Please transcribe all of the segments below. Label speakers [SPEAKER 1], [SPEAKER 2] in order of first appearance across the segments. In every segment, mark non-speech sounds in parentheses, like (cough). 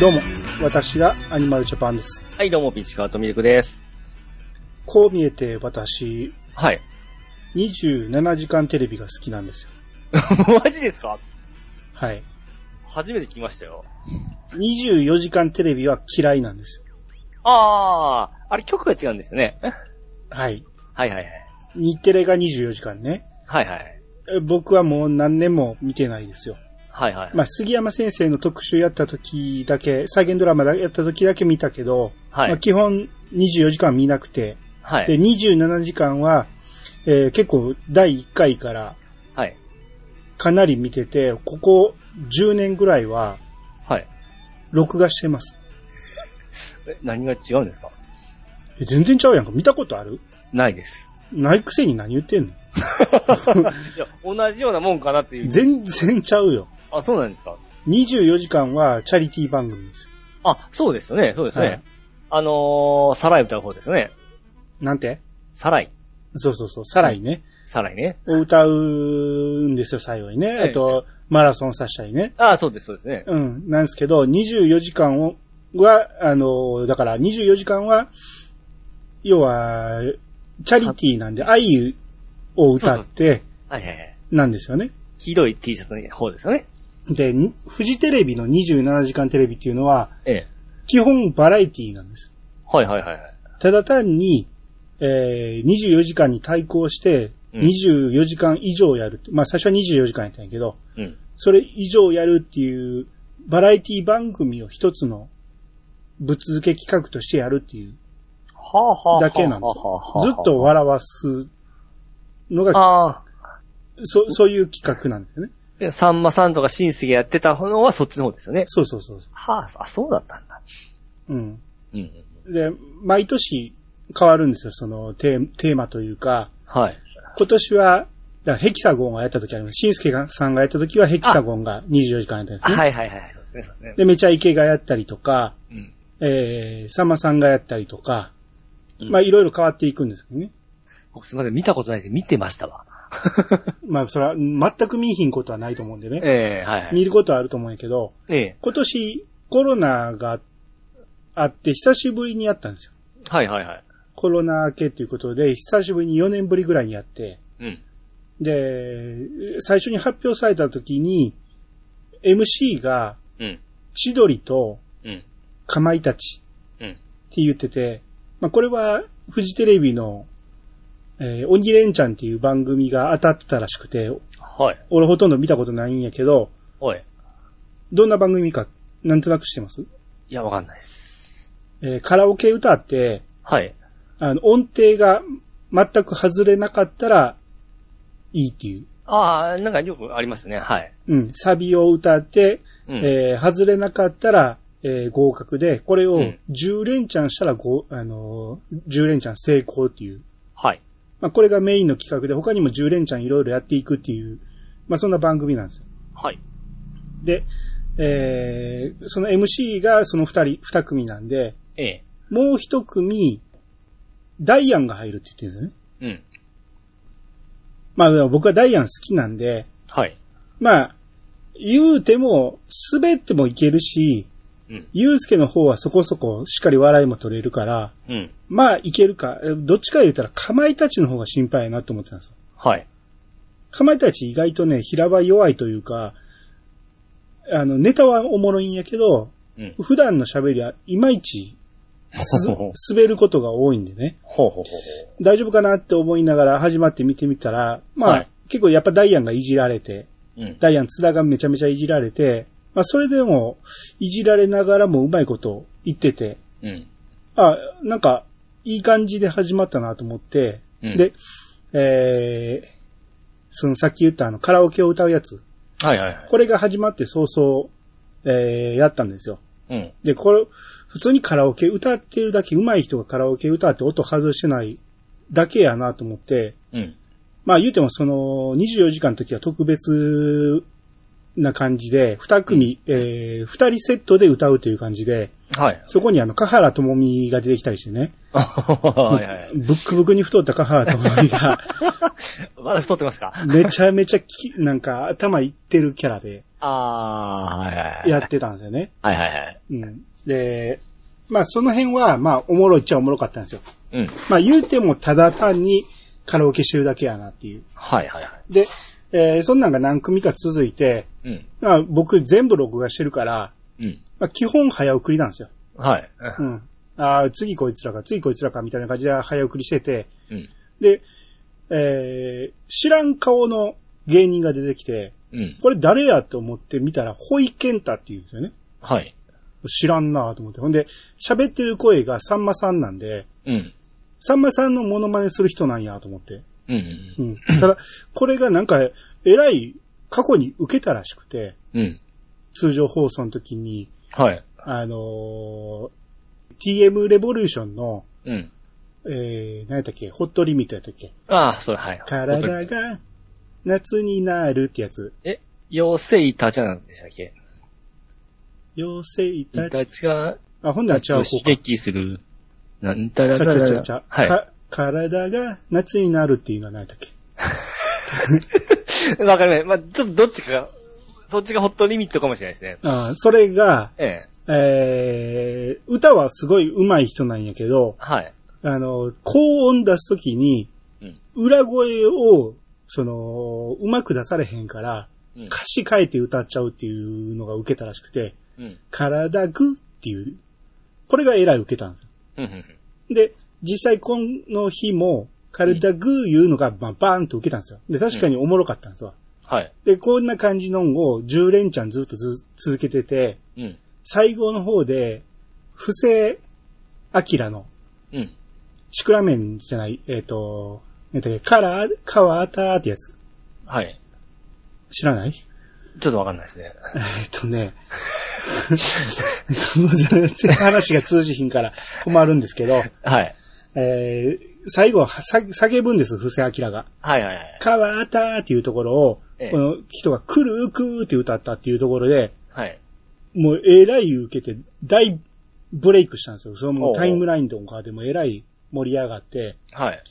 [SPEAKER 1] どうも、私がアニマルジャパンです。
[SPEAKER 2] はい、どうも、ピチカートミルクです。
[SPEAKER 1] こう見えて私、
[SPEAKER 2] はい。
[SPEAKER 1] 27時間テレビが好きなんですよ。
[SPEAKER 2] (laughs) マジですか
[SPEAKER 1] はい。
[SPEAKER 2] 初めて聞きましたよ。
[SPEAKER 1] 24時間テレビは嫌いなんですよ。
[SPEAKER 2] あー、あれ曲が違うんですよね。
[SPEAKER 1] はい。
[SPEAKER 2] はいはいはい。
[SPEAKER 1] 日テレが24時間ね。
[SPEAKER 2] はいはい。
[SPEAKER 1] え僕はもう何年も見てないですよ。
[SPEAKER 2] はいはい。
[SPEAKER 1] まあ、杉山先生の特集やった時だけ、再現ドラマだやった時だけ見たけど、
[SPEAKER 2] はい
[SPEAKER 1] まあ基本24時間見なくて、
[SPEAKER 2] は
[SPEAKER 1] で、
[SPEAKER 2] い。
[SPEAKER 1] 27時間は、えー結構第1回から
[SPEAKER 2] はい。
[SPEAKER 1] かなり見てて、ここ10年ぐらいは
[SPEAKER 2] はい。
[SPEAKER 1] 録画してます。
[SPEAKER 2] え、何が違うんですか
[SPEAKER 1] え全然ちゃうやんか。見たことある
[SPEAKER 2] な
[SPEAKER 1] (laughs)
[SPEAKER 2] いです。
[SPEAKER 1] ないくせに何言ってんの
[SPEAKER 2] いや、同じようなもんかなっていう。
[SPEAKER 1] 全然ちゃうよ。
[SPEAKER 2] あ、そうなんですか
[SPEAKER 1] 24時間はチャリティー番組ですよ。
[SPEAKER 2] あ、そうですよね、そうですね。
[SPEAKER 1] はい
[SPEAKER 2] あのー、サライ歌う方ですよね。
[SPEAKER 1] なんて
[SPEAKER 2] サライ。
[SPEAKER 1] そうそうそう、サライね。
[SPEAKER 2] サライね。
[SPEAKER 1] を歌うんですよ、最後にね。
[SPEAKER 2] はい
[SPEAKER 1] あと、マラソンさせたりね。
[SPEAKER 2] あー、そうです、そうですね。
[SPEAKER 1] うん、なんですけど、24時間を、は、あの、だから24時間は、要は、チャリティーなんで、愛を歌って、
[SPEAKER 2] はいはいはい。
[SPEAKER 1] なんですよね。
[SPEAKER 2] 黄色い T シャツの方ですよね。
[SPEAKER 1] で、にフジテレビの27時間テレビっていうのは、
[SPEAKER 2] ええ。
[SPEAKER 1] 基本バラエティーなんです。
[SPEAKER 2] はいはいはいはい。
[SPEAKER 1] ただ単に、えー、24時間に対抗して、
[SPEAKER 2] うん
[SPEAKER 1] 24時間以上やるって、まあ最初は24時間やったんやけど、
[SPEAKER 2] うん。
[SPEAKER 1] それ以上やるっていう、バラエティ番組を一つの、ぶっ続け企画としてやるっていう
[SPEAKER 2] はあはあはあ。
[SPEAKER 1] だけなんですよ。ずっと笑わすのが、
[SPEAKER 2] あ
[SPEAKER 1] そ、そういう企画なんですよね。
[SPEAKER 2] あ。さんまさんとかしんすけやってたのはそっちの方ですよね。
[SPEAKER 1] そうそうそうそ
[SPEAKER 2] はあ、あ、そうだったんだ。
[SPEAKER 1] う。うん。
[SPEAKER 2] うん。
[SPEAKER 1] で、毎年変わるんですよ、そのテーテーマというか、
[SPEAKER 2] はい。
[SPEAKER 1] 今年は、だからヘキサゴンがやった時あります。シンスケがさんがやった時はヘキサゴンが24時間やったんですね。
[SPEAKER 2] はいはいはい。そうですね、そうですね。
[SPEAKER 1] で、めちゃイケがやったりとか、
[SPEAKER 2] うん。
[SPEAKER 1] えー、さんまさんがやったりとか、
[SPEAKER 2] うん
[SPEAKER 1] まあいろいろ変わっていくんですよね。
[SPEAKER 2] 僕すみません、見たことないで見てましたわ。
[SPEAKER 1] まあそれは全く見いひんことはないと思うんでね。
[SPEAKER 2] (laughs) ええはいはい。
[SPEAKER 1] 見ることはあると思うんやけど、
[SPEAKER 2] ええ
[SPEAKER 1] 今年コロナがあって久しぶりにやったんですよ。
[SPEAKER 2] はいはいはい。
[SPEAKER 1] コロナ明けということで、久しぶりに4年ぶりぐらいにやって、
[SPEAKER 2] うん。
[SPEAKER 1] で、最初に発表された時に、MC が
[SPEAKER 2] うん。
[SPEAKER 1] 千鳥と
[SPEAKER 2] うん。
[SPEAKER 1] かまいたち
[SPEAKER 2] うん。
[SPEAKER 1] って言ってて、まあこれはフジテレビの、えー、鬼レンちゃんっていう番組が当たってたらしくて、
[SPEAKER 2] はい。
[SPEAKER 1] 俺ほとんど見たことないんやけど、
[SPEAKER 2] おい。
[SPEAKER 1] どんな番組かなんとなく知ってます
[SPEAKER 2] いや、わかんないです。
[SPEAKER 1] えーカラオケ歌って、
[SPEAKER 2] はい。
[SPEAKER 1] あの、音程が全く外れなかったらいいっていう。
[SPEAKER 2] ああ、なんかよくありますね。はい。
[SPEAKER 1] うん、サビを歌って、
[SPEAKER 2] うん。
[SPEAKER 1] えー外れなかったら、えー合格で、これを
[SPEAKER 2] うん
[SPEAKER 1] 10連チャンしたらご、あのー10連チャン成功っていう。
[SPEAKER 2] はい。
[SPEAKER 1] まあ、これがメインの企画で、他にも10連チャンいろいろやっていくっていう、まあ、そんな番組なんですよ。
[SPEAKER 2] はい。
[SPEAKER 1] で、えーその MC がその2人、2組なんで、
[SPEAKER 2] ええ
[SPEAKER 1] もう1組、ダイアンが入るって言ってるんですね。
[SPEAKER 2] うん。
[SPEAKER 1] まあ、でも僕はダイアン好きなんで、
[SPEAKER 2] はい。
[SPEAKER 1] まあ、言うても、滑ってもいけるし、
[SPEAKER 2] うん。
[SPEAKER 1] ゆうすけの方はそこそこしっかり笑いも取れるから、
[SPEAKER 2] うん。
[SPEAKER 1] まあいけるか、えどっちか言うたらかまいたちの方が心配やなと思ってたんですよ。
[SPEAKER 2] はい。
[SPEAKER 1] かまいたち意外とね、平場弱いというか、あの、ネタはおもろいんやけど、
[SPEAKER 2] (laughs) うん。
[SPEAKER 1] 普段の喋りはいまいちす滑ることが多いんでね、
[SPEAKER 2] ほうほうほうほう。
[SPEAKER 1] 大丈夫かなって思いながら始まって見てみたら、まあ、
[SPEAKER 2] はい
[SPEAKER 1] 結構やっぱダイアンがいじられて、
[SPEAKER 2] うん。
[SPEAKER 1] ダイアン津田がめちゃめちゃいじられて、まあそれでもいじられながらもうまいこと言ってて、
[SPEAKER 2] うん。
[SPEAKER 1] あ、なんか、いい感じで始まったなと思って、
[SPEAKER 2] うん
[SPEAKER 1] で、えー、そのさっき言ったあのカラオケを歌うやつ、
[SPEAKER 2] はいはいはい。
[SPEAKER 1] これが始まって早々、えー、やったんですよ。
[SPEAKER 2] うん。
[SPEAKER 1] で、これ、普通にカラオケ歌ってるだけ、上手い人がカラオケ歌って音外してないだけやなと思って、
[SPEAKER 2] うん。
[SPEAKER 1] まあ言うてもその24時間の時は特別な感じで、二組、えー、二人セットで歌うという感じで、
[SPEAKER 2] はい。 (laughs)
[SPEAKER 1] そこにあの、香原智美が出てきたりしてね。
[SPEAKER 2] はいはい。
[SPEAKER 1] ブックブクに太ったカハラとマが、
[SPEAKER 2] まだ太ってますか
[SPEAKER 1] めちゃめちゃき、なんか頭いってるキャラで、
[SPEAKER 2] あー、はいはい
[SPEAKER 1] や
[SPEAKER 2] はい。
[SPEAKER 1] ってたんですよね。
[SPEAKER 2] はいはいはい。
[SPEAKER 1] うん。で、まあその辺は、まあおもろいっちゃおもろかったんですよ。
[SPEAKER 2] うん。
[SPEAKER 1] まあ言うてもただ単にカラオケしてるだけやなっていう。
[SPEAKER 2] はいはいはい。
[SPEAKER 1] で、えーそんなんが何組か続いて、
[SPEAKER 2] うん。
[SPEAKER 1] まあ僕全部録画してるから、
[SPEAKER 2] うん。
[SPEAKER 1] まあ基本早送りなんですよ。
[SPEAKER 2] はい。
[SPEAKER 1] うん。ああ、次こいつらか、次こいつらかみたいな感じで早送りしてて、
[SPEAKER 2] うん。
[SPEAKER 1] で、えー知らん顔の芸人が出てきて、
[SPEAKER 2] うん。
[SPEAKER 1] これ誰やと思って見たら、ホイケンタって言うんですよね。
[SPEAKER 2] はい。
[SPEAKER 1] 知らんなと思って。ほんで、喋ってる声がさんまさんなんで、
[SPEAKER 2] うん。
[SPEAKER 1] さんまさんのモノマネする人なんやと思って。
[SPEAKER 2] うんうん
[SPEAKER 1] うん。ただ、これがなんか、えらい過去に受けたらしくて、
[SPEAKER 2] うん。うん。
[SPEAKER 1] 通常放送の時に、
[SPEAKER 2] はい。
[SPEAKER 1] あのー TM レボリューションの、
[SPEAKER 2] うん。
[SPEAKER 1] えー、何やったっけホットリミットやったっけ
[SPEAKER 2] ああ、それ、はい。
[SPEAKER 1] 体が夏になるってやつ。
[SPEAKER 2] え、妖精たちなんでしたっけ
[SPEAKER 1] 妖精た
[SPEAKER 2] た
[SPEAKER 1] ち。
[SPEAKER 2] ちが、
[SPEAKER 1] あ、ほんなら
[SPEAKER 2] た
[SPEAKER 1] 違う
[SPEAKER 2] ちを
[SPEAKER 1] 方
[SPEAKER 2] 刺
[SPEAKER 1] か。
[SPEAKER 2] 激する。なんたら
[SPEAKER 1] ち
[SPEAKER 2] た
[SPEAKER 1] ゃ
[SPEAKER 2] ら
[SPEAKER 1] ちゃちゃちゃ。
[SPEAKER 2] は
[SPEAKER 1] か体が夏になるっていうのは何やったっけ
[SPEAKER 2] い。わかりません。まあ、ちょっとどっちかが、そっちがホットリミットかもしれないですね。
[SPEAKER 1] あーそれが、
[SPEAKER 2] ええ。
[SPEAKER 1] えー、歌はすごい上手い人なんやけど、
[SPEAKER 2] はい。
[SPEAKER 1] あの、高音出すときに
[SPEAKER 2] うん、
[SPEAKER 1] 裏声を、その、うまく出されへんから、
[SPEAKER 2] うん
[SPEAKER 1] 歌詞変えて歌っちゃうっていうのが受けたらしくて、
[SPEAKER 2] うん。
[SPEAKER 1] 体ぐっていう、これがえらい受けたんですよ。
[SPEAKER 2] うんうん。
[SPEAKER 1] で、実際この日も、体ぐーいうのが、まあ、バーンと受けたんですよ。で、確かにおもろかったんですわ。
[SPEAKER 2] はい。
[SPEAKER 1] で、こんな感じのんを10連チャンずっとず続けてて、
[SPEAKER 2] うん。
[SPEAKER 1] 最後の方で、不正、アキラの、
[SPEAKER 2] うん。
[SPEAKER 1] シクラメンじゃない、えっ、と、えっと、カラー、カワーターってやつ。
[SPEAKER 2] はい。
[SPEAKER 1] 知らない
[SPEAKER 2] ちょっとわかんないですね。
[SPEAKER 1] えっとね。もう全然話が通じひんから困るんですけど、
[SPEAKER 2] (laughs) はい。
[SPEAKER 1] えー、最後はさ叫ぶんです、布施明が。
[SPEAKER 2] はいはいはい。
[SPEAKER 1] カワーターっていうところを、
[SPEAKER 2] ええ
[SPEAKER 1] この人がくるーくーって歌ったっていうところで、
[SPEAKER 2] はい。
[SPEAKER 1] もうえらい受けて大ブレイクしたんですよ。そ
[SPEAKER 2] おうお
[SPEAKER 1] の
[SPEAKER 2] う
[SPEAKER 1] タイムラインとかでもえらい盛り上がって、
[SPEAKER 2] はい。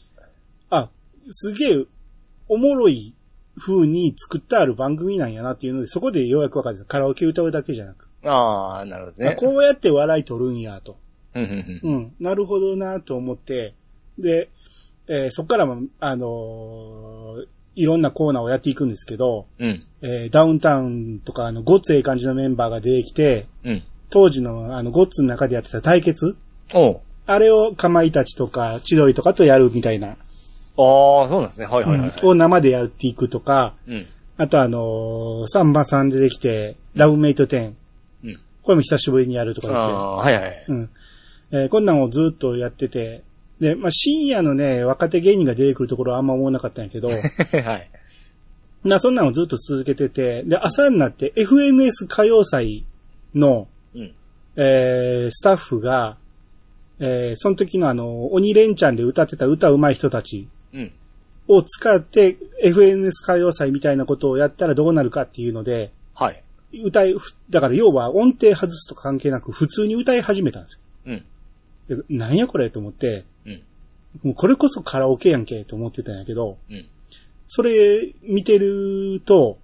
[SPEAKER 1] あ、すげえ、おもろい風に作ってある番組なんやなっていうので、そこでようやくわかるんですカラオケ歌うだけじゃなく。
[SPEAKER 2] ああ、なるほど
[SPEAKER 1] あ
[SPEAKER 2] ね。
[SPEAKER 1] こうやって笑い取るんやと。
[SPEAKER 2] うんうんうん。
[SPEAKER 1] うん、なるほどなと思って、で、えーそっからも、あのーいろんなコーナーをやっていくんですけど、
[SPEAKER 2] うん。
[SPEAKER 1] えーダウンタウンとか、あの、ごっつええ感じのメンバーが出てきて、
[SPEAKER 2] うん。
[SPEAKER 1] 当時の、あの、ゴッツの中でやってた対決
[SPEAKER 2] おう。
[SPEAKER 1] あれをかまいたちとか、千鳥とかとやるみたいな、
[SPEAKER 2] ああ、そうなんですね。はいはいはい。
[SPEAKER 1] を生でやっていくとか、
[SPEAKER 2] うん。
[SPEAKER 1] あとあのーサンバさん出てきて、ラブメイト10。
[SPEAKER 2] うん。
[SPEAKER 1] これも久しぶりにやるとか
[SPEAKER 2] あ
[SPEAKER 1] 言って。
[SPEAKER 2] あ、はいはい。
[SPEAKER 1] うん。えーこんなんをずっとやってて、で、まあ、深夜のね、若手芸人が出てくるところはあんま思わなかったんや
[SPEAKER 2] (laughs)
[SPEAKER 1] けど、
[SPEAKER 2] はい。
[SPEAKER 1] な、そんなんをずっと続けてて、で、朝になって FNS 歌謡祭の、
[SPEAKER 2] うん。
[SPEAKER 1] えースタッフが、えーその時のあの、鬼レンチャンで歌ってた歌うまい人たち
[SPEAKER 2] うん。
[SPEAKER 1] を使って、FNS 歌謡祭みたいなことをやったらどうなるかっていうので、
[SPEAKER 2] はい。
[SPEAKER 1] 歌い、ふだから要は音程外すとか関係なく普通に歌い始めたんです
[SPEAKER 2] うん。
[SPEAKER 1] よ。でなんやこれと思って、
[SPEAKER 2] うん。
[SPEAKER 1] もうこれこそカラオケやんけと思ってたんやけど、
[SPEAKER 2] うん。
[SPEAKER 1] それ見てると、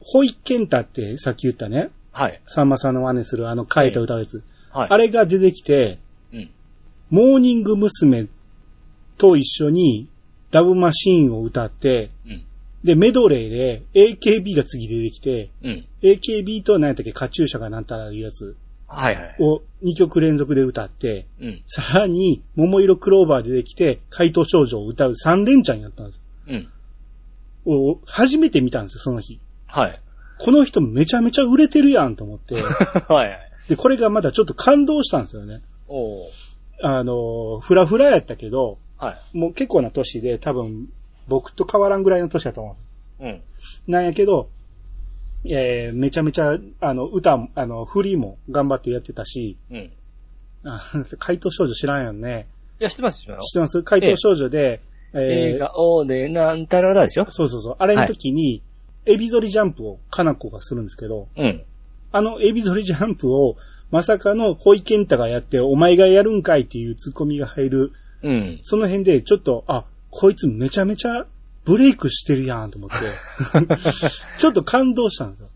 [SPEAKER 1] ホイケンタってさっき言ったね、
[SPEAKER 2] はい。
[SPEAKER 1] さんまさんの真似するあの書いた歌うやつ、
[SPEAKER 2] はい。
[SPEAKER 1] あれが出てきて、
[SPEAKER 2] うん。
[SPEAKER 1] モーニング娘。と一緒にラブマシーンを歌って、
[SPEAKER 2] うん。
[SPEAKER 1] で、メドレーで AKB が次出てきて、
[SPEAKER 2] うん。
[SPEAKER 1] AKB と何やったっけ、カチューシャがなんたらいうやつ。
[SPEAKER 2] はいはい。
[SPEAKER 1] を2曲連続で歌って、
[SPEAKER 2] うん。
[SPEAKER 1] さらに、桃色クローバーでできて、怪盗少女を歌う3連チャンやったんです
[SPEAKER 2] うん。
[SPEAKER 1] よ。お初めて見たんですよ、その日。
[SPEAKER 2] はい。
[SPEAKER 1] この人めちゃめちゃ売れてるやんと思って。
[SPEAKER 2] はいはい。
[SPEAKER 1] で、これがまだちょっと感動したんですよね。
[SPEAKER 2] おう。
[SPEAKER 1] あの、フラフラやったけど、
[SPEAKER 2] はい。
[SPEAKER 1] もう結構な年で、多分、僕と変わらんぐらいの年だと思
[SPEAKER 2] うん。
[SPEAKER 1] う。なんやけど、えー、めちゃめちゃ、あの、歌も、あの、フリーも頑張ってやってたし、
[SPEAKER 2] うん。い
[SPEAKER 1] あ怪盗少女知らんよね。
[SPEAKER 2] や、知ってます、知ってま
[SPEAKER 1] 知っ
[SPEAKER 2] す。
[SPEAKER 1] てます怪盗少女で、えー
[SPEAKER 2] 映画、おーで、なんたらだでしょ
[SPEAKER 1] そうそうそう。あれの時に、エビゾリジャンプをかなこがするんですけど、
[SPEAKER 2] うん。
[SPEAKER 1] あのエビゾリジャンプを、まさかのホイケンタがやって、お前がやるんかいっていうツッコミが入る。
[SPEAKER 2] うん。
[SPEAKER 1] その辺で、ちょっと、あ、こいつめちゃめ
[SPEAKER 2] (laughs)
[SPEAKER 1] ちゃブレイクしてるやんと思って、ちょっと感動したんですよ。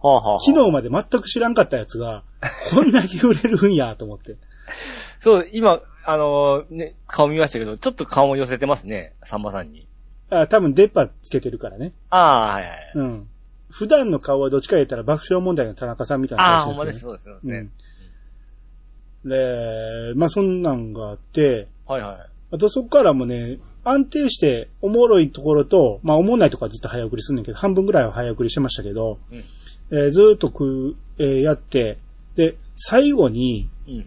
[SPEAKER 2] はあ、はあはあ、
[SPEAKER 1] 昨日まで全く知らんかったやつが、こんなに売れるんやと思って。
[SPEAKER 2] そう、今、あのーね、顔見ましたけど、ちょっと顔を寄せてますね、さんまさんに。
[SPEAKER 1] あ、多分出っ歯つけてるからね。
[SPEAKER 2] ああ、はいはい。
[SPEAKER 1] うん。普段の顔はどっちか言ったら爆笑問題の田中さんみたいな
[SPEAKER 2] ああ、
[SPEAKER 1] 顔
[SPEAKER 2] ほんま
[SPEAKER 1] してる
[SPEAKER 2] です、そうです、そうです
[SPEAKER 1] けど
[SPEAKER 2] ね。
[SPEAKER 1] ね。うん。で、まあそんなんがあって、
[SPEAKER 2] はいはい。
[SPEAKER 1] あとそこからもね、安定しておもろいところと、まあおもんないとこはずっと早送りするんだけど、半分ぐらいは早送りしてましたけど、
[SPEAKER 2] うん
[SPEAKER 1] えーずーっとく、えーやって、で、最後に、
[SPEAKER 2] うん。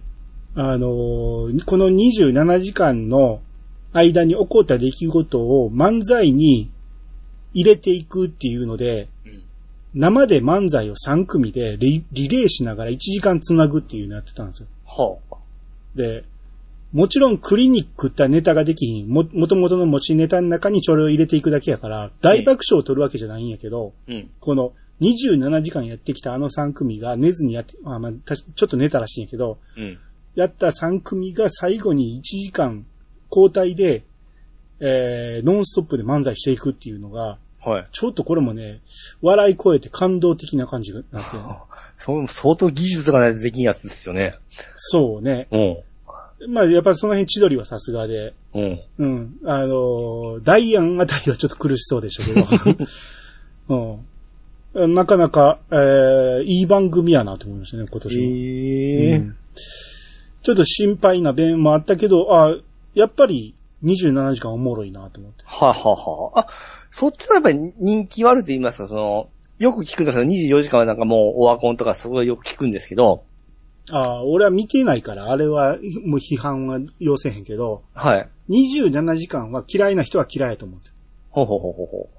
[SPEAKER 1] あのーこの27時間の間に起こった出来事を漫才に入れていくっていうので、
[SPEAKER 2] うん。
[SPEAKER 1] 生で漫才を3組でリリレーしながら1時間繋ぐっていうのやってたんですよ。
[SPEAKER 2] ほう。
[SPEAKER 1] で、もちろんクリニックったネタができひん、も、元々の持ちネタの中にそれを入れていくだけやから、大爆笑を取るわけじゃないんやけど、
[SPEAKER 2] うん。
[SPEAKER 1] この27時間やってきたあの3組が寝ずにやって、まあまあ、たしちょっと寝たらしいんやけど、
[SPEAKER 2] うん。
[SPEAKER 1] やった3組が最後に1時間交代で、えー、ノンストップで漫才していくっていうのが、
[SPEAKER 2] はい。
[SPEAKER 1] ちょっとこれもね、笑い超えて感動的な感じになってる。
[SPEAKER 2] そう、相当技術がないとできんやつですよね。
[SPEAKER 1] そうね。
[SPEAKER 2] うん。
[SPEAKER 1] まあ、やっぱりその辺千鳥はさすがで、
[SPEAKER 2] うん。
[SPEAKER 1] うん。あのーダイアンあたりはちょっと苦しそうでしたけど。うん。なかなか、えー、いい番組やなと思いましたね、今年も。
[SPEAKER 2] え
[SPEAKER 1] うんちょっと心配な弁もあったけど、あやっぱり27時間おもろいなと思って。
[SPEAKER 2] はあ、はあはあ、あ、そっちのやっぱり人気はあると言いますか、その、よく聞くんですけど、24時間はなんかもうオワコンとかそこはよく聞くんですけど、
[SPEAKER 1] あ俺は見てないから、あれは、もう批判は要せへんけど、
[SPEAKER 2] はい。
[SPEAKER 1] 27時間は嫌いな人は嫌いやと思って。
[SPEAKER 2] ほうほうほうほうほ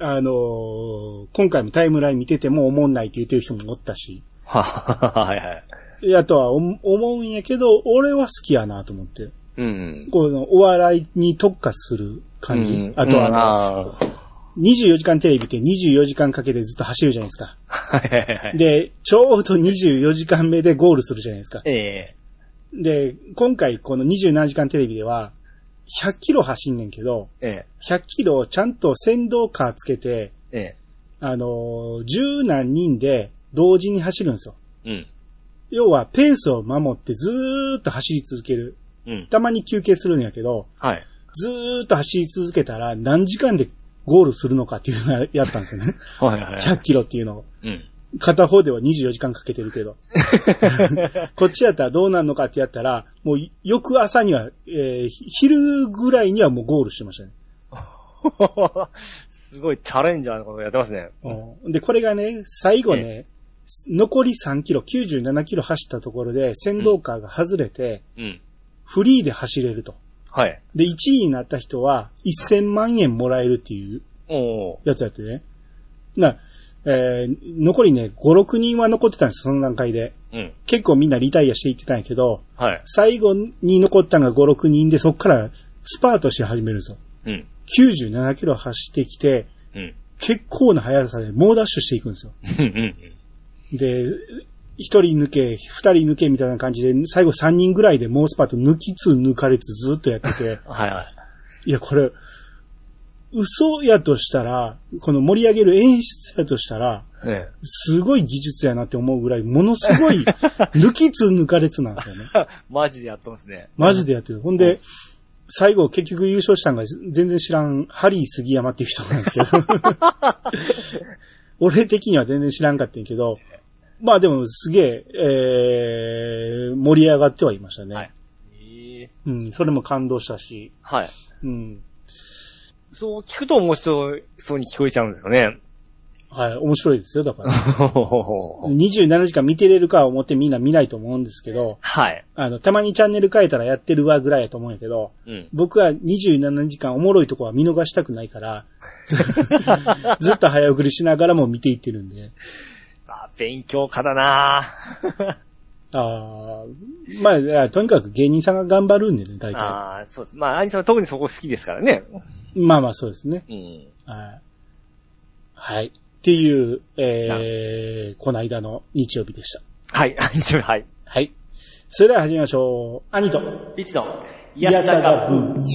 [SPEAKER 1] あのー今回もタイムライン見てても思んないって言ってる人もおったし、
[SPEAKER 2] う。はあはあはあはいはい。
[SPEAKER 1] あとはお思うんやけど、俺は好きやなと思って。
[SPEAKER 2] うん。
[SPEAKER 1] このお笑いに特化する感じ。
[SPEAKER 2] うん
[SPEAKER 1] あとは
[SPEAKER 2] うん
[SPEAKER 1] あ
[SPEAKER 2] あー
[SPEAKER 1] の、24時間テレビって24時間かけてずっと走るじゃないですか。
[SPEAKER 2] はいはいはい。
[SPEAKER 1] で、ちょうど24時間目でゴールするじゃないですか。
[SPEAKER 2] ええ
[SPEAKER 1] で、今回この27時間テレビでは、100キロ走んねんけど、
[SPEAKER 2] ええ
[SPEAKER 1] 100キロをちゃんと先導カーつけて、
[SPEAKER 2] ええ
[SPEAKER 1] あのー、十何人で同時に走るんですよ。
[SPEAKER 2] うん。
[SPEAKER 1] 要は、ペースを守ってずーっと走り続ける。
[SPEAKER 2] うん。
[SPEAKER 1] たまに休憩するんやけど、
[SPEAKER 2] はい。
[SPEAKER 1] ずーっと走り続けたら何時間でゴールするのかっていうのをやったんですよね。
[SPEAKER 2] はいはいはい。
[SPEAKER 1] 100キロっていうのを。
[SPEAKER 2] うん。
[SPEAKER 1] 片方では24時間かけてるけど。こっちやったらどうなるのかってやったら、もう翌朝には、えーひ昼ぐらいにはもうゴールしてましたね。
[SPEAKER 2] すごいチャレンジャーなことやってますね。
[SPEAKER 1] で、これがね、最後ね、残り3キロ、97キロ走ったところで、先導カーが外れて、
[SPEAKER 2] うん。
[SPEAKER 1] フリーで走れると。
[SPEAKER 2] はい。
[SPEAKER 1] で、1位になった人は、1000万円もらえるっていう
[SPEAKER 2] おお
[SPEAKER 1] やつやってね。な、えー残りね、5、6人は残ってたんですその段階で。
[SPEAKER 2] ー。うん。
[SPEAKER 1] 結構みんなリタイアしていってたんやけど、
[SPEAKER 2] はい。
[SPEAKER 1] 最後に残ったのが5、6人で、そっからスパートし始めるんですよ。
[SPEAKER 2] うん。
[SPEAKER 1] 97キロ走ってきて、
[SPEAKER 2] うん。
[SPEAKER 1] 結構な速さで猛ダッシュしていくんですよ。
[SPEAKER 2] うん。うん。
[SPEAKER 1] で、一人抜け、二人抜けみたいな感じで、最後三人ぐらいで猛スパート抜きつ抜かれつずっとやってて、
[SPEAKER 2] はいはい。
[SPEAKER 1] いや、これ、嘘やとしたら、この盛り上げる演出やとしたら、
[SPEAKER 2] え
[SPEAKER 1] すごい技術やなって思うぐらい、ものすごい抜きつ抜かれつなんですよね。
[SPEAKER 2] え。 (laughs) マジでやってますね。
[SPEAKER 1] マジでやってる。ほんで、最後結局優勝したんが全然知らん、ハリー杉山っていう人なん
[SPEAKER 2] (laughs)
[SPEAKER 1] ですけど。俺的には全然知らんかったんやけど、まあでもすげえ、えー、盛り上がってはいましたね。
[SPEAKER 2] はいええ。
[SPEAKER 1] うん、それも感動したし、
[SPEAKER 2] はい。
[SPEAKER 1] うん。
[SPEAKER 2] そう聞くと面白そうに聞こえちゃうんですよ (laughs) ね。
[SPEAKER 1] はい、面白いですよ、だから。
[SPEAKER 2] は
[SPEAKER 1] 27時間見てれるかは思ってみんな見ないと思うんですけど、
[SPEAKER 2] い。
[SPEAKER 1] あの、たまにチャンネル変えたらやってるわぐらいやと思うんやけど、
[SPEAKER 2] うん。
[SPEAKER 1] 僕は27時間おもろいとこは見逃したくないから、ずっと早送りしながらも見ていってるんで。
[SPEAKER 2] あ、勉強家だな
[SPEAKER 1] あーまあいや、とにかく芸人さんが頑張るんでね、大体。
[SPEAKER 2] ああ、そうです。まあ、アニさんは特にそこ好きですからね。
[SPEAKER 1] まあまあそうですね。
[SPEAKER 2] うん。
[SPEAKER 1] はい。はい。っていう、えー、この間の日曜日でした。
[SPEAKER 2] はい、アニさん、はい。
[SPEAKER 1] はい。それでは始めましょう。兄と、
[SPEAKER 2] 一度、
[SPEAKER 1] やさがブー。
[SPEAKER 3] 「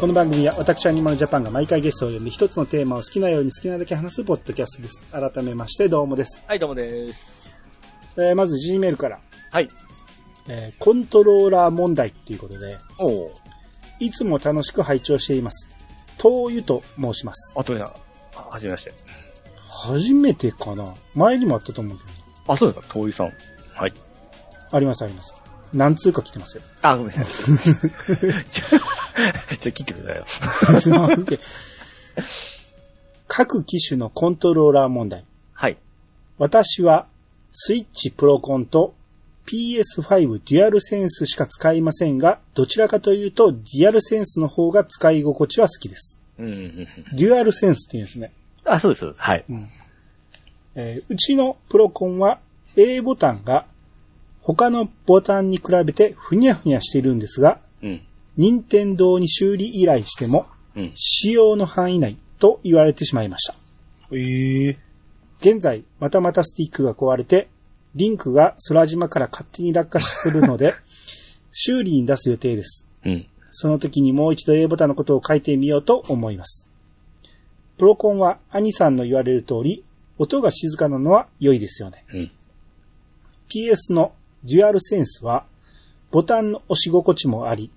[SPEAKER 1] この番組は私アニマルジャパンが毎回ゲストを呼んで一つのテーマを好きなように好きなだけ話すポッドキャストです。改めましてどうもです。
[SPEAKER 3] はい、どうもです。
[SPEAKER 1] えーまず Gmail から、
[SPEAKER 3] はい。
[SPEAKER 1] えーコントローラー問題っていうことで、
[SPEAKER 3] おう。
[SPEAKER 1] いつも楽しく拝聴しています。東湯と申します。
[SPEAKER 2] あ、とめな。はじめまして。
[SPEAKER 1] 初めてかな前にもあったと思うけど。
[SPEAKER 2] あ、そうですか、遠いさん。はい。
[SPEAKER 1] ありますあります。何通か来てますよ。
[SPEAKER 2] あ、ごめんなさい。じゃあ、じゃあ切ってくださいよ。
[SPEAKER 1] なんで各機種のコントローラー問題。
[SPEAKER 2] はい。
[SPEAKER 1] 私は、スイッチプロコンと PS5 デュアルセンスしか使いませんが、どちらかというとデュアルセンスの方が使い心地は好きです。
[SPEAKER 2] うんうんうん。
[SPEAKER 1] デュアルセンスって言うんですね。
[SPEAKER 2] あ、そうです、そうです。はい。
[SPEAKER 1] うんえーうちのプロコンは A ボタンが他のボタンに比べてふにゃふにゃしているんですが、
[SPEAKER 2] うん。
[SPEAKER 1] 任天堂に修理依頼しても
[SPEAKER 2] うん。
[SPEAKER 1] 使用の範囲内と言われてしまいました。
[SPEAKER 2] ええ。
[SPEAKER 1] 現在、またまたスティックが壊れて、リンクが空島から勝手に落下するので、修理に出す予定です。
[SPEAKER 2] うん。
[SPEAKER 1] その時にもう一度 A ボタンのことを書いてみようと思います。プロコンは兄さんの言われる通り、音が静かなのは良いですよね。
[SPEAKER 2] うん
[SPEAKER 1] PS のデュアルセンスは、ボタンの押し心地もあり、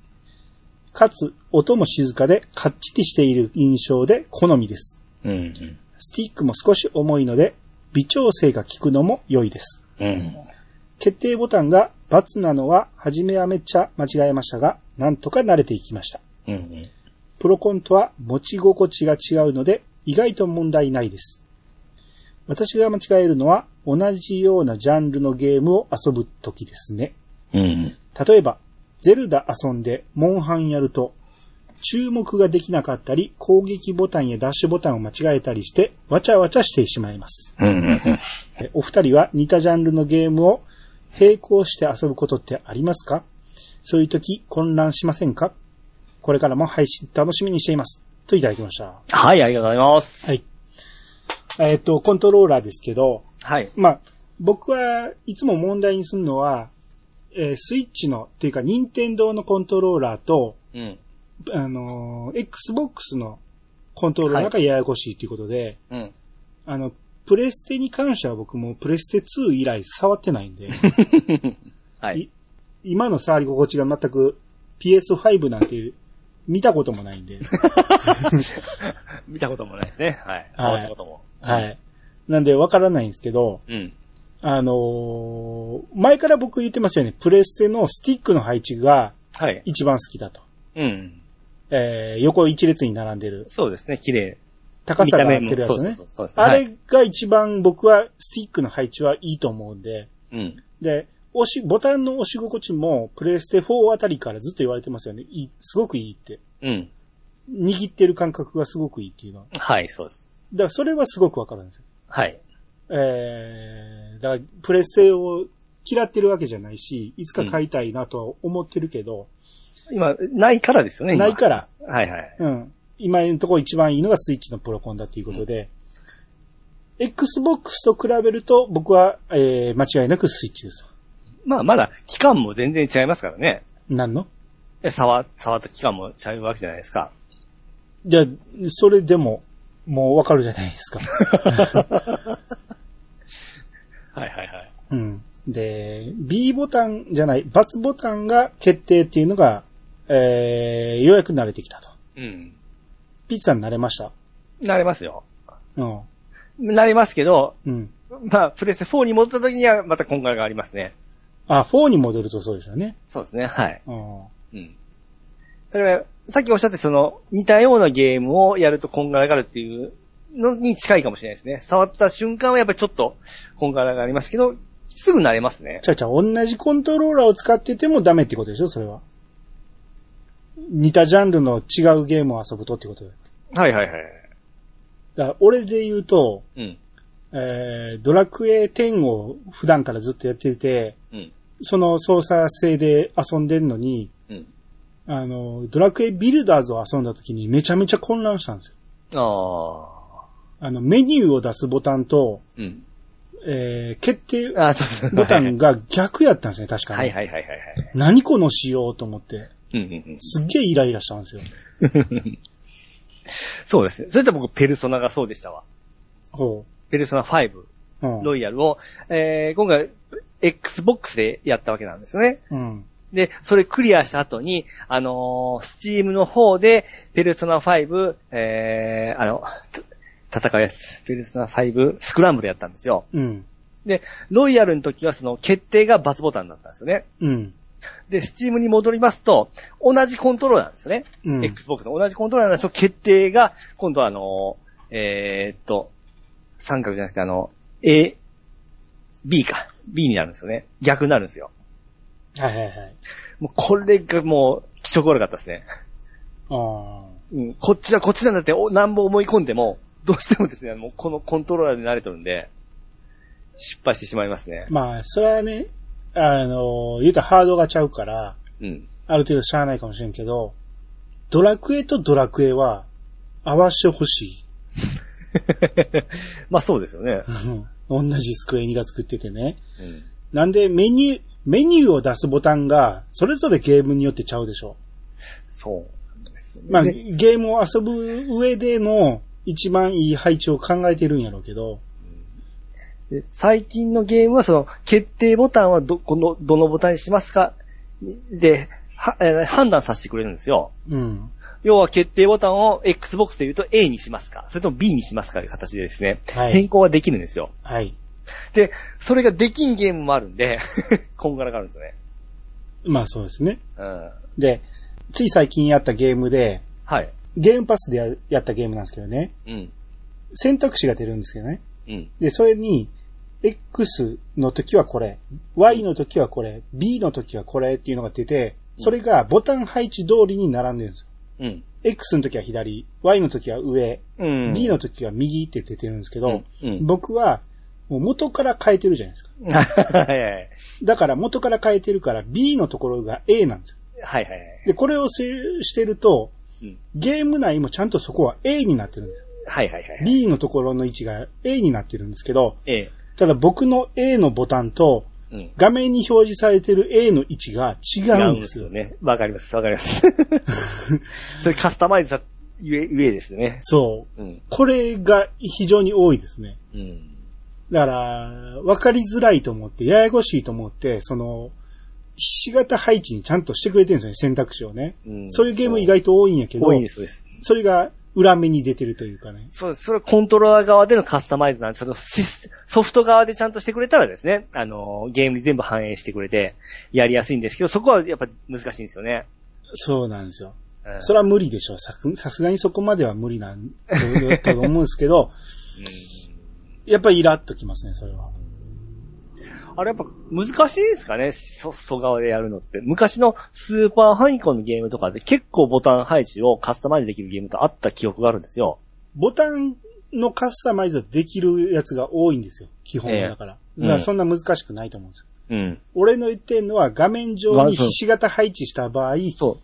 [SPEAKER 1] かつ音も静かでかっちりしている印象で好みです。
[SPEAKER 2] うん。うん。
[SPEAKER 1] スティックも少し重いので、微調整が効くのも良いです。
[SPEAKER 2] うん。
[SPEAKER 1] 決定ボタンが×なのは、初めはめっちゃ間違えましたが、なんとか慣れていきました。
[SPEAKER 2] うんうん。
[SPEAKER 1] プロコンとは持ち心地が違うので、意外と問題ないです。私が間違えるのは、同じようなジャンルのゲームを遊ぶときですね。
[SPEAKER 2] うん。
[SPEAKER 1] 例えば、ゼルダ遊んで、モンハンやると、注目ができなかったり、攻撃ボタンやダッシュボタンを間違えたりして、わちゃわちゃしてしまいます。
[SPEAKER 2] うん。
[SPEAKER 1] えお二人は似たジャンルのゲームを並行して遊ぶことってありますかそういう時混乱しませんかこれからも配信楽しみにしています。といただきました。は
[SPEAKER 2] はい、ありがとうございます。
[SPEAKER 1] い。えっ、と、コントローラーですけど、
[SPEAKER 2] はい。
[SPEAKER 1] まあ、僕はいつも問題にするのは、えースイッチの、というか、任天堂のコントローラーと、
[SPEAKER 2] うん。
[SPEAKER 1] あのー Xbox のコントローラーがややこしいということで、
[SPEAKER 2] うん。
[SPEAKER 1] あの、プレステに関しては僕もプレステ2以来触ってないんで、
[SPEAKER 2] はい。
[SPEAKER 1] 今の触り心地が全く PS5 なんて見たこともないん
[SPEAKER 2] (laughs)
[SPEAKER 1] で。
[SPEAKER 2] 見たこともないですね。はい。
[SPEAKER 1] はい
[SPEAKER 2] 触ったことも。
[SPEAKER 1] はい。なんでわからないんですけど、
[SPEAKER 2] うん。
[SPEAKER 1] あのー前から僕言ってますよね。プレステのスティックの配置が
[SPEAKER 2] はい。
[SPEAKER 1] 一番好きだと。
[SPEAKER 2] うん。
[SPEAKER 1] えー、横一列に並んでる。
[SPEAKER 2] そうですね、綺麗。
[SPEAKER 1] 高さが合ってるや
[SPEAKER 2] そう
[SPEAKER 1] つ
[SPEAKER 2] そう
[SPEAKER 1] ね
[SPEAKER 2] そう。そうですね。
[SPEAKER 1] あ
[SPEAKER 2] はい
[SPEAKER 1] れが一番僕はスティックの配置はいいと思うんで。
[SPEAKER 2] うん。
[SPEAKER 1] で、押し、ボタンの押し心地もプレステ4あたりからずっと言われてますよね。いいすごくいいって。
[SPEAKER 2] うん。
[SPEAKER 1] 握ってる感覚がすごくいいっていうのは。
[SPEAKER 2] はい、そうです。
[SPEAKER 1] だからそれはすごくわかるんですよ。
[SPEAKER 2] はい。
[SPEAKER 1] えー、だからプレステを嫌ってるわけじゃないし、いつか買いたいなとは思ってるけど、
[SPEAKER 2] 今、ないからですよね、今
[SPEAKER 1] ないから、
[SPEAKER 2] はいはい。
[SPEAKER 1] うん。今のところ一番いいのがスイッチのプロコンだっていうことで、Xbox と比べると僕は、えー、間違いなくスイッチです。
[SPEAKER 2] まあ、まだ、期間も全然違いますからね。
[SPEAKER 1] なんの
[SPEAKER 2] え触、触った期間も違うわけじゃないですか。
[SPEAKER 1] じゃあ、それでも、もうわかるじゃないですか。
[SPEAKER 2] はいはいはい。
[SPEAKER 1] うん。で、B ボタンじゃない、×ボタンが決定っていうのが、えー、ようやく慣れてきたと。
[SPEAKER 2] うん。
[SPEAKER 1] ピッツさん慣れました
[SPEAKER 2] なれますよ。
[SPEAKER 1] うん。
[SPEAKER 2] なれますけど、
[SPEAKER 1] うん。
[SPEAKER 2] まあ、プレステ4に戻った時にはまた今回がありますね。
[SPEAKER 1] あ、4に戻るとそうですよね。
[SPEAKER 2] そうですね、はい。
[SPEAKER 1] うん。
[SPEAKER 2] うん。だから、さっきおっしゃってその、似たようなゲームをやるとこんがらがるっていうのに近いかもしれないですね。触った瞬間はやっぱりちょっと、こんがらがりますけど、すぐ慣れますね。
[SPEAKER 1] ちゃうちゃう、同じコントローラーを使っててもダメってことでしょそれは。似たジャンルの違うゲームを遊ぶとってことで。
[SPEAKER 2] はいはいはい。
[SPEAKER 1] だから、俺で言うと、
[SPEAKER 2] うん。
[SPEAKER 1] えー、ドラクエ10を普段からずっとやってて、
[SPEAKER 2] うん。
[SPEAKER 1] その操作性で遊んでんのに、
[SPEAKER 2] うん。
[SPEAKER 1] あの、ドラクエビルダーズを遊んだ時にめちゃめちゃ混乱したんですよ。
[SPEAKER 2] ああ。
[SPEAKER 1] あの、メニューを出すボタンと、
[SPEAKER 2] うん。
[SPEAKER 1] えー、決定
[SPEAKER 2] ああ、そうそう。
[SPEAKER 1] ボタンが逆やったんですね、確かに。
[SPEAKER 2] はいはいはいはいはい。
[SPEAKER 1] 何この仕様と思って、
[SPEAKER 2] うんうんうん。
[SPEAKER 1] すっげえイライラしたんですよ。
[SPEAKER 2] そうですね。それと僕、ペルソナがそうでしたわ。
[SPEAKER 1] ほ
[SPEAKER 2] ペルソナ5、
[SPEAKER 1] う。うん。
[SPEAKER 2] ロイヤルを、えー、今回、Xbox でやったわけなんですよね。
[SPEAKER 1] うん。
[SPEAKER 2] で、それクリアした後に、あのー、スチームの方で、ペルソナ5、えー、あの、た戦うやつ、ペルソナ5、スクランブルやったんですよ。
[SPEAKER 1] うん。
[SPEAKER 2] で、ロイヤルの時はその決定がバツボタンだったんですよね。
[SPEAKER 1] うん。
[SPEAKER 2] で、スチームに戻りますと、同じコントローラーなんですよね。
[SPEAKER 1] うん。
[SPEAKER 2] Xbox の同じコントローラーなんですけど、決定が、今度はあのー、えーっと、三角じゃなくてあの、A、B か。B になるんですよね。逆になるんですよ。
[SPEAKER 1] はいはいはい。
[SPEAKER 2] もうこれがもう、気色悪かったですね。
[SPEAKER 1] あ
[SPEAKER 2] うん、こっちはこっちなんだって、お、なんぼ思い込んでも、どうしてもですね、もうこのコントローラーで慣れてるんで、失敗してしまいますね
[SPEAKER 1] ー。まあ、それはね、あの、言うたらハードがちゃうから、
[SPEAKER 2] うん。 (laughs)
[SPEAKER 1] ある程度しゃあないかもしれんけど、ドラクエとドラクエは合わしてほしい。 (laughs)
[SPEAKER 2] まあそうですよね。
[SPEAKER 1] 同じスクエニが作っててね。
[SPEAKER 2] うん。
[SPEAKER 1] なんでメニュー、メニューを出すボタンが、それぞれゲームによってちゃうでしょ。
[SPEAKER 2] そうなんですよね。
[SPEAKER 1] まあ、
[SPEAKER 2] で
[SPEAKER 1] ゲームを遊ぶ上での一番いい配置を考えてるんやろうけど、
[SPEAKER 2] で最近のゲームはその、決定ボタンはど、この、どのボタンにしますかで、は、えー判断させてくれるんですよ。
[SPEAKER 1] うん。
[SPEAKER 2] 要は決定ボタンを Xbox で言うと A にしますかそれとも B にしますかという形でですね、
[SPEAKER 1] はい
[SPEAKER 2] 変更ができるんですよ。
[SPEAKER 1] はい。
[SPEAKER 2] で、それができんゲームもあるんで、 (laughs) こんがらがるんですよね。
[SPEAKER 1] まあそうですね。
[SPEAKER 2] うん。
[SPEAKER 1] で、つい最近やったゲームで、
[SPEAKER 2] はい。
[SPEAKER 1] ゲームパスでややったゲームなんですけどね、
[SPEAKER 2] うん。
[SPEAKER 1] 選択肢が出るんですけどね。
[SPEAKER 2] うん。
[SPEAKER 1] で、それに、X の時はこれ、Y の時はこれ、B の時はこれっていうのが出て、それがボタン配置通りに並んでるんですよ。
[SPEAKER 2] うん。
[SPEAKER 1] X の時は左、Y の時は上、
[SPEAKER 2] うん。
[SPEAKER 1] B の時は右って出てるんですけど、
[SPEAKER 2] うんうん
[SPEAKER 1] 僕は、もう元から変えてるじゃないですか。
[SPEAKER 2] (laughs) はいはい
[SPEAKER 1] だから元から変えてるから B のところが A なんですよ。
[SPEAKER 2] はいはい。
[SPEAKER 1] で、これをすしてると、
[SPEAKER 2] うん
[SPEAKER 1] ゲーム内もちゃんとそこは A になってるんですよ。
[SPEAKER 2] はいはいはい。
[SPEAKER 1] B のところの位置が A になってるんですけど、
[SPEAKER 2] ええ。
[SPEAKER 1] ただ僕の A のボタンと、
[SPEAKER 2] うん。
[SPEAKER 1] 画面に表示されてる A の位置が違
[SPEAKER 2] 違
[SPEAKER 1] う
[SPEAKER 2] うんん
[SPEAKER 1] で
[SPEAKER 2] ですす
[SPEAKER 1] よ
[SPEAKER 2] よ
[SPEAKER 1] ね。
[SPEAKER 2] ね。わかります、わかります。 (laughs) それカスタマイズさ、ゆえ、ゆえですよね。
[SPEAKER 1] そう。
[SPEAKER 2] うん。
[SPEAKER 1] これが非常に多いですね。
[SPEAKER 2] うん。
[SPEAKER 1] だから、わかりづらいと思って、ややこしいと思って、その、ひし形配置にちゃんとしてくれてるんですよね、選択肢をね。
[SPEAKER 2] うん
[SPEAKER 1] そういうゲーム意外と多いんやけど
[SPEAKER 2] 多、いです、そうです。
[SPEAKER 1] それが裏目に出てるというかね。
[SPEAKER 2] そう、それはコントローラー側でのカスタマイズなんで、そのシスソフト側でちゃんとしてくれたらですね、あのー、ゲームに全部反映してくれて、やりやすいんですけど、そこはやっぱ難しいんですよね。
[SPEAKER 1] そうなんですよ。
[SPEAKER 2] うん
[SPEAKER 1] それは無理でしょう。さくさすがにそこまでは無理なんだと思うんですけ
[SPEAKER 2] (laughs)
[SPEAKER 1] ど、やっぱりイラっときますね、それは。
[SPEAKER 2] あれやっぱ難しいですかね、ソフト側でやるのって。昔のスーパーファイコンのゲームとかで結構ボタン配置をカスタマイズできるゲームとあった記憶があるんですよ。
[SPEAKER 1] ボタンのカスタマイズできるやつが多いんですよ。基本
[SPEAKER 2] ええ
[SPEAKER 1] だから。だからそんな難しくないと思うんですよ。
[SPEAKER 2] うん。
[SPEAKER 1] 俺の言ってんのは画面上にひし形配置した場合、
[SPEAKER 2] そう。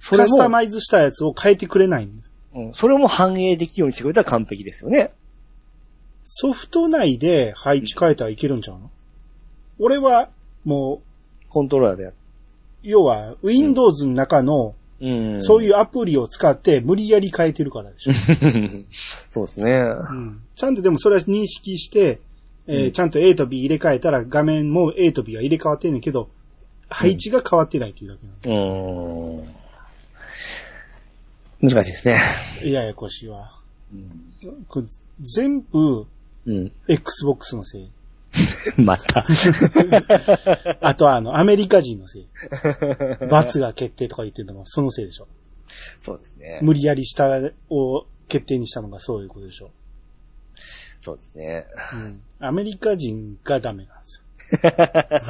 [SPEAKER 2] それ
[SPEAKER 1] カスタ
[SPEAKER 2] も、
[SPEAKER 1] マイズしたやつを変えてくれないんです。
[SPEAKER 2] うん、それも反映できるようにしてくれたら完璧ですよね。
[SPEAKER 1] ソフト内で配置変えたらいけるんちゃうの、俺は、も
[SPEAKER 2] コントローラーでやっ
[SPEAKER 1] う、要は Windows の中の、
[SPEAKER 2] うん
[SPEAKER 1] そう
[SPEAKER 2] (laughs) い
[SPEAKER 1] いうアプリを使って無理やり変えてるからでしょ。
[SPEAKER 2] う。そうですね。
[SPEAKER 1] うんちゃんとでもそれは認識して、えー
[SPEAKER 2] うん
[SPEAKER 1] ちゃんと A と B 入れ替えたら画面も A と B は入れ替わってんねんけど、配置が変わってないっていうだけなの。
[SPEAKER 2] うーん。難しいですね。
[SPEAKER 1] ややこしいわ。
[SPEAKER 2] うん。
[SPEAKER 1] これ全部 Xbox のせい。
[SPEAKER 2] (laughs) また。
[SPEAKER 1] あとはあの、アメリカ人のせい。罰が決定とか言ってるのもそのせいでしょ。
[SPEAKER 2] (laughs) そうですね。
[SPEAKER 1] 無理やり下を決定にしたのがそういうことでしょ。
[SPEAKER 2] そうですね。
[SPEAKER 1] うん。アメリカ人がダメなんで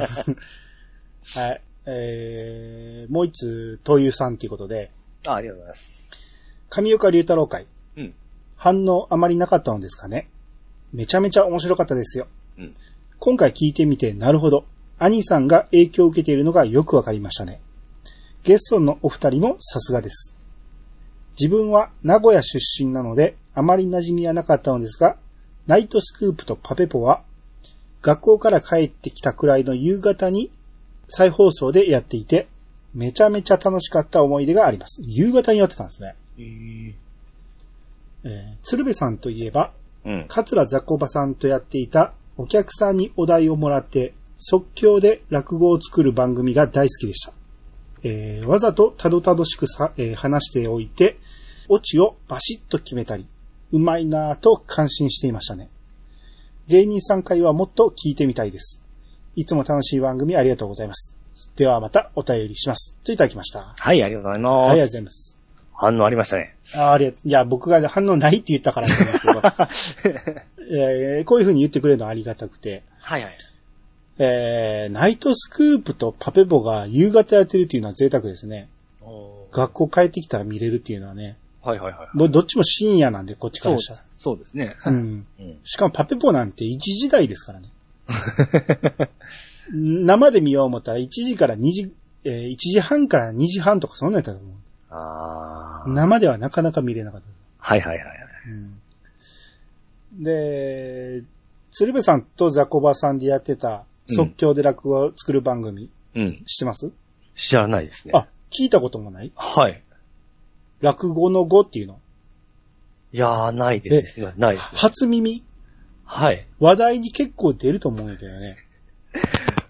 [SPEAKER 1] すよ。はい。えー、もう一つ、東友さんということで、
[SPEAKER 2] あ、ありがとうございます。
[SPEAKER 1] 神岡龍太郎会。
[SPEAKER 2] うん。
[SPEAKER 1] 反応あまりなかったのですかね。めちゃめちゃ面白かったですよ。
[SPEAKER 2] うん
[SPEAKER 1] 今回聞いてみて、なるほど。兄さんが影響を受けているのがよくわかりましたね。ゲストのお二人もさすがです。自分は名古屋出身なので、あまり馴染みはなかったのですが、ナイトスクープとパペポは、学校から帰ってきたくらいの夕方に再放送でやっていて、めちゃめちゃ楽しかった思い出があります。夕方にやってたんですね。
[SPEAKER 2] うん。
[SPEAKER 1] えー鶴瓶さんといえば、
[SPEAKER 2] うん。
[SPEAKER 1] 桂雑魚場さんとやっていたお客さんにお題をもらって即興で落語を作る番組が大好きでした。えーわざとたどたどしくさ、えー話しておいて、オチをバシッと決めたり、うまいなぁと感心していましたね。芸人さん会はもっと聞いてみたいです。いつも楽しい番組ありがとうございます。ではまたお便りします。といただきました。
[SPEAKER 2] はい、ありがとうござい
[SPEAKER 1] あり
[SPEAKER 2] ま
[SPEAKER 1] がとうご
[SPEAKER 2] す。
[SPEAKER 1] ざいます。
[SPEAKER 2] 反応ありましたね。
[SPEAKER 1] あありがいや、僕が反応ないって言ったからなんですけど、えーこういう風に言ってくれるのはありがたくて、
[SPEAKER 2] はいはい。
[SPEAKER 1] えー、ナイトスクープとパペボが夕方やってるっていうのは贅沢ですね。学校帰ってきたら見れるっていうのはね、
[SPEAKER 2] はいはいはい。
[SPEAKER 1] もうどっちも深夜なんで、こっちか
[SPEAKER 2] そう
[SPEAKER 1] ら
[SPEAKER 2] で
[SPEAKER 1] したら
[SPEAKER 2] す。そうですね。
[SPEAKER 1] うん。
[SPEAKER 2] うん
[SPEAKER 1] しかもパペボなんて1時台ですからね。 (laughs) 生で見よう思ったら1時から2時、えー1時半から2時半とかそんなんやったと思う。
[SPEAKER 2] ああ。
[SPEAKER 1] 生ではなかなか見れなかった。
[SPEAKER 2] はいはいはいはい。
[SPEAKER 1] うんで、鶴瓶さんとザコバさんでやってた即興で落語を作る番組、
[SPEAKER 2] うん。
[SPEAKER 1] 知ってます
[SPEAKER 2] 知らないですね。
[SPEAKER 1] あ、聞いたこともない
[SPEAKER 2] はい。
[SPEAKER 1] 落語の語っていうの。
[SPEAKER 2] いやー、ないですね。
[SPEAKER 1] え
[SPEAKER 2] すいませんないですね。
[SPEAKER 1] 初耳
[SPEAKER 2] はい。
[SPEAKER 1] 話題に結構出ると思うんやけどね。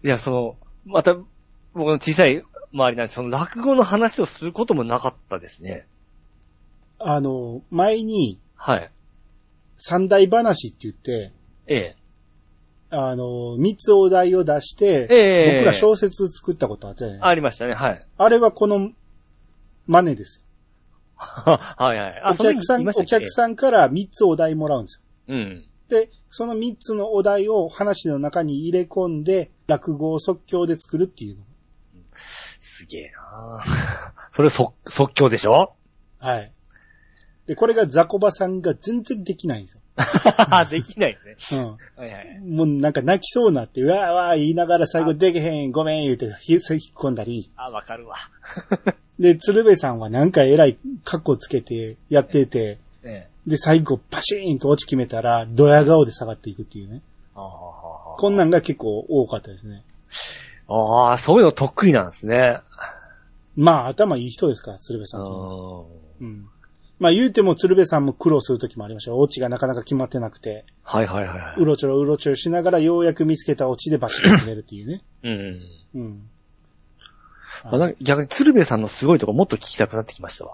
[SPEAKER 2] いや、その、また、僕の小さい周りなんで、その落語の話をすることもなかったですね。
[SPEAKER 1] あの、前に
[SPEAKER 2] はい。
[SPEAKER 1] 三大話って言って、
[SPEAKER 2] え
[SPEAKER 1] あの、三つお題を出して、
[SPEAKER 2] ええ
[SPEAKER 1] 僕ら小説作ったことあったよね
[SPEAKER 2] え。。ありましたね、はい。 (laughs)
[SPEAKER 1] あれはこの真似ですよ。
[SPEAKER 2] はいはい。あ、
[SPEAKER 1] お客さん、お客
[SPEAKER 2] ん。
[SPEAKER 1] さんから三つお題もらうんですよ。
[SPEAKER 2] うん。
[SPEAKER 1] で、その3つのお題を話の中に入れ込んで、落語を即興で作るっていうの。
[SPEAKER 2] すげえなー (laughs) それ即、即興でしょ
[SPEAKER 1] はい。で、これがザコバさんが全然できないんです
[SPEAKER 2] (laughs) できないですね。
[SPEAKER 1] よ。
[SPEAKER 2] はいはい。
[SPEAKER 1] うん。もうなんか泣きそうになって、うわーわー言いながら最後でけへん、ごめん言うて、ひ引っ込んだり。
[SPEAKER 2] あ、わかるわ。
[SPEAKER 1] で、鶴瓶さんはなんか偉い格好つけてやってて、
[SPEAKER 2] ええ。
[SPEAKER 1] で、最後パシーンと落ち決めたら、ドヤ顔で下がっていくっていうね。
[SPEAKER 2] あー
[SPEAKER 1] こんなんが結構多かったですね。
[SPEAKER 2] あー、そういうの得意なんですね。
[SPEAKER 1] まあ、頭いい人ですから、鶴瓶
[SPEAKER 2] う
[SPEAKER 1] さんっていうのは。
[SPEAKER 2] ん。
[SPEAKER 1] うん。まあ言うても鶴瓶さんも苦労する時もありましたよ。オチがなかなか決まってなくて、。
[SPEAKER 2] はいはいはいう
[SPEAKER 1] ろちょろうろちょろしながらようやく見つけたオチでバシッと決めるっていうね。
[SPEAKER 2] うん。
[SPEAKER 1] うん。
[SPEAKER 2] あなんか逆に鶴瓶さんのすごいとこもっと聞きたくなってきましたわ。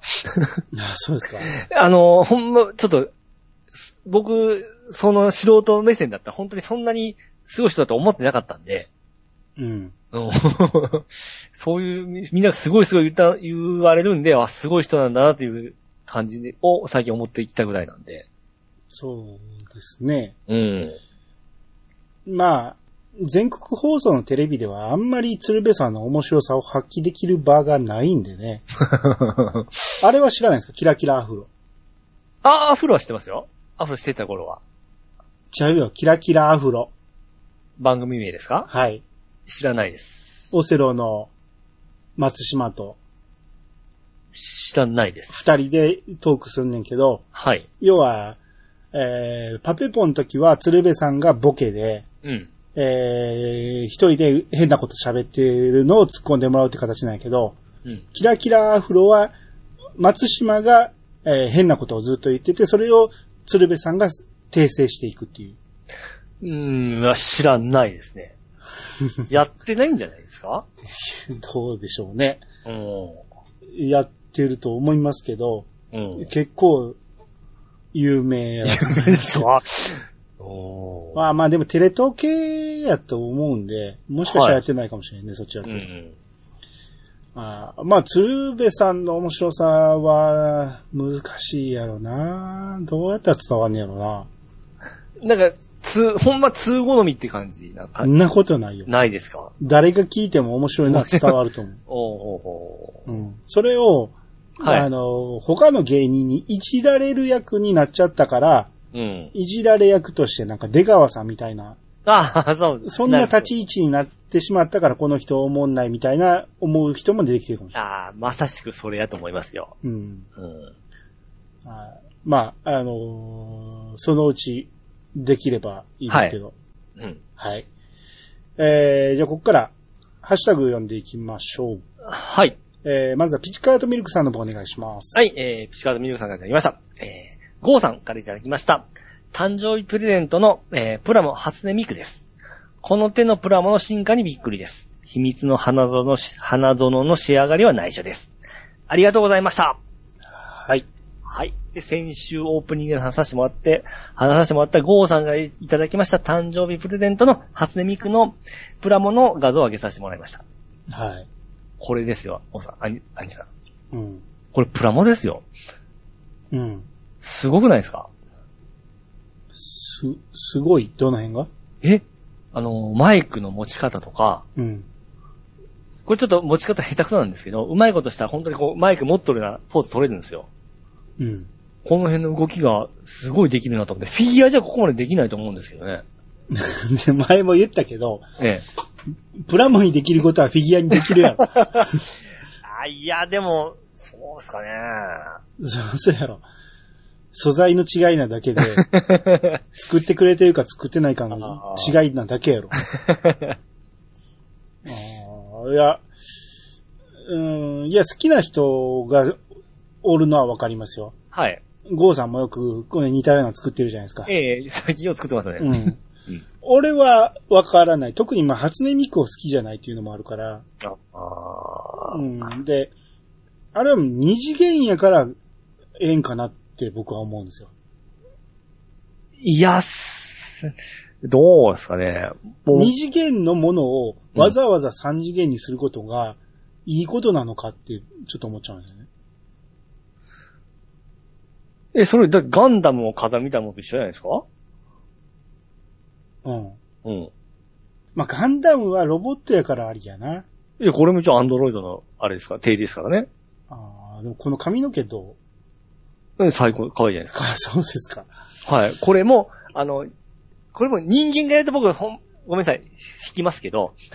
[SPEAKER 1] あそうですか。
[SPEAKER 2] (laughs) あの、ほんま、ちょっと、す僕、その素人目線だったら本当にそんなにすごい人だと思ってなかったんで、
[SPEAKER 1] うん。
[SPEAKER 2] うん (laughs) そういう、みみんなすごいすごい言った、言われるんで、あ、すごい人なんだなという感じでを最近思っていきたぐらいなんで。
[SPEAKER 1] そうですね。
[SPEAKER 2] うん。
[SPEAKER 1] まあ、全国放送のテレビではあんまり鶴瓶さんの面白さを発揮できる場がないんでね。あれは知らないですかキラキラアフロ。
[SPEAKER 2] あ、アフロはしてますよ。アフロしてた頃は。
[SPEAKER 1] 違うよ、キラキラアフロ。
[SPEAKER 2] 番組名ですか
[SPEAKER 1] はい。
[SPEAKER 2] 知らないです。
[SPEAKER 1] オセロの松島と
[SPEAKER 2] 知らないです。
[SPEAKER 1] 二人でトークすんねんけど、
[SPEAKER 2] はい。
[SPEAKER 1] 要は、えー、パペポの時は鶴瓶さんがボケで、
[SPEAKER 2] うん。
[SPEAKER 1] えー、一人で変なこと喋ってるのを突っ込んでもらうって形なんやけど、
[SPEAKER 2] うん。
[SPEAKER 1] キラキラアフロは、松島が、えー変なことをずっと言ってて、それを鶴瓶さんが訂正していくっていう。 (laughs)
[SPEAKER 2] うーん、知らないですね。 (laughs) やってないんじゃないですか
[SPEAKER 1] どうでしょうね。 (laughs)
[SPEAKER 2] うん。
[SPEAKER 1] やってると思いますけど、
[SPEAKER 2] うん。
[SPEAKER 1] 結構、有名
[SPEAKER 2] (laughs)
[SPEAKER 1] や。
[SPEAKER 2] ですかおー
[SPEAKER 1] まあまあでもテレ東系やと思うんで、もしかしたらやってないかもしれないね、そっちだ
[SPEAKER 2] う
[SPEAKER 1] と。
[SPEAKER 2] ん。
[SPEAKER 1] あーまあ、鶴瓶さんの面白さは難しいやろな。どうやったら伝わんねやろな。
[SPEAKER 2] なんか、通、ほんま通好みって感じな
[SPEAKER 1] そ
[SPEAKER 2] 感
[SPEAKER 1] んなことないよ。
[SPEAKER 2] ないですか
[SPEAKER 1] 誰が聞いても面白いのは伝わる (laughs) と思う。
[SPEAKER 2] おーお
[SPEAKER 1] うん、それを、
[SPEAKER 2] はい
[SPEAKER 1] あの、他の芸人にいじられる役になっちゃったから、
[SPEAKER 2] ーおーうん。
[SPEAKER 1] いじられ役としてなんか出川さんみたいな、
[SPEAKER 2] ああ、そう
[SPEAKER 1] そんな立
[SPEAKER 2] 位
[SPEAKER 1] ち位置になってしまったからこの人思んないみたいな思う人も出てきてるかもしれない。
[SPEAKER 2] ああ、まさしくそれやと思いますよ。
[SPEAKER 1] うん
[SPEAKER 2] うん。
[SPEAKER 1] あまあ、あのーそのうちできればいいですけど。
[SPEAKER 2] うん。
[SPEAKER 1] はい。えー、じゃあここから、ハッシュタグ読んでいきましょう。
[SPEAKER 2] はい。
[SPEAKER 1] えー、まずはピチカートミルクさんの方お願いします。
[SPEAKER 2] はい、えー、ピチカードミルクさんからいただきました。えー、ゴーさんからいただきました。誕生日プレゼントの、えー、プラモ初音ミクです。この手のプラモの進化にびっくりです。秘密の花園のし、花園の仕上がりは内緒です。ありがとうございました。
[SPEAKER 1] はい。
[SPEAKER 2] はい。で、先週オープニングで話させてもらって、話させてもらったゴーさんがいただきました誕生日プレゼントの初音ミクのプラモの画像を上げさせてもらいました。
[SPEAKER 1] はい。
[SPEAKER 2] これですよ、ゴーさん、アニ、アニさん。
[SPEAKER 1] うん。
[SPEAKER 2] これプラモですよ。
[SPEAKER 1] うん。
[SPEAKER 2] すごくないですか
[SPEAKER 1] す、すごい。どの辺が
[SPEAKER 2] えあの、マイクの持ち方とか、
[SPEAKER 1] うん。
[SPEAKER 2] これちょっと持ち方下手くそなんですけど、うまいことしたら本当にこう、マイク持っとるようなポーズ取れるんですよ。
[SPEAKER 1] うん。 (laughs)
[SPEAKER 2] この辺の動きがすごいできるなと思って、フィギュアじゃここまでできないと思うんですけどね。
[SPEAKER 1] で、前も言ったけど、
[SPEAKER 2] ええ。
[SPEAKER 1] プラモにできることはフィギュアにできるやろ。
[SPEAKER 2] あ、いや、でも、そうですかね。
[SPEAKER 1] (laughs) そう、そうやろ。素材の違いなだけで、作ってくれてるか作ってないかの違いなだけやろ。あーいや、うん、いや、好きな人がおるのはわかりますよ。
[SPEAKER 2] はい。
[SPEAKER 1] ゴーさんもよく、これ似たようなの作ってるじゃないですか。
[SPEAKER 2] ええ、最近を作ってますね。
[SPEAKER 1] うん。俺はわからない。特にまあ、初音ミクを好きじゃないっていうのもあるから。
[SPEAKER 2] ああ
[SPEAKER 1] う
[SPEAKER 2] ー。
[SPEAKER 1] ん。で、あれは二次元やから、ええんかなって僕は思うんですよ。
[SPEAKER 2] いや、すどうですかね。もう
[SPEAKER 1] 二次元のものをわざわざ三次元にすることが、いいことなのかって、ちょっと思っちゃうんですよね。
[SPEAKER 2] え、それ、だガンダムを風見たものと一緒じゃないですか
[SPEAKER 1] うん。
[SPEAKER 2] うん。
[SPEAKER 1] まあ、ガンダムはロボットやからありやな。
[SPEAKER 2] いや、これも一応アンドロイドの、あれですか、定義ですからね。
[SPEAKER 1] ああ、でもこの髪の毛ど
[SPEAKER 2] うん、最高、可愛いじゃないで
[SPEAKER 1] う
[SPEAKER 2] す
[SPEAKER 1] か、そうですか。
[SPEAKER 2] か。はい。これも、あの、これも人間がやると僕、ほん、ごめんなさい、引きますけど。 (laughs)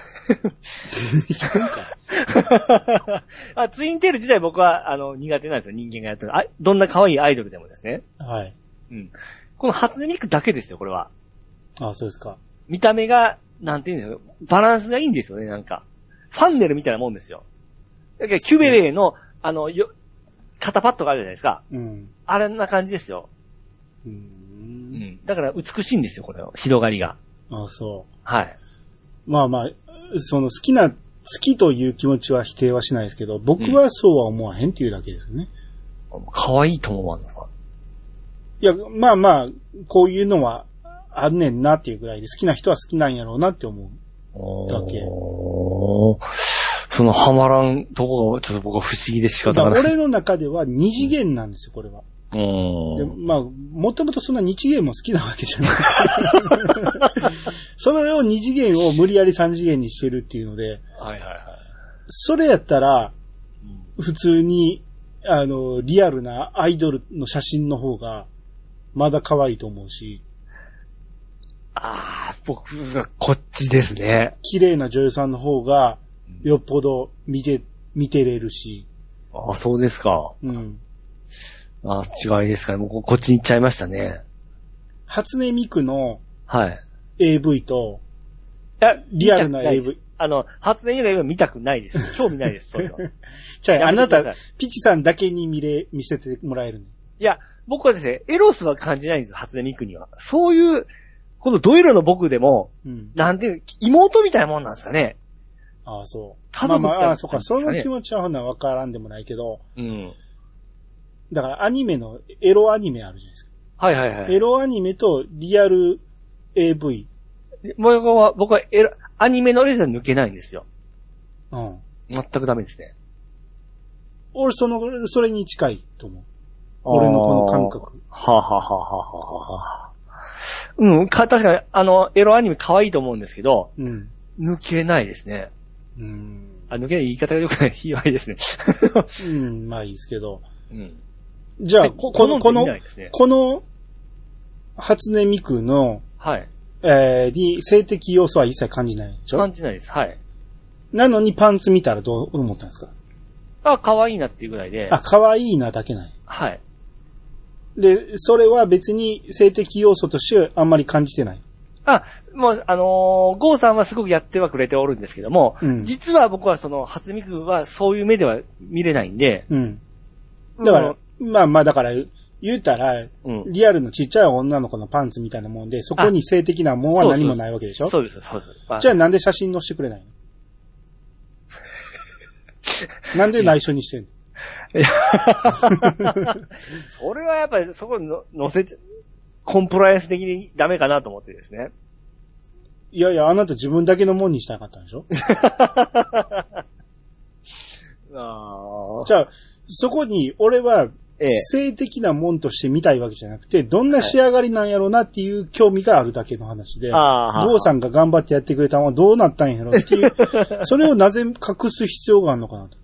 [SPEAKER 2] あツインテール自体僕は、あの、苦手なんですよ、人間がやってる。あどんな可愛いアイドルでもですね。
[SPEAKER 1] はい。
[SPEAKER 2] うん。この初音ミクだけですよ、これは。
[SPEAKER 1] ああ、そうですか。
[SPEAKER 2] 見た目が、なんて言うんでしょう、バランスがいいんですよね、なんか。ファンネルみたいなもんですよ。だけど、キュベレーの、あの、よ、肩パッドがあるじゃないですか。
[SPEAKER 1] うん。
[SPEAKER 2] あれな感じですよ。
[SPEAKER 1] うー。
[SPEAKER 2] うんん。だから美しいんですよ、これは。広がりが。
[SPEAKER 1] ああ、そう。
[SPEAKER 2] はい。
[SPEAKER 1] まあまあ、その好きな、好きという気持ちは否定はしないですけど、僕はそうは思わへんっていうだけですね。
[SPEAKER 2] 可愛いと思わんのか。
[SPEAKER 1] いや、まあまあ、こういうのはあんねんなっていうぐらいで、好きな人は好きなんやろうなって思う。だけ
[SPEAKER 2] そのハマらんとこが、ちょっと僕は不思議で仕
[SPEAKER 1] だ
[SPEAKER 2] 方
[SPEAKER 1] か
[SPEAKER 2] が
[SPEAKER 1] ら
[SPEAKER 2] ない。
[SPEAKER 1] 俺の中では二次元なんですよ、これは。
[SPEAKER 2] う
[SPEAKER 1] で
[SPEAKER 2] ん。
[SPEAKER 1] まあ、もともとそんな日元も好きなわけじ
[SPEAKER 2] (laughs)
[SPEAKER 1] ゃない。それを二次元を無理やり三次元にしてるっていうので、
[SPEAKER 2] はいはいはい。
[SPEAKER 1] それやったら、普通に、あの、リアルなアイドルの写真の方が、まだ可愛いと思うし、
[SPEAKER 2] ああ、僕がこっちですね。
[SPEAKER 1] 綺麗な女優さんの方が、よっぽど見て、見てれるし、
[SPEAKER 2] ああ、そうですか。
[SPEAKER 1] うん。
[SPEAKER 2] ああ、違いですかね。もうここっちに行っちゃいましたね。
[SPEAKER 1] 初音ミクの
[SPEAKER 2] はい。
[SPEAKER 1] AV と、
[SPEAKER 2] いや、
[SPEAKER 1] リアルな AV
[SPEAKER 2] 見たくいですあの、初音ミクの AV 見たくな
[SPEAKER 1] (laughs)
[SPEAKER 2] いです。興味ないです、そういうの。い
[SPEAKER 1] じゃあ、あ
[SPEAKER 2] やめ
[SPEAKER 1] な
[SPEAKER 2] てください
[SPEAKER 1] た、ピチさんだけに見れ、見せてもらえるの
[SPEAKER 2] や、僕はですね、エロスは感じないんです、初音ミクには。そういう、このドエロの僕でも、
[SPEAKER 1] うん。
[SPEAKER 2] なんていう、妹みたいなもんなんですかね。
[SPEAKER 1] ああ、そう。
[SPEAKER 2] 家族
[SPEAKER 1] まあまあ、ああ
[SPEAKER 2] みた
[SPEAKER 1] そ
[SPEAKER 2] いうな
[SPEAKER 1] か、
[SPEAKER 2] 感じですか
[SPEAKER 1] そ
[SPEAKER 2] ね
[SPEAKER 1] の気持ちはほんならわからんでもないけど、
[SPEAKER 2] うん。
[SPEAKER 1] だからアニメの、エロアニメあるじゃないですか。
[SPEAKER 2] はいはいは
[SPEAKER 1] エ
[SPEAKER 2] い。
[SPEAKER 1] ロアニメとリアル AV。
[SPEAKER 2] 僕は、僕はエロ、アニメのレジは抜けないんですよ。
[SPEAKER 1] うん。
[SPEAKER 2] 全くダメですね。
[SPEAKER 1] 俺、その、それに近いと思う。俺のこの感覚。
[SPEAKER 2] はあ、はあはあはあはあはあ、うん、か、確かに、あの、エロアニメ可愛いと思うんですけど、
[SPEAKER 1] うん。
[SPEAKER 2] 抜けないですね。
[SPEAKER 1] うん。
[SPEAKER 2] あ、抜けない言い方が良くない。卑猥ですね。
[SPEAKER 1] うん、まあいいですけど。
[SPEAKER 2] うん。
[SPEAKER 1] じゃあ、
[SPEAKER 2] (laughs) で
[SPEAKER 1] ここの、こ
[SPEAKER 2] 好ん
[SPEAKER 1] の
[SPEAKER 2] で見な、いですね
[SPEAKER 1] この、初音ミクの、
[SPEAKER 2] はい。
[SPEAKER 1] えー、に性的要素は一切感じないでしょ
[SPEAKER 2] 感じないです。はい。
[SPEAKER 1] なのにパンツ見たらどう思ったんですか
[SPEAKER 2] あ、可愛いなっていうぐらいで
[SPEAKER 1] あ、。可愛いなだけない。
[SPEAKER 2] はい。
[SPEAKER 1] で、それは別に性的要素としてあんまり感じてない。
[SPEAKER 2] ああ、もう、あのーゴーさんはすごくやってはくれておるんですけども、
[SPEAKER 1] うん
[SPEAKER 2] 実は僕はその、初見くんはそういう目では見れないんで、
[SPEAKER 1] うん。だから、
[SPEAKER 2] も
[SPEAKER 1] まあまあだから、言うたら、
[SPEAKER 2] う、うん。
[SPEAKER 1] リアルのちっちゃい女の子のパンツみたいなもんで、そこに性的なもんは何もないわけでしょ
[SPEAKER 2] そうです、そうです。まあ (laughs)
[SPEAKER 1] じゃあなんで写真載せてくれない
[SPEAKER 2] (laughs)
[SPEAKER 1] のなんで内緒にしてんの
[SPEAKER 2] いやそれはやっぱりそこにの乗せちゃ、コンプライアンス的にダメかなと思ってですね。
[SPEAKER 1] いやいや、あなた自分だけのもんにしたかったんでしょ
[SPEAKER 2] あ
[SPEAKER 1] じゃあ、そこに俺は
[SPEAKER 2] ええ。
[SPEAKER 1] 性的なもんとして見たいわけじゃなくて、どんな仕上がりなんやろうなっていう興味があるだけの話で、
[SPEAKER 2] ああ
[SPEAKER 1] ゴーさんが頑張ってやってくれたのはどうなったんやろうって
[SPEAKER 2] (laughs)
[SPEAKER 1] いう、それをなぜ隠す必要があるのかなと。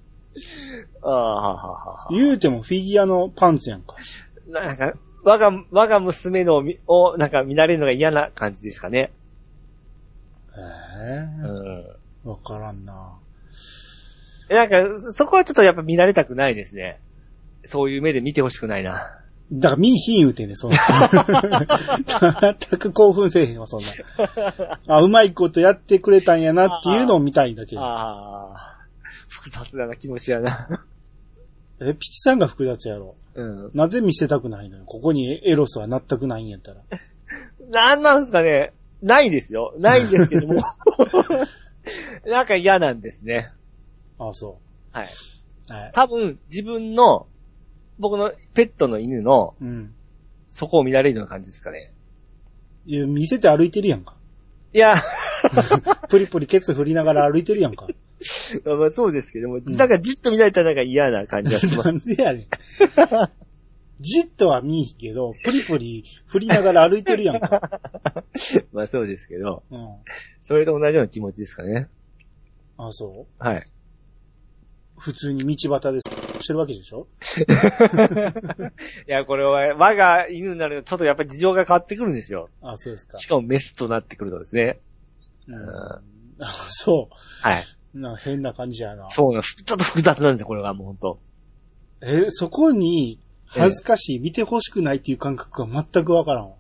[SPEAKER 2] ああ、はあはあはあ。
[SPEAKER 1] 言うてもフィギュアのパンツやんか。
[SPEAKER 2] なんか、我が、我が娘のを見、をなんか見られるのが嫌な感じですかね。
[SPEAKER 1] え
[SPEAKER 2] うん。
[SPEAKER 1] えわからんな
[SPEAKER 2] なんか、そそこはちょっとやっぱ見られたくないですね。そういう目で見てほしくないな。
[SPEAKER 1] だから見いひん言うてんねん、そんな。全く興奮せえへんわ、そん
[SPEAKER 2] (laughs)
[SPEAKER 1] な。あ、うまいことやってくれたんやなっていうのを見たいだけ。
[SPEAKER 2] ああ、複雑だな気持ちやな。
[SPEAKER 1] え、ピチさんが複雑やろ。
[SPEAKER 2] うん。
[SPEAKER 1] なぜ見せたくないのよ。ここにエロスは全くないんやったら。
[SPEAKER 2] なんなんですかね。ないですよ。ないんですけ (laughs) ども。なんか嫌なんですね。
[SPEAKER 1] あ、そ
[SPEAKER 2] はい。
[SPEAKER 1] う。はい。
[SPEAKER 2] 多分、自分の、僕のペットの犬の、
[SPEAKER 1] うん。
[SPEAKER 2] そこを見られるような感じですかね。
[SPEAKER 1] いや見せて歩いてる
[SPEAKER 2] (laughs)
[SPEAKER 1] やんか。
[SPEAKER 2] いや、
[SPEAKER 1] プリプリケツ振りながら歩いてるやんか。
[SPEAKER 2] まあそうですけども、なんかじっと見られたらなんか嫌な感じがし (laughs) ます。
[SPEAKER 1] なんでやねん。じっとは見いひんけど、プリプリ振りながら歩いてるやん
[SPEAKER 2] (laughs)
[SPEAKER 1] か。
[SPEAKER 2] まあそうですけど、
[SPEAKER 1] うん。
[SPEAKER 2] それと同じような気持ちですかね。
[SPEAKER 1] あ、そ
[SPEAKER 2] はい。
[SPEAKER 1] う。普通に道端でしてるわけでしょ
[SPEAKER 2] いや、これは、我が犬になると、ちょっとやっぱり事情が変わってくるんですよ。
[SPEAKER 1] あ、そうですか
[SPEAKER 2] し。かもメスとなってくるとですね。
[SPEAKER 1] うん
[SPEAKER 2] は
[SPEAKER 1] あ、そ
[SPEAKER 2] い。
[SPEAKER 1] う。な変な感じやな。
[SPEAKER 2] そうなんです。ちょっと複雑なんですよ、これがもう本当。
[SPEAKER 1] え、そこに、恥ずかしい、見てほしくないっていう感覚が全くわからんわ。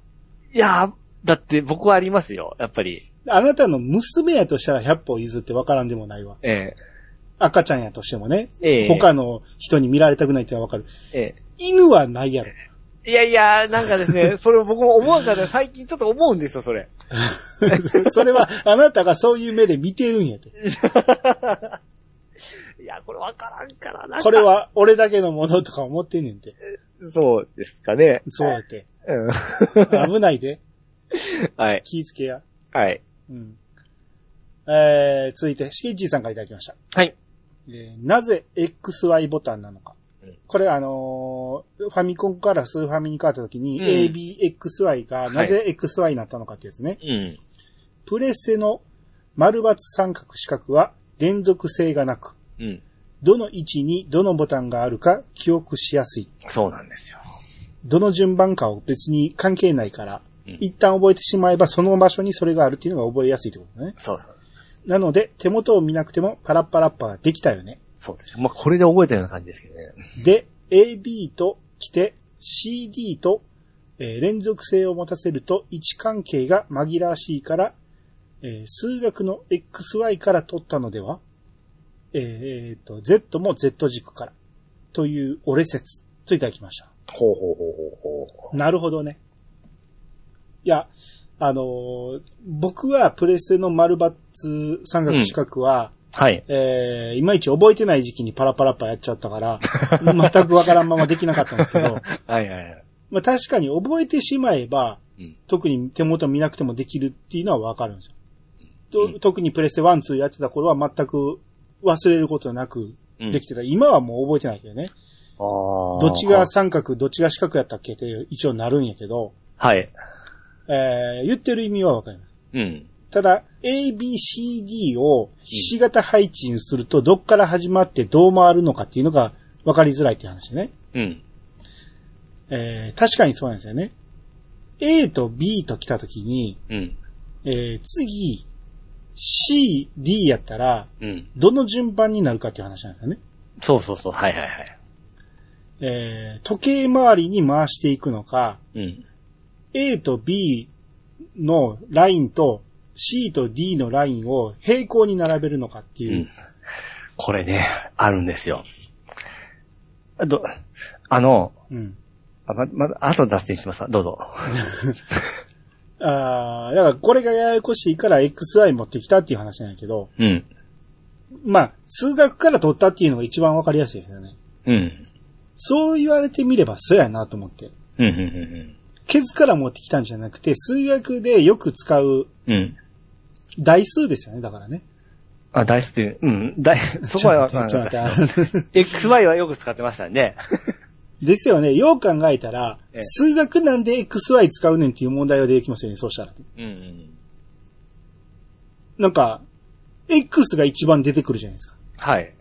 [SPEAKER 2] いやー、だって僕はありますよ、やっぱり。
[SPEAKER 1] あなたの娘やとしたら100歩譲ってわからんでもないわ。
[SPEAKER 2] え
[SPEAKER 1] 赤ちゃんやとしてもね。
[SPEAKER 2] えええ
[SPEAKER 1] 他の人に見られたくないってのはわかる。
[SPEAKER 2] ええ
[SPEAKER 1] 犬はない
[SPEAKER 2] (laughs)
[SPEAKER 1] やろ。
[SPEAKER 2] え。いやいや、なんかで
[SPEAKER 1] (laughs)
[SPEAKER 2] すね、それを僕も思わんかったら最近ちょっと思うんですよ、それ。 (laughs)
[SPEAKER 1] それは、あなたがそういう目で見てるんやて。
[SPEAKER 2] いや、これわからんからな。
[SPEAKER 1] これ。は俺だけのものとか思ってんね
[SPEAKER 2] (laughs)
[SPEAKER 1] んて。
[SPEAKER 2] そうですかね。
[SPEAKER 1] そうやって。
[SPEAKER 2] うん。 (laughs)
[SPEAKER 1] 危ないで。
[SPEAKER 2] はい。
[SPEAKER 1] 気ぃつけや。
[SPEAKER 2] はい。
[SPEAKER 1] うん。えー、続いて、しげじいさんからいただきました。
[SPEAKER 2] はい。
[SPEAKER 1] えーなぜ XY ボタンなのか
[SPEAKER 2] うん。
[SPEAKER 1] これあのーファミコンからスーファミに変わった時に、
[SPEAKER 2] うん
[SPEAKER 1] ABXY がなぜ XY になったのかってですね。
[SPEAKER 2] うん。
[SPEAKER 1] プレステの丸×三角四角は連続性がなく、
[SPEAKER 2] うん。
[SPEAKER 1] どの位置にどのボタンがあるか記憶しやすい。
[SPEAKER 2] そうなんですよ。
[SPEAKER 1] どの順番かを別に関係ないから、
[SPEAKER 2] うん
[SPEAKER 1] 一旦覚えてしまえばその場所にそれがあるっていうのが覚えやすいってことね。
[SPEAKER 2] そうそう。
[SPEAKER 1] なので、手元を見なくてもパラッパラッパができたよね。
[SPEAKER 2] そうですよ。まあ、これで覚えたような感じですけどね。
[SPEAKER 1] で、AB と来て CD と、えー連続性を持たせると位置関係が紛らわしいから、えー数学の XY から取ったのでは、えーえーと、Z も Z 軸から、という俺説といただきました。
[SPEAKER 2] ほうほうほうほうほ
[SPEAKER 1] なるほどね。いや、あのー僕はプレステの丸バツ三角四角は、
[SPEAKER 2] う。はい。
[SPEAKER 1] えーいまいち覚えてない時期にパラパラパやっちゃった
[SPEAKER 2] (laughs)
[SPEAKER 1] から、全くわからんままできなかったんですけど、
[SPEAKER 2] はいはいはい。
[SPEAKER 1] まあ確かに覚えてしまえば、
[SPEAKER 2] うん
[SPEAKER 1] 特に手元見なくてもできるっていうのはわかるんですよ。と
[SPEAKER 2] うん
[SPEAKER 1] 特にプレステ1、2やってた頃は全く忘れることなく
[SPEAKER 2] うん
[SPEAKER 1] できてた。今はもう覚えてないけどね。
[SPEAKER 2] あー
[SPEAKER 1] どっちが三角、どっちが四角やったっけって一応なるんやけど、
[SPEAKER 2] はい。
[SPEAKER 1] えー言ってる意味はわかります。
[SPEAKER 2] うん。
[SPEAKER 1] ただ、A, B, C, D をひし形配置にすると、どっから始まってどう回るのかっていうのが分かりづらいっていう話ね。
[SPEAKER 2] うん。
[SPEAKER 1] えー確かにそうなんですよね。A と B と来た時に、
[SPEAKER 2] うん。
[SPEAKER 1] えー次、C, D やったら、
[SPEAKER 2] うん。
[SPEAKER 1] どの順番になるかっていう話なんですよね。
[SPEAKER 2] そうそうそう。はいはいはい。
[SPEAKER 1] えー時計回りに回していくのか、
[SPEAKER 2] うん。
[SPEAKER 1] A と B のラインと C と D のラインを平行に並べるのかっていうう。
[SPEAKER 2] ん。これね、あるんですよ。あど、あの、
[SPEAKER 1] うん。
[SPEAKER 2] あま、まず、後で脱線しますわ。どうぞ。
[SPEAKER 1] ああ、だからこれがややこしいから XY 持ってきたっていう話なんやけど、
[SPEAKER 2] うん。
[SPEAKER 1] まあ、数学から取ったっていうのが一番わかりやすいですよね。
[SPEAKER 2] うん。
[SPEAKER 1] そう言われてみればそうやなと思って。
[SPEAKER 2] うん、うん、
[SPEAKER 1] ケズから持ってきたんじゃなくて、数学でよく使う
[SPEAKER 2] うん。うん。
[SPEAKER 1] 台数ですよね、だからね。
[SPEAKER 2] あ、ダイスっていう、うん、ダイ、そこはわからな
[SPEAKER 1] ちょ
[SPEAKER 2] か
[SPEAKER 1] っ
[SPEAKER 2] っ
[SPEAKER 1] と
[SPEAKER 2] た。
[SPEAKER 1] 待ってちょっと待って
[SPEAKER 2] XY はよく使ってましたね。
[SPEAKER 1] ですよね。よう考えたら
[SPEAKER 2] ええ、
[SPEAKER 1] 数学なんで XY 使うねんっていう問題が出てきますよね、そうしたら。
[SPEAKER 2] うん。
[SPEAKER 1] なんか、X が一番出てくるじゃないですか。
[SPEAKER 2] はい。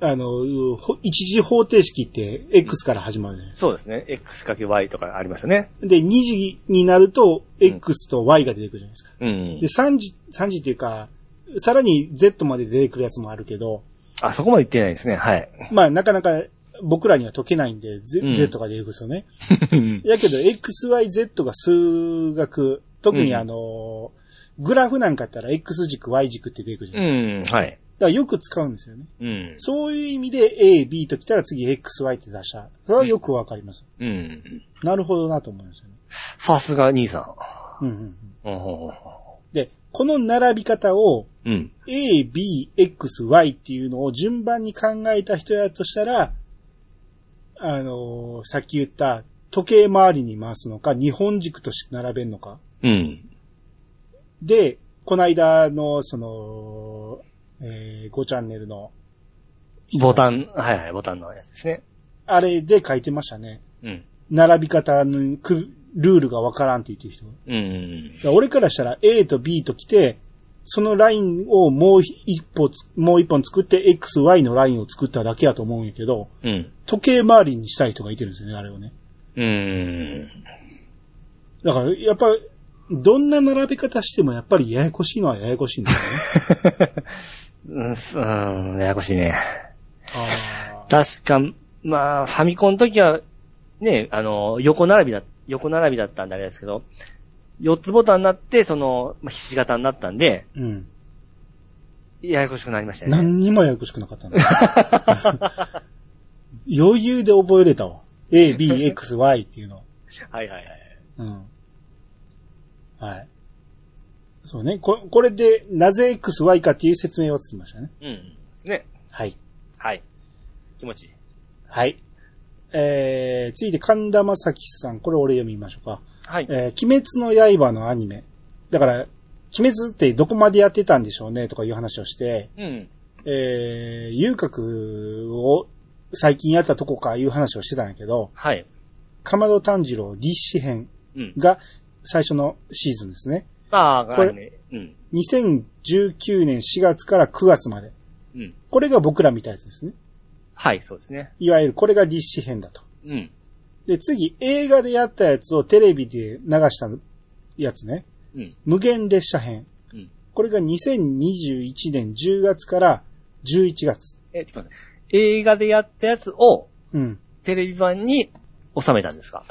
[SPEAKER 1] あの、うほ一次方程式って X から始まるじゃないです
[SPEAKER 2] そうですね。X×Y とかありますよね。
[SPEAKER 1] か。で、二次になると X と Y が出てくるじゃないですか。
[SPEAKER 2] うん
[SPEAKER 1] で、。三次、三次っていうか、さらに Z まで出てくるやつもあるけど、
[SPEAKER 2] あ、そこまで言ってないですね。はい。
[SPEAKER 1] まあなかなか僕らには解けないんで、Z,
[SPEAKER 2] うん
[SPEAKER 1] Z が出てくるんですよね。やけど、XYZ が数学、特にあの、グラフなんかやったら X 軸、Y 軸って出てくるじゃ
[SPEAKER 2] (laughs) う
[SPEAKER 1] ないですか。
[SPEAKER 2] ん、はい。
[SPEAKER 1] だからよく使うんですよね。
[SPEAKER 2] うん。
[SPEAKER 1] そういう意味で A、B と来たら次 X、Y って出した。それはよくわかります。
[SPEAKER 2] うん。
[SPEAKER 1] なるほどなと思いますよね。
[SPEAKER 2] さすが兄さ
[SPEAKER 1] うんうんうん
[SPEAKER 2] ん。うん。
[SPEAKER 1] で、この並び方を
[SPEAKER 2] うん。
[SPEAKER 1] A, B, X, Y っていうのを順番に考えた人やとしたら、あのーさっき言った時計回りに回すのか、日本軸として並べるのか。
[SPEAKER 2] うん。
[SPEAKER 1] で、この間の、その、えー、5チャンネルの、
[SPEAKER 2] ボタン、はいはい、ボタンのやつですね。
[SPEAKER 1] あれで書いてましたね。
[SPEAKER 2] うん。
[SPEAKER 1] 並び方のくルールがわからんって言ってる人。だか
[SPEAKER 2] うん。
[SPEAKER 1] ら俺からしたら A と B と来て、そのラインをもう一歩つ、もう一本作って X、Y のラインを作っただけやと思うんやけど、
[SPEAKER 2] うん。
[SPEAKER 1] 時計回りにしたい人がいてるんですよね、あれをね。
[SPEAKER 2] (laughs) うん。
[SPEAKER 1] だから、やっぱ、どんな並べ方してもやっぱりややこしいのはややこしいん
[SPEAKER 2] (laughs)
[SPEAKER 1] です
[SPEAKER 2] うんすうん、ややこしいね。
[SPEAKER 1] よね。あー
[SPEAKER 2] 確か、まあ、ファミコンの時は、ね、あの、横並びだ、横並びだったんであれですけど、4つボタンになって、その、まあひし形になったんで、
[SPEAKER 1] うん。
[SPEAKER 2] ややこしくなりましたよね。
[SPEAKER 1] 何にもややこしくなかったんだ。余裕で覚えれたわ。A, B, X, Y っていうの。
[SPEAKER 2] はいはいはい。
[SPEAKER 1] うん。はい。そうね。ここれで、なぜ X, Y かっていう説明はつきましたね。
[SPEAKER 2] うん。ですね。
[SPEAKER 1] はい。
[SPEAKER 2] はい。気持ちいい。
[SPEAKER 1] はい。えー、続いて神田正輝さん。これ俺読みましょうか。
[SPEAKER 2] はい。
[SPEAKER 1] えー鬼滅の刃のアニメ。だから、鬼滅ってどこまでやってたんでしょうねとかいう話をして、
[SPEAKER 2] うん。
[SPEAKER 1] えー、遊郭を最近やったとこかいう話をしてたんやけど、
[SPEAKER 2] はい。
[SPEAKER 1] かまど炭治郎立志編
[SPEAKER 2] うん。
[SPEAKER 1] が最初のシーズンですね。
[SPEAKER 2] まあ、
[SPEAKER 1] これ
[SPEAKER 2] ね、うん。
[SPEAKER 1] 2019年4月から9月まで。
[SPEAKER 2] うん。
[SPEAKER 1] これが僕らみたいなやつですね。
[SPEAKER 2] はい、そうですね。
[SPEAKER 1] いわゆるこれが立志編だと。
[SPEAKER 2] うん。
[SPEAKER 1] で、次、映画でやったやつをテレビで流したやつね。
[SPEAKER 2] うん。
[SPEAKER 1] 無限列車編。
[SPEAKER 2] うん
[SPEAKER 1] これが2021年10月から11月。
[SPEAKER 2] え、ちょっと待って。映画でやったやつを、
[SPEAKER 1] うん。
[SPEAKER 2] テレビ版に収めたんですか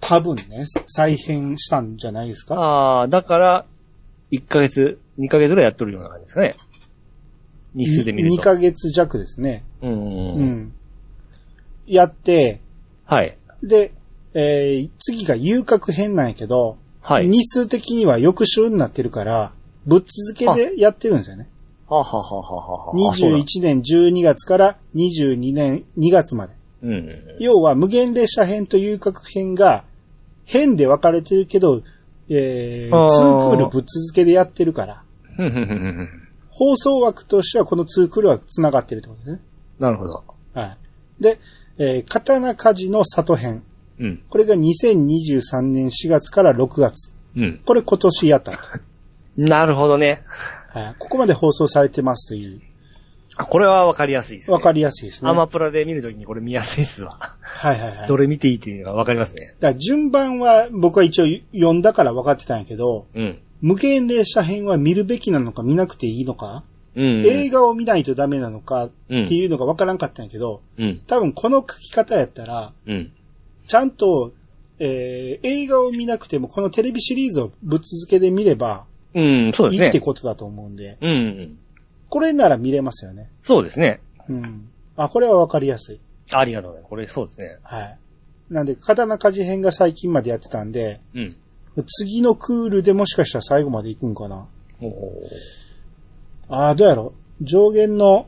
[SPEAKER 1] 多分ね、再編したんじゃないですか
[SPEAKER 2] ああ、だから、1ヶ月、2ヶ月ぐらいやっとるような感じですかね。日数で見ると。
[SPEAKER 1] 2ヶ月弱ですね。
[SPEAKER 2] うん、
[SPEAKER 1] う
[SPEAKER 2] うん。
[SPEAKER 1] ん。やって、
[SPEAKER 2] はい。
[SPEAKER 1] で、えー次が遊郭編なんやけど、
[SPEAKER 2] はい。
[SPEAKER 1] 日数的には翌週になってるから、ぶっ続けでやってるんですよね。
[SPEAKER 2] はははははは。あそうだ
[SPEAKER 1] 21年12月から22年2月まで。
[SPEAKER 2] うん。
[SPEAKER 1] 要は無限列車編と遊郭編が、編で分かれてるけど、え
[SPEAKER 2] あ
[SPEAKER 1] ー、
[SPEAKER 2] ー
[SPEAKER 1] ツークールぶっ続けでやってるから、
[SPEAKER 2] ふんふんふんふんふん
[SPEAKER 1] 放送枠としてはこのツークールは繋がってるってことですね。
[SPEAKER 2] なるほど。
[SPEAKER 1] はい。で、えー、刀鍛冶の里編。
[SPEAKER 2] うん。
[SPEAKER 1] これが2023年4月から6月。
[SPEAKER 2] うん。
[SPEAKER 1] これ今年やったと。
[SPEAKER 2] なるほどね。
[SPEAKER 1] はい。ここまで放送されてますという、
[SPEAKER 2] あ、これはわかりやすいですね。
[SPEAKER 1] わかりやすいですね。
[SPEAKER 2] アマプラで見るときにこれ見やすいっすわ。
[SPEAKER 1] はいはいはい。
[SPEAKER 2] どれ見ていいっていうのがわかりますね。
[SPEAKER 1] だから順番は僕は一応読んだから分かってたんやけど、
[SPEAKER 2] うん。
[SPEAKER 1] 無限列車編は見るべきなのか見なくていいのか、
[SPEAKER 2] うん。
[SPEAKER 1] 映画を見ないとダメなのかって
[SPEAKER 2] うん
[SPEAKER 1] いうのが分からんかったんやけど、
[SPEAKER 2] うん。
[SPEAKER 1] 多分この書き方やったら、
[SPEAKER 2] うん。
[SPEAKER 1] ちゃんとえー映画を見なくても、このテレビシリーズをぶっ続けで見れば、
[SPEAKER 2] うん、そう
[SPEAKER 1] い
[SPEAKER 2] です
[SPEAKER 1] いっ
[SPEAKER 2] ね
[SPEAKER 1] て。ことだと思うんで、
[SPEAKER 2] うん。
[SPEAKER 1] これなら見れますよね。
[SPEAKER 2] そうですね。
[SPEAKER 1] うん。あ、これはわかりやすい。
[SPEAKER 2] ありがとうございます。これそうですね。
[SPEAKER 1] はい。なんで、刀鍛冶編が最近までやってたんで、
[SPEAKER 2] うん。
[SPEAKER 1] 次のクールでもしかしたら最後まで行くんかな。
[SPEAKER 2] おー
[SPEAKER 1] ああ、どうやろう。上限の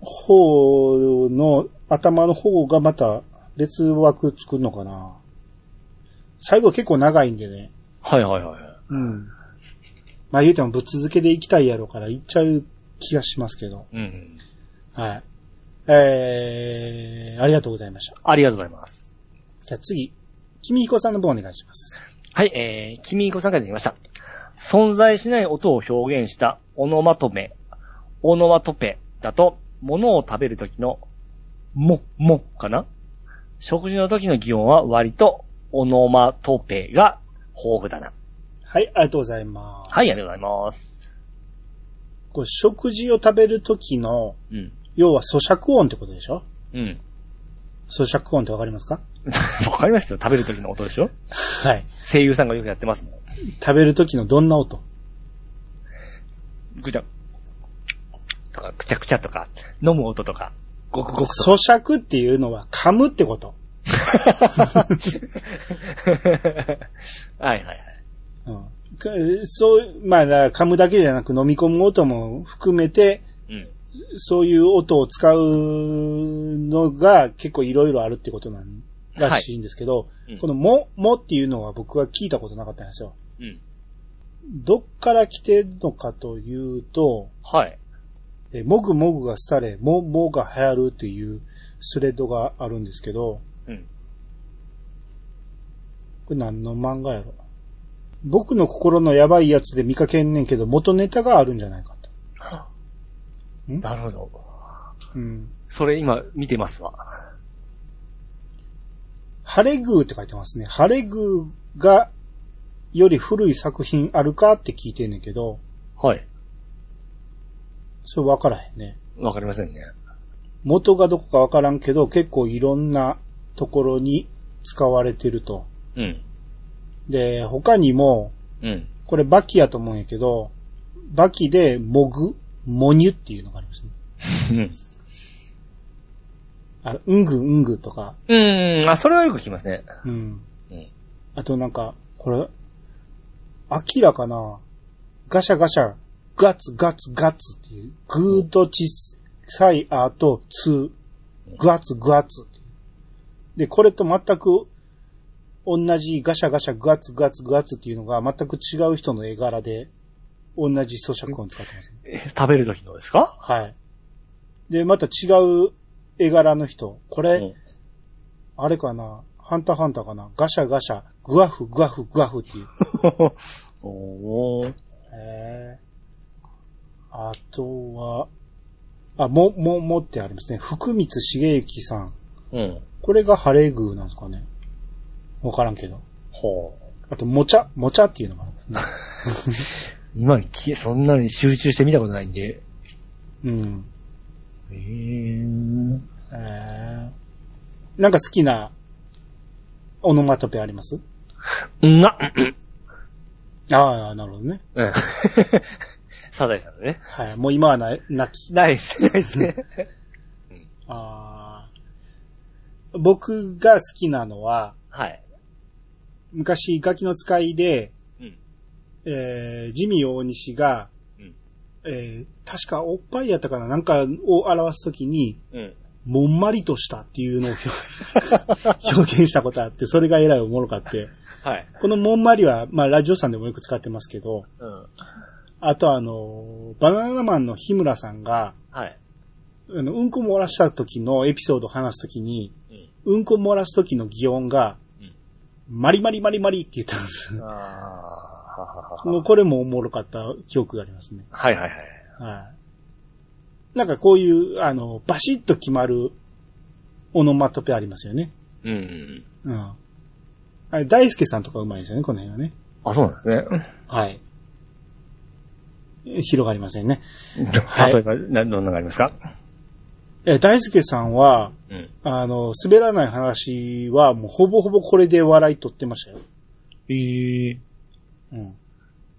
[SPEAKER 1] 方の頭の方がまた別枠作るのかな。最後結構長いんでね。
[SPEAKER 2] はいはいはい。
[SPEAKER 1] うん。まあ言うてもぶっ続けで行きたいやろから行っちゃう気がしますけど。
[SPEAKER 2] うん。
[SPEAKER 1] はい。えー、ありがとうございました。
[SPEAKER 2] ありがとうございます。
[SPEAKER 1] じゃあ次、君彦さんの方お願いします。
[SPEAKER 2] はい、えー、君彦さんからいただきました。存在しない音を表現したオノマトメ、オノマトペだと、物を食べる時の、も、もかな食事の時の擬音は割と、オノマトペが豊富だな。
[SPEAKER 1] はい、ありがとうございます。
[SPEAKER 2] はい、ありがとうございます。
[SPEAKER 1] こう食事を食べるときの、
[SPEAKER 2] うん。
[SPEAKER 1] 要は咀嚼音ってことでしょ
[SPEAKER 2] うん。
[SPEAKER 1] 咀嚼音ってわかりますか
[SPEAKER 2] (laughs) わかりますよ。食べる時の音でしょ
[SPEAKER 1] はい。
[SPEAKER 2] 声優さんがよくやってますもん。
[SPEAKER 1] 食べるときのどんな音
[SPEAKER 2] ぐちゃ、とか、くちゃくちゃとか、飲む音とか、ごくごくとか。
[SPEAKER 1] 咀嚼っていうのは噛むってこと。
[SPEAKER 2] (laughs) はいはいはい。
[SPEAKER 1] うん。かそう、まあ、だから噛むだけじゃなく飲み込む音も含めて、
[SPEAKER 2] うん。
[SPEAKER 1] そういう音を使うのが結構いろいろあるってことなんらしいんですけど、
[SPEAKER 2] いうん
[SPEAKER 1] このも、もっていうのは僕は聞いたことなかったんですよ。
[SPEAKER 2] うん。
[SPEAKER 1] どっから来てるのかというと、
[SPEAKER 2] はい。
[SPEAKER 1] えもぐもぐが廃れ、も、もが流行るっていうスレッドがあるんですけど、
[SPEAKER 2] うん。
[SPEAKER 1] これ何の漫画やろ僕の心のやばいやつで見かけんねんけど、元ネタがあるんじゃないかと。
[SPEAKER 2] なるほど。
[SPEAKER 1] うん。
[SPEAKER 2] それ今見てますわ。
[SPEAKER 1] 晴れ宮って書いてますね。晴れ宮がより古い作品あるかって聞いてんねんけど、
[SPEAKER 2] はい。
[SPEAKER 1] それ分からへんね。
[SPEAKER 2] わかりませんね。
[SPEAKER 1] 元がどこか分からんけど、結構いろんなところに使われてると。
[SPEAKER 2] うん。
[SPEAKER 1] で、他にも、
[SPEAKER 2] うん。
[SPEAKER 1] これバキやと思うんやけど、バキでモグ、モニュっていうのがありますね。
[SPEAKER 2] うん。
[SPEAKER 1] あ、うんぐうんぐとか、
[SPEAKER 2] うん。あ、それはよく聞きますね。
[SPEAKER 1] うん。
[SPEAKER 2] うん
[SPEAKER 1] あとなんか、これ、アキラかなガシャガシャ、ガツガツガツっていう、ぐーっと小さいあと、つ、ガツガツっていう。で、これと全く同じガシャガシャ、ガツガツガツっていうのが全く違う人の絵柄で、同じ咀嚼音使ってますね。
[SPEAKER 2] え食べる時のですか (laughs)
[SPEAKER 1] はい。で、また違う絵柄の人。これ、
[SPEAKER 2] うん
[SPEAKER 1] あれかな、ハンターハンターかな、ガシャガシャ、グワフ、グワフ、グワフっていう。
[SPEAKER 2] おー。
[SPEAKER 1] へーあとは、あ、も、も、もってありますね。福光茂之さん。
[SPEAKER 2] うん。
[SPEAKER 1] これが晴れ宮なんですかね。わからんけど。
[SPEAKER 2] ほう。
[SPEAKER 1] あと、もちゃ、もちゃっていうのがある、
[SPEAKER 2] 今き、そんなに集中して見たことないんで。
[SPEAKER 1] うん。
[SPEAKER 2] えー。
[SPEAKER 1] えーなんか好きな、オノマトペあります
[SPEAKER 2] な、
[SPEAKER 1] ああ、なるほどね。
[SPEAKER 2] (laughs) うん。サザエさんのね。
[SPEAKER 1] はい。もう今はな、なき。
[SPEAKER 2] ないです、ないですね。
[SPEAKER 1] あー僕が好きなのは、
[SPEAKER 2] はい。
[SPEAKER 1] 昔、ガキの使いで、
[SPEAKER 2] うん
[SPEAKER 1] えー、ジミー大西が、
[SPEAKER 2] うん
[SPEAKER 1] えー、確かおっぱいやったかななんかを表すときに、
[SPEAKER 2] うん。
[SPEAKER 1] もんまりとしたっていうのを
[SPEAKER 2] (laughs)
[SPEAKER 1] 表表現したことあって、それがえらいおもろかって。
[SPEAKER 2] はい。
[SPEAKER 1] このもんまりは、まあ、ラジオさんでもよく使ってますけど、
[SPEAKER 2] うん。
[SPEAKER 1] あとあの、バナナマンの日村さんが、
[SPEAKER 2] はい。
[SPEAKER 1] あの、うんこ漏らした時のエピソードを話すときに、
[SPEAKER 2] うん。
[SPEAKER 1] うんこ漏らす時の擬音が、
[SPEAKER 2] うん
[SPEAKER 1] マリマリマリマリって言ったんです。
[SPEAKER 2] あーははは
[SPEAKER 1] もうこれもおもろかった記憶がありますね。
[SPEAKER 2] はいはいはい。
[SPEAKER 1] はい。なんかこういう、あの、バシッと決まるオノマトペありますよね。
[SPEAKER 2] うん。
[SPEAKER 1] うん。あれ、大輔さんとかうまいですよね、この辺はね。
[SPEAKER 2] あ、そうなんですね。
[SPEAKER 1] はい。広がりませんね。
[SPEAKER 2] 例えば、などんなのがありますか
[SPEAKER 1] え、大輔さんは、
[SPEAKER 2] うん。
[SPEAKER 1] あの、滑らない話は、もうほぼほぼこれで笑い取ってましたよ。
[SPEAKER 2] ええ
[SPEAKER 1] うん。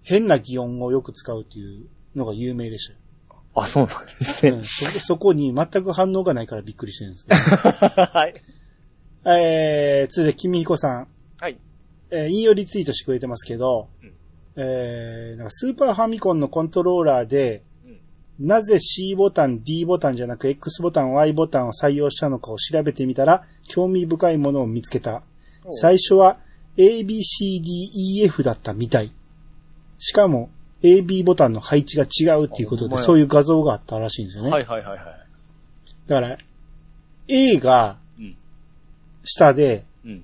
[SPEAKER 1] 変な擬音をよく使うっていうのが有名でしたよ。
[SPEAKER 2] あ、そうなんです
[SPEAKER 1] う
[SPEAKER 2] ね
[SPEAKER 1] ん。そこそこに全く反応がないからびっくりしてるんですけど。
[SPEAKER 2] はい。 (laughs)
[SPEAKER 1] えー、続いて、君彦さん。
[SPEAKER 2] はい。
[SPEAKER 1] えー引用リツイートしてくれてますけど、
[SPEAKER 2] うん
[SPEAKER 1] えー、なんかスーパーファミコンのコントローラーで、
[SPEAKER 2] うん
[SPEAKER 1] なぜ C ボタン、D ボタンじゃなく X ボタン、Y ボタンを採用したのかを調べてみたら、興味深いものを見つけた。最初は ABCDEF だったみたい。しかも AB ボタンの配置が違うっていうこと
[SPEAKER 2] あほんま
[SPEAKER 1] で、
[SPEAKER 2] や
[SPEAKER 1] そういう画像があったらしいんですよね。
[SPEAKER 2] はいはいはいはい。
[SPEAKER 1] だから、A が
[SPEAKER 2] うん
[SPEAKER 1] 下で、
[SPEAKER 2] うん。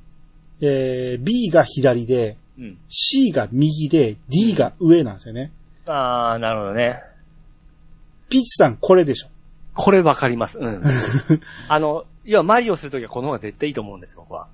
[SPEAKER 1] えー B が左で、
[SPEAKER 2] うん。
[SPEAKER 1] C が右で、D が上なんですよね。
[SPEAKER 2] あー、なるほどね。
[SPEAKER 1] ピーチさんこれでしょ。
[SPEAKER 2] これわかります。 (laughs) うん。あの、要はマリオするときはこの方が絶対いいと思うんです、僕は。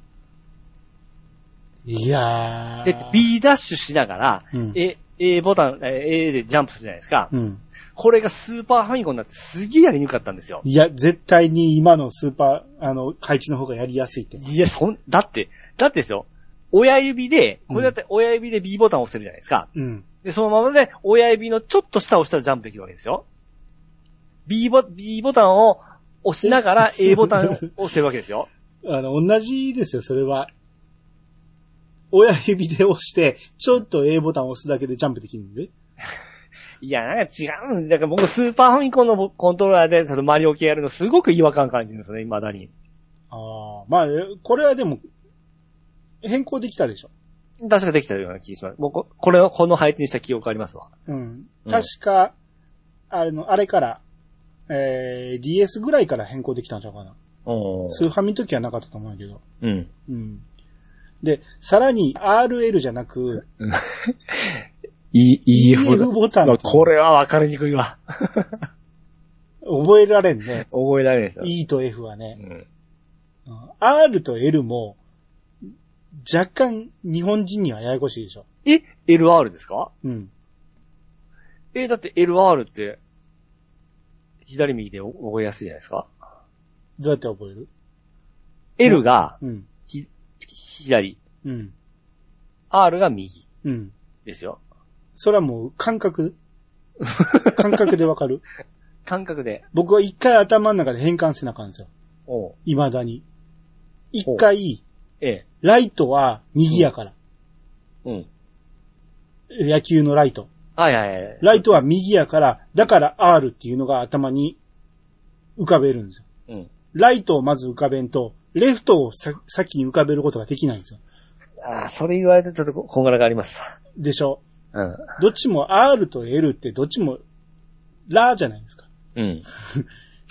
[SPEAKER 1] いやー。
[SPEAKER 2] で、B ダッシュしながら、
[SPEAKER 1] うん。
[SPEAKER 2] A、A ボタン、えー A でジャンプするじゃないですか。
[SPEAKER 1] うん。
[SPEAKER 2] これがスーパーファミコンになってすげえやりにくかったんですよ。
[SPEAKER 1] いや、絶対に今のスーパー、あの、配置の方がやりやすいって。
[SPEAKER 2] いや、そん、だって、だってですよ。親指で、これだって親指で B ボタンを押せるじゃないですか。
[SPEAKER 1] うん。
[SPEAKER 2] で、そのままで親指のちょっと下を押したらジャンプできるわけですよ。B ボ、B ボタンを押しな
[SPEAKER 1] (laughs)
[SPEAKER 2] がら A ボタンを押してるわけですよ。
[SPEAKER 1] あの、同じですよ、それは。親指で押して、ちょっと A ボタンを押すだけでジャンプできるんで。
[SPEAKER 2] いや、なんか違うんだから僕スーパーファミコンのコントローラーでそのマリオ系やるのすごく違和感感じるんですよね、未だに。
[SPEAKER 1] ああ、まあ、えこれはでも、変更できたでしょ。
[SPEAKER 2] 確かできたような気がします。僕、これをこの配置にした記憶ありますわ。
[SPEAKER 1] うん。
[SPEAKER 2] うん
[SPEAKER 1] 確か、あれの、あれから、えー、DS ぐらいから変更できたんちゃうかな。
[SPEAKER 2] お
[SPEAKER 1] スーファミの時はなかったと思うんやけど。
[SPEAKER 2] うん。
[SPEAKER 1] うん。で、さらに RL じゃなく、
[SPEAKER 2] E、
[SPEAKER 1] EF ボタンって
[SPEAKER 2] これは分かりにくいわ。
[SPEAKER 1] 覚えられんね。
[SPEAKER 2] 覚えられないですよ。
[SPEAKER 1] E と F は
[SPEAKER 2] う
[SPEAKER 1] ね。
[SPEAKER 2] ん。
[SPEAKER 1] うん R と L も、若干日本人にはややこしいでしょ。
[SPEAKER 2] え ?LR ですか
[SPEAKER 1] うん。
[SPEAKER 2] え、だって LR って、左右で覚えやすいじゃないですか。
[SPEAKER 1] どうやって覚える
[SPEAKER 2] L が
[SPEAKER 1] うん。
[SPEAKER 2] 左、
[SPEAKER 1] うん。
[SPEAKER 2] R が右
[SPEAKER 1] うん。
[SPEAKER 2] ですよ。
[SPEAKER 1] それはもう感
[SPEAKER 2] (laughs)
[SPEAKER 1] 覚感覚でわかる
[SPEAKER 2] 感覚で。
[SPEAKER 1] 僕は一回頭の中で変換せなあかんですよ。
[SPEAKER 2] おう
[SPEAKER 1] 未だに。一回、
[SPEAKER 2] ええ。
[SPEAKER 1] ライトは右やから。
[SPEAKER 2] うん。
[SPEAKER 1] 野球のライト。
[SPEAKER 2] はいはいはい。
[SPEAKER 1] ライトは右やから、だから R っていうのが頭に浮かべるんですよ。
[SPEAKER 2] うん。
[SPEAKER 1] ライトをまず浮かべんと、レフトをさ先に浮かべることができないんですよ。
[SPEAKER 2] ああ、それ言われてちょっとここんがらがありますわ。
[SPEAKER 1] でしょ
[SPEAKER 2] うん。
[SPEAKER 1] どっちも R と L ってどっちもラじゃないですか。
[SPEAKER 2] うん。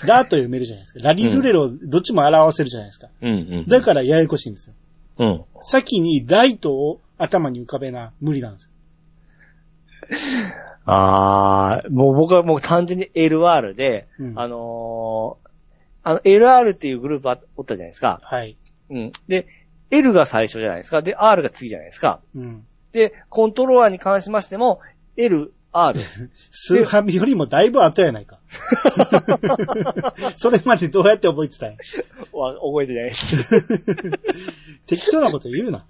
[SPEAKER 1] ラと読めるじゃないですか。ラリルレロどっちも表せるじゃないですか。
[SPEAKER 2] うんうん。
[SPEAKER 1] だからややこしいんですよ。
[SPEAKER 2] うん。
[SPEAKER 1] 先にライトを頭に浮かべな、無理なんですよ。
[SPEAKER 2] ああ、もう僕はもう単純に LR で、
[SPEAKER 1] うん
[SPEAKER 2] あのー、あの LR っていうグループあおったじゃないですか。
[SPEAKER 1] はい。
[SPEAKER 2] うん。で、L が最初じゃないですか。で、R が次じゃないですか。
[SPEAKER 1] うん。
[SPEAKER 2] で、コントローラーに関しましても、L、R。
[SPEAKER 1] スーハミよりもだいぶ後やないか。それまでどうやって覚えてたんや
[SPEAKER 2] は覚えてないです。
[SPEAKER 1] (laughs) 適当なこと言うな。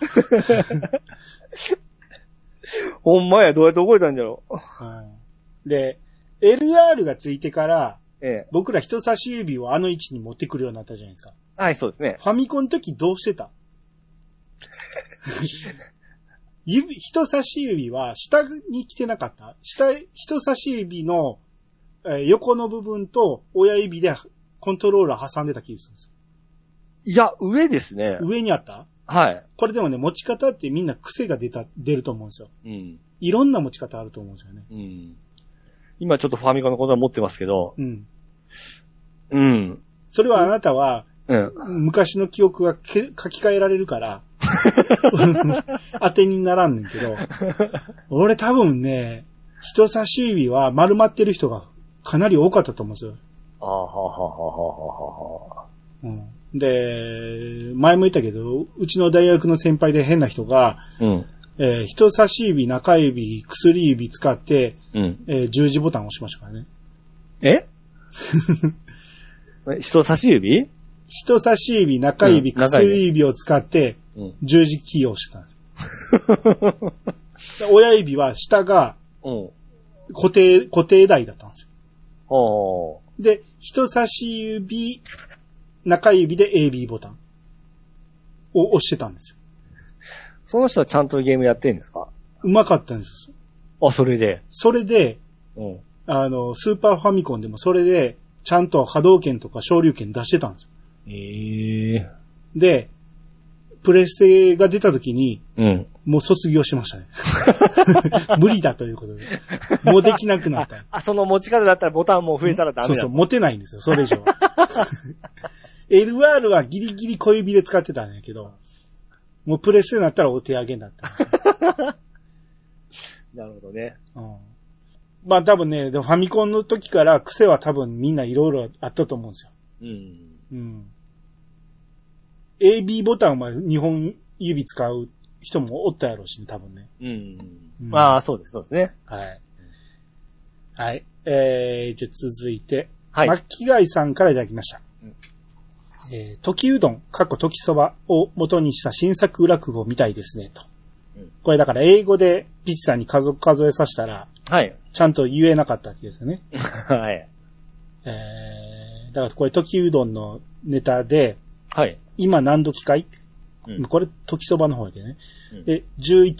[SPEAKER 2] ほんまや、どうやって覚えたんだろう。
[SPEAKER 1] で、LR がついてから、
[SPEAKER 2] ええ。
[SPEAKER 1] 僕ら人差し指をあの位置に持ってくるようになったじゃないですか。
[SPEAKER 2] はい、そうですね。
[SPEAKER 1] ファミコンの時どうしてた指、人差し指は下に来てなかった下、人差し指の、えー横の部分と親指でコントローラー挟んでた気がするんです
[SPEAKER 2] いや、上ですね
[SPEAKER 1] よ。上にあった
[SPEAKER 2] は
[SPEAKER 1] これでもね、持ち方ってみんな癖が出た、出ると思うんですよ。
[SPEAKER 2] い。うん。
[SPEAKER 1] いろんな持ち方あると思うんですよね。
[SPEAKER 2] うん。今ちょっとファミコンのことは持ってますけど、
[SPEAKER 1] うん。
[SPEAKER 2] うん。
[SPEAKER 1] それはあなたは、
[SPEAKER 2] うん。
[SPEAKER 1] 昔の記憶がけ書き換えられるから、当てにならんねんけど、俺多分ね、人差し指は丸まってる人がかなり多かったと思うんですよ。
[SPEAKER 2] ああ、はあ、はあ、はあ、はあ、はあ。
[SPEAKER 1] うん、で、前も言ったけど、うちの大学の先輩で変な人が、
[SPEAKER 2] うん。
[SPEAKER 1] えー人差し指、中指、薬指使って、
[SPEAKER 2] うん。
[SPEAKER 1] えー十字ボタンを押しましたからね。
[SPEAKER 2] (laughs) え人差し指
[SPEAKER 1] 人差し指、中指、
[SPEAKER 2] うん中指
[SPEAKER 1] 薬指を使って
[SPEAKER 2] うん、
[SPEAKER 1] 十字キーを押してたんですよ。で親指は下が
[SPEAKER 2] (laughs) うん。
[SPEAKER 1] 固定、固定台だったんですよ。
[SPEAKER 2] ほ
[SPEAKER 1] で、人差し指、中指で AB ボタンを押してたんですよ。
[SPEAKER 2] う。その人はちゃんとゲームやってんですか
[SPEAKER 1] うまかったんですよ。
[SPEAKER 2] あ、それで。
[SPEAKER 1] それで、
[SPEAKER 2] うん。
[SPEAKER 1] あの、スーパーファミコンでもそれで、ちゃんと波動拳とか昇竜拳出してたんですよ。
[SPEAKER 2] ええ
[SPEAKER 1] で、プレステが出た時に、
[SPEAKER 2] うん。
[SPEAKER 1] もう卒業しましたね。 (laughs) 無理だということで。もうできなくなった。
[SPEAKER 2] あ、その持ち方だったらボタンも増えたらダメ
[SPEAKER 1] そ
[SPEAKER 2] だ。
[SPEAKER 1] うそう、持てないんですよ、それ以上 (laughs) は。LR はギリギリ小指で使ってたんやけど、もうプレステになったらお手上げになった。
[SPEAKER 2] なるほどね。
[SPEAKER 1] うんまあ多分ね、でもファミコンの時から癖は多分みんないろいろあったと思うんですよ。
[SPEAKER 2] うん。
[SPEAKER 1] うん。AB ボタンは2本指使う人もおったやろうしね、多分ね。
[SPEAKER 2] うん。
[SPEAKER 1] うん
[SPEAKER 2] まあ、そうです、そうですね。
[SPEAKER 1] はい。はい。えー、じゃあ続いて、
[SPEAKER 2] はい。
[SPEAKER 1] 巻貝さんからいただきました。
[SPEAKER 2] うん
[SPEAKER 1] えー、時うどん、かっこ時そばを元にした新作落語みたいですね、と
[SPEAKER 2] うん。
[SPEAKER 1] これだから英語でピッチさんに数数えさせたら、
[SPEAKER 2] はい。
[SPEAKER 1] ちゃんと言えなかったわけですよね。
[SPEAKER 2] はい。
[SPEAKER 1] えー、だからこれ時うどんのネタで、
[SPEAKER 2] はい。
[SPEAKER 1] 今何時かい、
[SPEAKER 2] うん
[SPEAKER 1] これ時そばの方やけどね。
[SPEAKER 2] うん
[SPEAKER 1] で、11、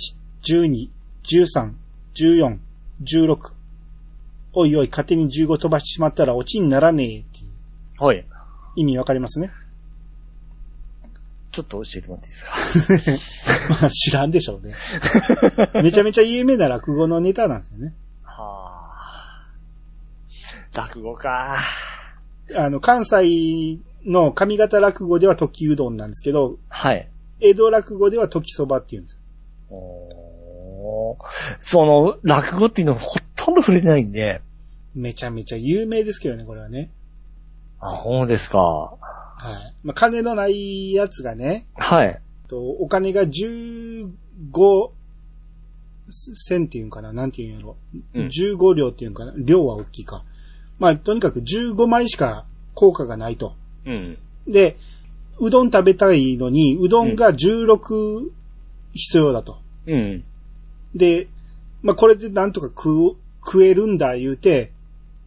[SPEAKER 1] 12、13、14、16。おいおい、勝手に15飛ばしてしまったらオチにならねえっていう
[SPEAKER 2] はい。
[SPEAKER 1] 意味わかりますね。
[SPEAKER 2] ちょっと教えてもらっていいです
[SPEAKER 1] (laughs)
[SPEAKER 2] か
[SPEAKER 1] まあ知らんでしょうね。めちゃめちゃ有名な落語のネタなんですよね。
[SPEAKER 2] はあ。落語か。
[SPEAKER 1] あの、関西の上方落語では時うどんなんですけど、
[SPEAKER 2] はい。
[SPEAKER 1] 江戸落語では時そばっていうんです。
[SPEAKER 2] おーその、落語っていうのほとんど触れてないんで。
[SPEAKER 1] めちゃめちゃ有名ですけどね、これはね。
[SPEAKER 2] あ、ほんですか。
[SPEAKER 1] はい。まあ、金のないやつがね、
[SPEAKER 2] はい。
[SPEAKER 1] と、お金が15銭っていうんかななんていうんやろ。
[SPEAKER 2] うん
[SPEAKER 1] 15両っていうんかな量は大きいか。まあ、とにかく15枚しか効果がないと。
[SPEAKER 2] うん。
[SPEAKER 1] で、うどん食べたいのに、うどんが16必要だと。
[SPEAKER 2] うん。
[SPEAKER 1] で、まあ、これでなんとか食う、食えるんだ言うて、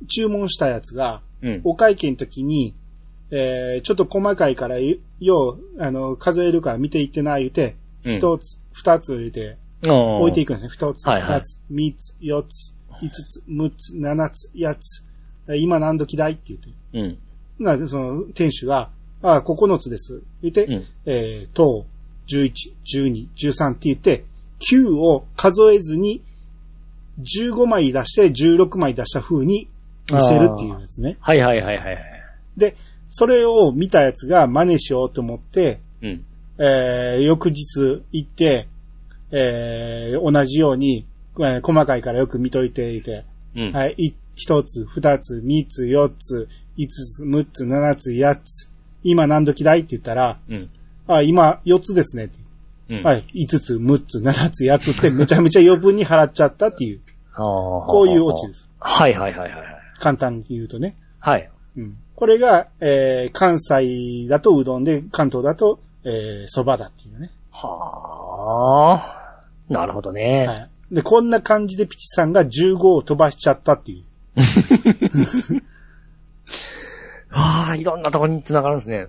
[SPEAKER 1] 注文したやつが、
[SPEAKER 2] うん。
[SPEAKER 1] お会計の時に、えー、ちょっと細かいから、よう、あの、数えるから見ていってない言うて、
[SPEAKER 2] うん
[SPEAKER 1] 一つ、二つ入れて、
[SPEAKER 2] 置
[SPEAKER 1] 置いていくんですね。二つ、
[SPEAKER 2] はいはい
[SPEAKER 1] 二つ、三つ、四つ、五つ、六つ、七つ、八つ。今何時だいって言って。
[SPEAKER 2] うん。
[SPEAKER 1] な、その、店主が、ああ、9つです。言って、
[SPEAKER 2] うん
[SPEAKER 1] えー、等、11、12、13って言って、9を数えずに、15枚出して、16枚出した風に見せるっていうやつね。
[SPEAKER 2] はいはいはいはいはい。
[SPEAKER 1] で、それを見たやつが真似しようと思って、
[SPEAKER 2] うん。
[SPEAKER 1] えー、翌日行って、えー、同じように、えー細かいからよく見といていて、
[SPEAKER 2] うん。
[SPEAKER 1] はい、い一つ、二つ、三つ、四つ、五つ、六つ、七つ、八つ、今何時だいって言ったら、
[SPEAKER 2] うん。
[SPEAKER 1] あ、今四つですねって。
[SPEAKER 2] うん。。
[SPEAKER 1] はいい、五つ、六つ、七つ、八つってめちゃめちゃ余分に払っちゃったって (laughs) いう、
[SPEAKER 2] こ。
[SPEAKER 1] こういうオチですす。
[SPEAKER 2] はいはいはいはいはい。
[SPEAKER 1] 簡単に言うとね。
[SPEAKER 2] はい。
[SPEAKER 1] うん。これが、えー、関西だとうどんで、関東だと、えー、蕎麦だっていうね。
[SPEAKER 2] はあ。なるほどね。
[SPEAKER 1] はい。で、こんな感じでピチさんが15を飛ばしちゃったっていう。
[SPEAKER 2] はあ、いろんなところに繋がるんですね。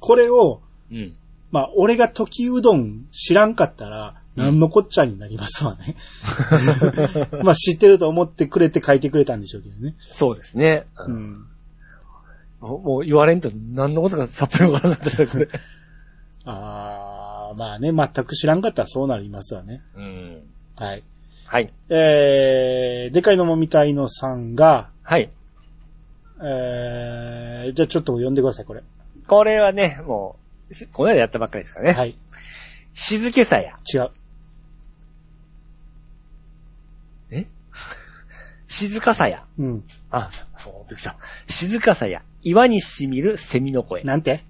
[SPEAKER 1] これを、
[SPEAKER 2] うん。
[SPEAKER 1] まあ、俺が時うどん知らんかったら、なんのこっちゃになりますわ (laughs) ね。まあ、知ってると思ってくれて書いてくれたんでしょうけどね。
[SPEAKER 2] そうですね。
[SPEAKER 1] う
[SPEAKER 2] うん
[SPEAKER 1] ん。
[SPEAKER 2] もうもう言われんと何のことかさっぱりわからなかったですねこれ。
[SPEAKER 1] あー、まあね、全く知らんかったらそうなりますわね。
[SPEAKER 2] うん。
[SPEAKER 1] はい。
[SPEAKER 2] はい。
[SPEAKER 1] えー、でかいのもみたいのさんが、
[SPEAKER 2] はい。
[SPEAKER 1] えー、じゃあちょっと読んでください、これ。
[SPEAKER 2] これはね、もう、この間やったばっかりですからね。
[SPEAKER 1] はい。
[SPEAKER 2] 静けさや。
[SPEAKER 1] 違う。
[SPEAKER 2] 静かさや。
[SPEAKER 1] うん。
[SPEAKER 2] あ、そう、びっくりした。静かさや。岩に染みる蝉の声。
[SPEAKER 1] なんて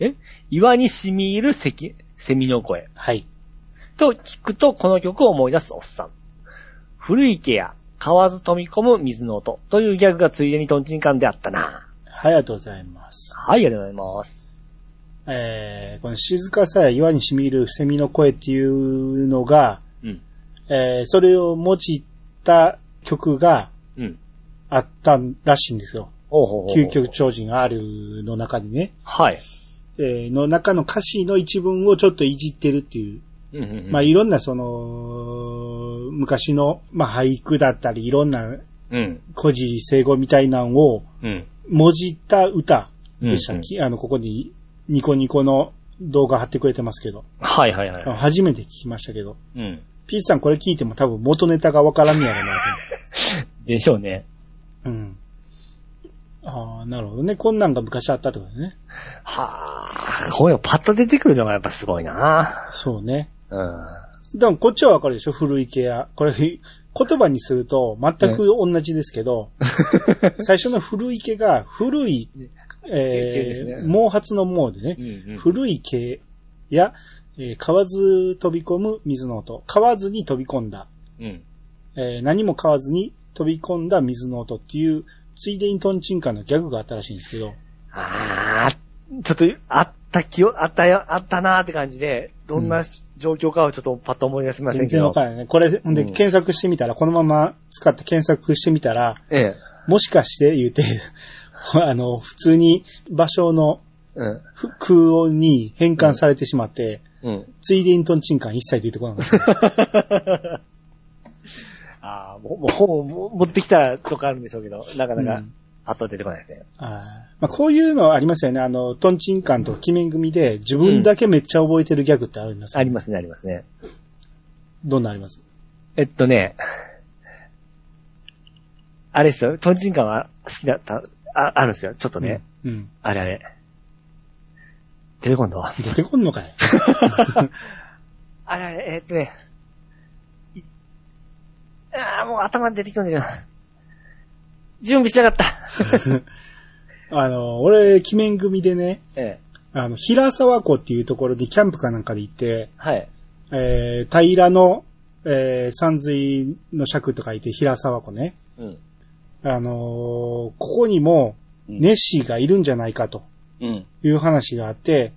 [SPEAKER 2] え岩に染み入るせき、セミの声。
[SPEAKER 1] はい。
[SPEAKER 2] と聞くとこの曲を思い出すおっさん。古い池や、川ず飛び込む水の音というギャグがついでにトンチンカンであったな。
[SPEAKER 1] ありがとうございます。
[SPEAKER 2] はい、ありがとうございます。
[SPEAKER 1] えー、この静かさや岩に染みるセミの声っていうのが、
[SPEAKER 2] うん。
[SPEAKER 1] えー、それを用いた曲が
[SPEAKER 2] うん。
[SPEAKER 1] あったらしいんですよ。
[SPEAKER 2] おうほうほうほう
[SPEAKER 1] 究極超人あるの中にね、
[SPEAKER 2] はい。
[SPEAKER 1] えーの中の歌詞の一文をちょっといじってるっていう、
[SPEAKER 2] うんうんうん
[SPEAKER 1] まあいろんなその、昔の、まあ俳句だったり、いろんな
[SPEAKER 2] うん。
[SPEAKER 1] 古事聖語みたいなのを
[SPEAKER 2] うん。
[SPEAKER 1] 文字った歌でしたっ
[SPEAKER 2] うん
[SPEAKER 1] け、あの、ここにニコニコの動画貼ってくれてますけど、
[SPEAKER 2] はいはいはい。
[SPEAKER 1] 初めて聞きましたけど、
[SPEAKER 2] うん。
[SPEAKER 1] ピーチさんこれ聞いても多分元ネタがわからんやろ
[SPEAKER 2] でしょうね。
[SPEAKER 1] な。うん。ああ、なるほどね。こんなんが昔あったってことね。
[SPEAKER 2] はあ、こういうのパッと出てくるのがやっぱすごいな
[SPEAKER 1] そうね。
[SPEAKER 2] うん。
[SPEAKER 1] でもこっちはわかるでしょ古い系や。これ、言葉にすると全く同じですけど、最初の古い系が古い、
[SPEAKER 2] (laughs) 系で
[SPEAKER 1] え
[SPEAKER 2] すね
[SPEAKER 1] ー、毛髪の毛でね、
[SPEAKER 2] ん
[SPEAKER 1] 古い系や、えー、買わず飛び込む水の音、買わずに飛び込んだ、
[SPEAKER 2] うん。
[SPEAKER 1] えー何も買わずに飛び込んだ水の音っていう、ついでにトンチンカンのギャグがあったらしいんですけど、
[SPEAKER 2] ああ、ちょっと、あった気を、あったよ、あったなーって感じで、どんな状況かはちょっとパッと思い出せませ
[SPEAKER 1] 全
[SPEAKER 2] んけ
[SPEAKER 1] 然わ
[SPEAKER 2] ど。
[SPEAKER 1] からないね。これ、ほんで
[SPEAKER 2] うん
[SPEAKER 1] 検索してみたら、このまま使って検索してみたら、
[SPEAKER 2] ええ。
[SPEAKER 1] もしかして言うて、 (laughs) あの、普通に場所の
[SPEAKER 2] うん。
[SPEAKER 1] ふ空音に変換されてしまって、
[SPEAKER 2] うん。
[SPEAKER 1] ついでにトンチンカン一切出てこなかった。
[SPEAKER 2] ああ、もう、もう本を持ってきたとかあるんでしょうけど、なかな
[SPEAKER 1] う
[SPEAKER 2] か
[SPEAKER 1] ん、
[SPEAKER 2] パッと出てこないですね。
[SPEAKER 1] あーまあ、こういうのはありますよね。あの、トンチンカンと鬼面組で自分だけめっちゃ覚えてるギャグってあるんですよ、
[SPEAKER 2] ありますね、ありますね。
[SPEAKER 1] どんなんあります
[SPEAKER 2] えっとね、あれですよ、トンチンカンは好きだった、あ、あるんですよ、ちょっとね。。
[SPEAKER 1] うんうん。
[SPEAKER 2] あれあれ。出てこんの
[SPEAKER 1] 出てこんのかい
[SPEAKER 2] あれあれ、えーっとね。いああ、もう頭に出てきたんだけど。準備しなかった。
[SPEAKER 1] あの、俺、鬼面組でね、
[SPEAKER 2] ええ。
[SPEAKER 1] あの、平沢湖っていうところにキャンプかなんかで行って、
[SPEAKER 2] はい。
[SPEAKER 1] えー、平の、えー、山水の尺と書いて平沢湖ね。
[SPEAKER 2] うん。
[SPEAKER 1] あのーここにも、
[SPEAKER 2] うん
[SPEAKER 1] ネッシーがいるんじゃないかと
[SPEAKER 2] (laughs) うん。
[SPEAKER 1] いう話があって、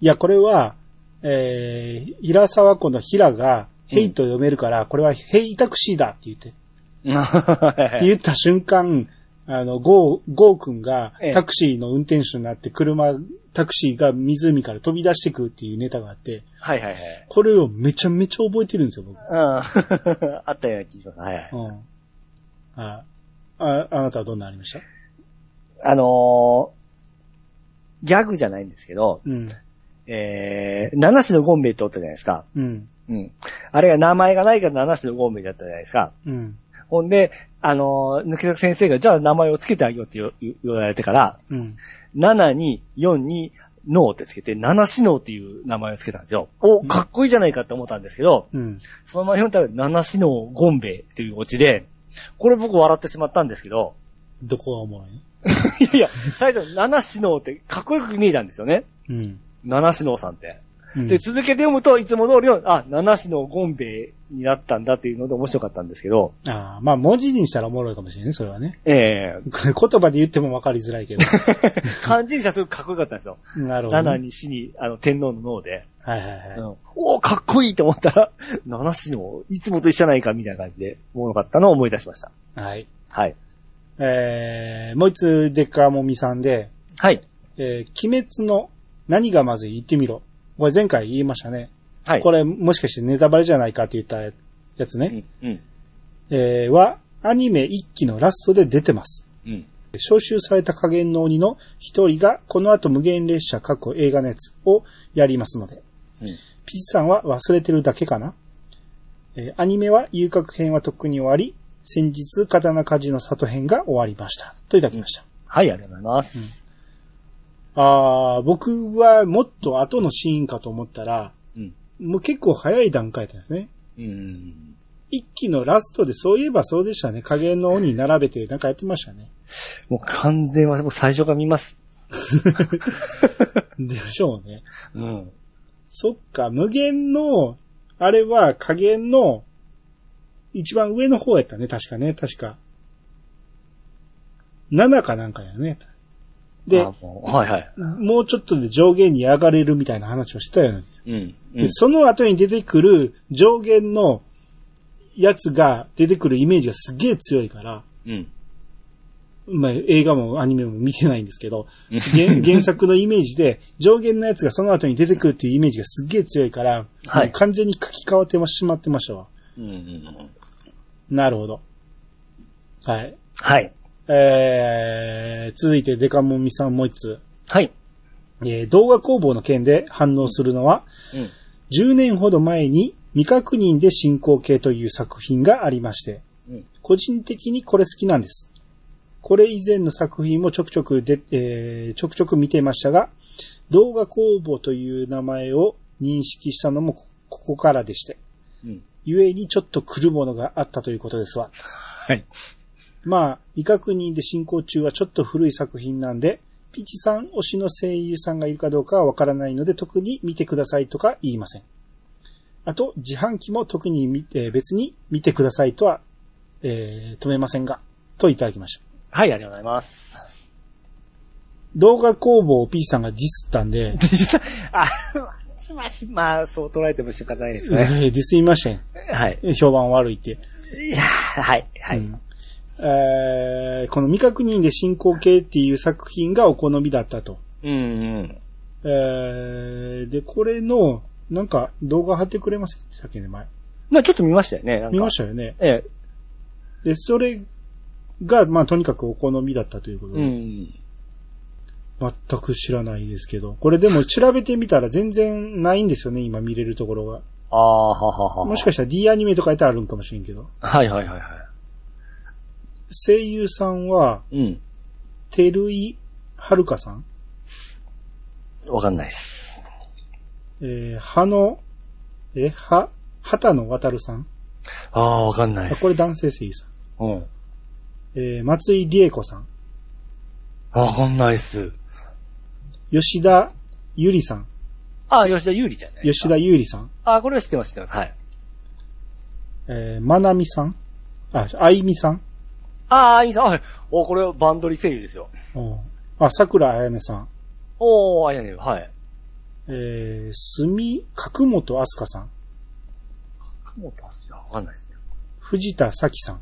[SPEAKER 1] いや、これは、えー、平沢湖の平が、ヘイと読めるから、これはヘイタクシーだって言って、って言った瞬間、あの、ゴー、ゴーくんが
[SPEAKER 2] ええ
[SPEAKER 1] タクシーの運転手になって車、タクシーが湖から飛び出してくるっていうネタがあって、
[SPEAKER 2] はいはいはい。
[SPEAKER 1] これをめちゃめちゃ覚えてるんですよ、僕。
[SPEAKER 2] うん。 (laughs) あったような気がします。はいはい。
[SPEAKER 1] うん。あ、あ、あなたはどんなのありました
[SPEAKER 2] あのー、ギャグじゃないんですけど、
[SPEAKER 1] うん。
[SPEAKER 2] えー、七種のゴンベイっておったじゃないですか。
[SPEAKER 1] うん。
[SPEAKER 2] うん。あれが名前がないから七種のゴンベイだったじゃないですか。
[SPEAKER 1] うん。
[SPEAKER 2] ほんで、あのー、抜けた先生が、じゃあ名前をつけてあげようって言う言われてから、
[SPEAKER 1] うん。
[SPEAKER 2] 7に、4に、脳ってつけて、七死脳っていう名前をつけたんですよ。お、かっこいいじゃないかって思ったんですけど、
[SPEAKER 1] うん。
[SPEAKER 2] そのまま読んだら、七死脳ゴンベイっていうオチで、これ僕笑ってしまったんですけど、 (laughs)
[SPEAKER 1] どこがおもろいの
[SPEAKER 2] いやいや、最初、七死脳ってかっこよく見えたんですよね。
[SPEAKER 1] うん。
[SPEAKER 2] 七死脳さんって。
[SPEAKER 1] うん
[SPEAKER 2] で、続けて読むと、いつも通りの、あ、七死脳ゴンベイになったんだっていうので面白かったんですけど、
[SPEAKER 1] ああ、まあ文字にしたらおもろいかもしれないね、それはね。 (laughs)
[SPEAKER 2] ええ
[SPEAKER 1] これ言葉で言っても分かりづらいけ
[SPEAKER 2] (laughs)
[SPEAKER 1] ど。
[SPEAKER 2] 漢字にしたらすごくかっこよかったんですよ。
[SPEAKER 1] なるほど、
[SPEAKER 2] 七
[SPEAKER 1] ね。
[SPEAKER 2] に死に、あの、天皇の脳で。
[SPEAKER 1] はいはいはい。
[SPEAKER 2] おお、かっこいいと思ったら、 (laughs) 七死の、いつもと一緒じゃないかみたいな感じで、おもろかったのを思い出しました。
[SPEAKER 1] はい。
[SPEAKER 2] はい。
[SPEAKER 1] えー、もう一つ、デッカーモミさんで、
[SPEAKER 2] はい。
[SPEAKER 1] えー、鬼滅の何がまずい言ってみろ。これ前回言いましたね。
[SPEAKER 2] はい。
[SPEAKER 1] これもしかしてネタバレじゃないかって言ったやつね。
[SPEAKER 2] うん。うん。
[SPEAKER 1] えー、は、アニメ一期のラストで出てます。
[SPEAKER 2] うん。
[SPEAKER 1] 招集された加減の鬼の一人が、この後無限列車過去映画のやつをやりますので。
[SPEAKER 2] うん。
[SPEAKER 1] ピチさんは忘れてるだけかなえーアニメは遊郭編はとっくに終わり、先日、刀鍛冶の里編が終わりました。といただきました。
[SPEAKER 2] はい、ありがとうございます。
[SPEAKER 1] あー、僕はもっと後のシーンかと思ったら、
[SPEAKER 2] うん。
[SPEAKER 1] もう結構早い段階だったんですね。
[SPEAKER 2] うん。
[SPEAKER 1] 一期のラストでそういえばそうでしたね。影の鬼並べてなんかやってましたね。
[SPEAKER 2] もう完全は、もう最初から見ます。
[SPEAKER 1] でしょうね。
[SPEAKER 2] うん。
[SPEAKER 1] そっか、無限の、あれは加減の、一番上の方やったね、確かね、確か。7かなんかやね。で
[SPEAKER 2] あ、もうはいはい。
[SPEAKER 1] もうちょっとで上限に上がれるみたいな話をしてたよね。
[SPEAKER 2] うん。う
[SPEAKER 1] で
[SPEAKER 2] ん。
[SPEAKER 1] その後に出てくる上限のやつが出てくるイメージがすげえ強いから、
[SPEAKER 2] うん。
[SPEAKER 1] まあ、映画もアニメも見てないんですけど、
[SPEAKER 2] うん
[SPEAKER 1] 原原作のイメージで、上限のやつがその後に出てくるっていうイメージがすっげえ強いから、
[SPEAKER 2] はい
[SPEAKER 1] もう完全に書き換わってしまってましたわ。
[SPEAKER 2] うんうん。
[SPEAKER 1] なるほど。はい。
[SPEAKER 2] はい。
[SPEAKER 1] えー、続いてデカモミさんもう一つ。
[SPEAKER 2] はい。
[SPEAKER 1] えー動画工房の件で反応するのは、
[SPEAKER 2] うん。
[SPEAKER 1] 10年ほど前に未確認で進行形という作品がありまして、
[SPEAKER 2] うん
[SPEAKER 1] 個人的にこれ好きなんです。これ以前の作品もちょくちょくで、えーちょくちょく見てましたが、動画工房という名前を認識したのもこここからでして、
[SPEAKER 2] うん。
[SPEAKER 1] 故にちょっと来るものがあったということですわ。
[SPEAKER 2] はい。
[SPEAKER 1] まあ、未確認で進行中はちょっと古い作品なんで、ピチさん推しの声優さんがいるかどうかはわからないので、特に見てくださいとか言いません。あと、自販機も特に見て、別に見てくださいとは、えー、止めませんが、といただきました。
[SPEAKER 2] はい、ありがとうございます。
[SPEAKER 1] 動画工房をピチさんがディスったん
[SPEAKER 2] (laughs)
[SPEAKER 1] で、
[SPEAKER 2] 実際、あ、ましまあ、そう捉えても仕方ないです
[SPEAKER 1] え
[SPEAKER 2] ね。
[SPEAKER 1] ーディスいましたよ。
[SPEAKER 2] はい。
[SPEAKER 1] 評判悪いって。
[SPEAKER 2] いやーはい、は
[SPEAKER 1] う
[SPEAKER 2] い。
[SPEAKER 1] んえーこの未確認で進行形っていう作品がお好みだったと。
[SPEAKER 2] うん、うん。
[SPEAKER 1] えーで、これの、なんか動画貼ってくれませんでしたっけね、前。
[SPEAKER 2] まあ、ちょっと見ましたよね、なんか。
[SPEAKER 1] 見ましたよね。
[SPEAKER 2] え
[SPEAKER 1] で、それが、まあとにかくお好みだったということ
[SPEAKER 2] え。う
[SPEAKER 1] で、
[SPEAKER 2] ん。
[SPEAKER 1] 全く知らないですけど、これでも調べてみたら全然ないんですよね、今見れるところが。
[SPEAKER 2] ああ、ははは。
[SPEAKER 1] もしか
[SPEAKER 2] し
[SPEAKER 1] したら D アニメとかやったらあるんかもしれんけど。
[SPEAKER 2] はいはいはいは
[SPEAKER 1] 声優さんは、
[SPEAKER 2] い。うん。
[SPEAKER 1] てるいはるかさん、
[SPEAKER 2] わかんないです。
[SPEAKER 1] えー、はの、え、は、はたのわたるさん
[SPEAKER 2] ああ、わかんない
[SPEAKER 1] あ
[SPEAKER 2] で、す。
[SPEAKER 1] これ男性声優さん。
[SPEAKER 2] うん。
[SPEAKER 1] えー、松井理恵子さん、
[SPEAKER 2] あわかんないっす。
[SPEAKER 1] 吉田ゆりさん、
[SPEAKER 2] あ吉田優里ちゃんね。
[SPEAKER 1] 吉田ゆりさん、
[SPEAKER 2] あこれは知ってます、知ってます。はい。
[SPEAKER 1] えー、まなみさんあ、あいみさん
[SPEAKER 2] ああ、あいみさん、あはい。おこれはバンドリ声優ですよ。
[SPEAKER 1] うんあ、さくらあやねさん、
[SPEAKER 2] おー、あいやね、はい。
[SPEAKER 1] えー、すみ、角本あすかさん、
[SPEAKER 2] 雲田すよ。わかんないですね。
[SPEAKER 1] 藤田さきさん、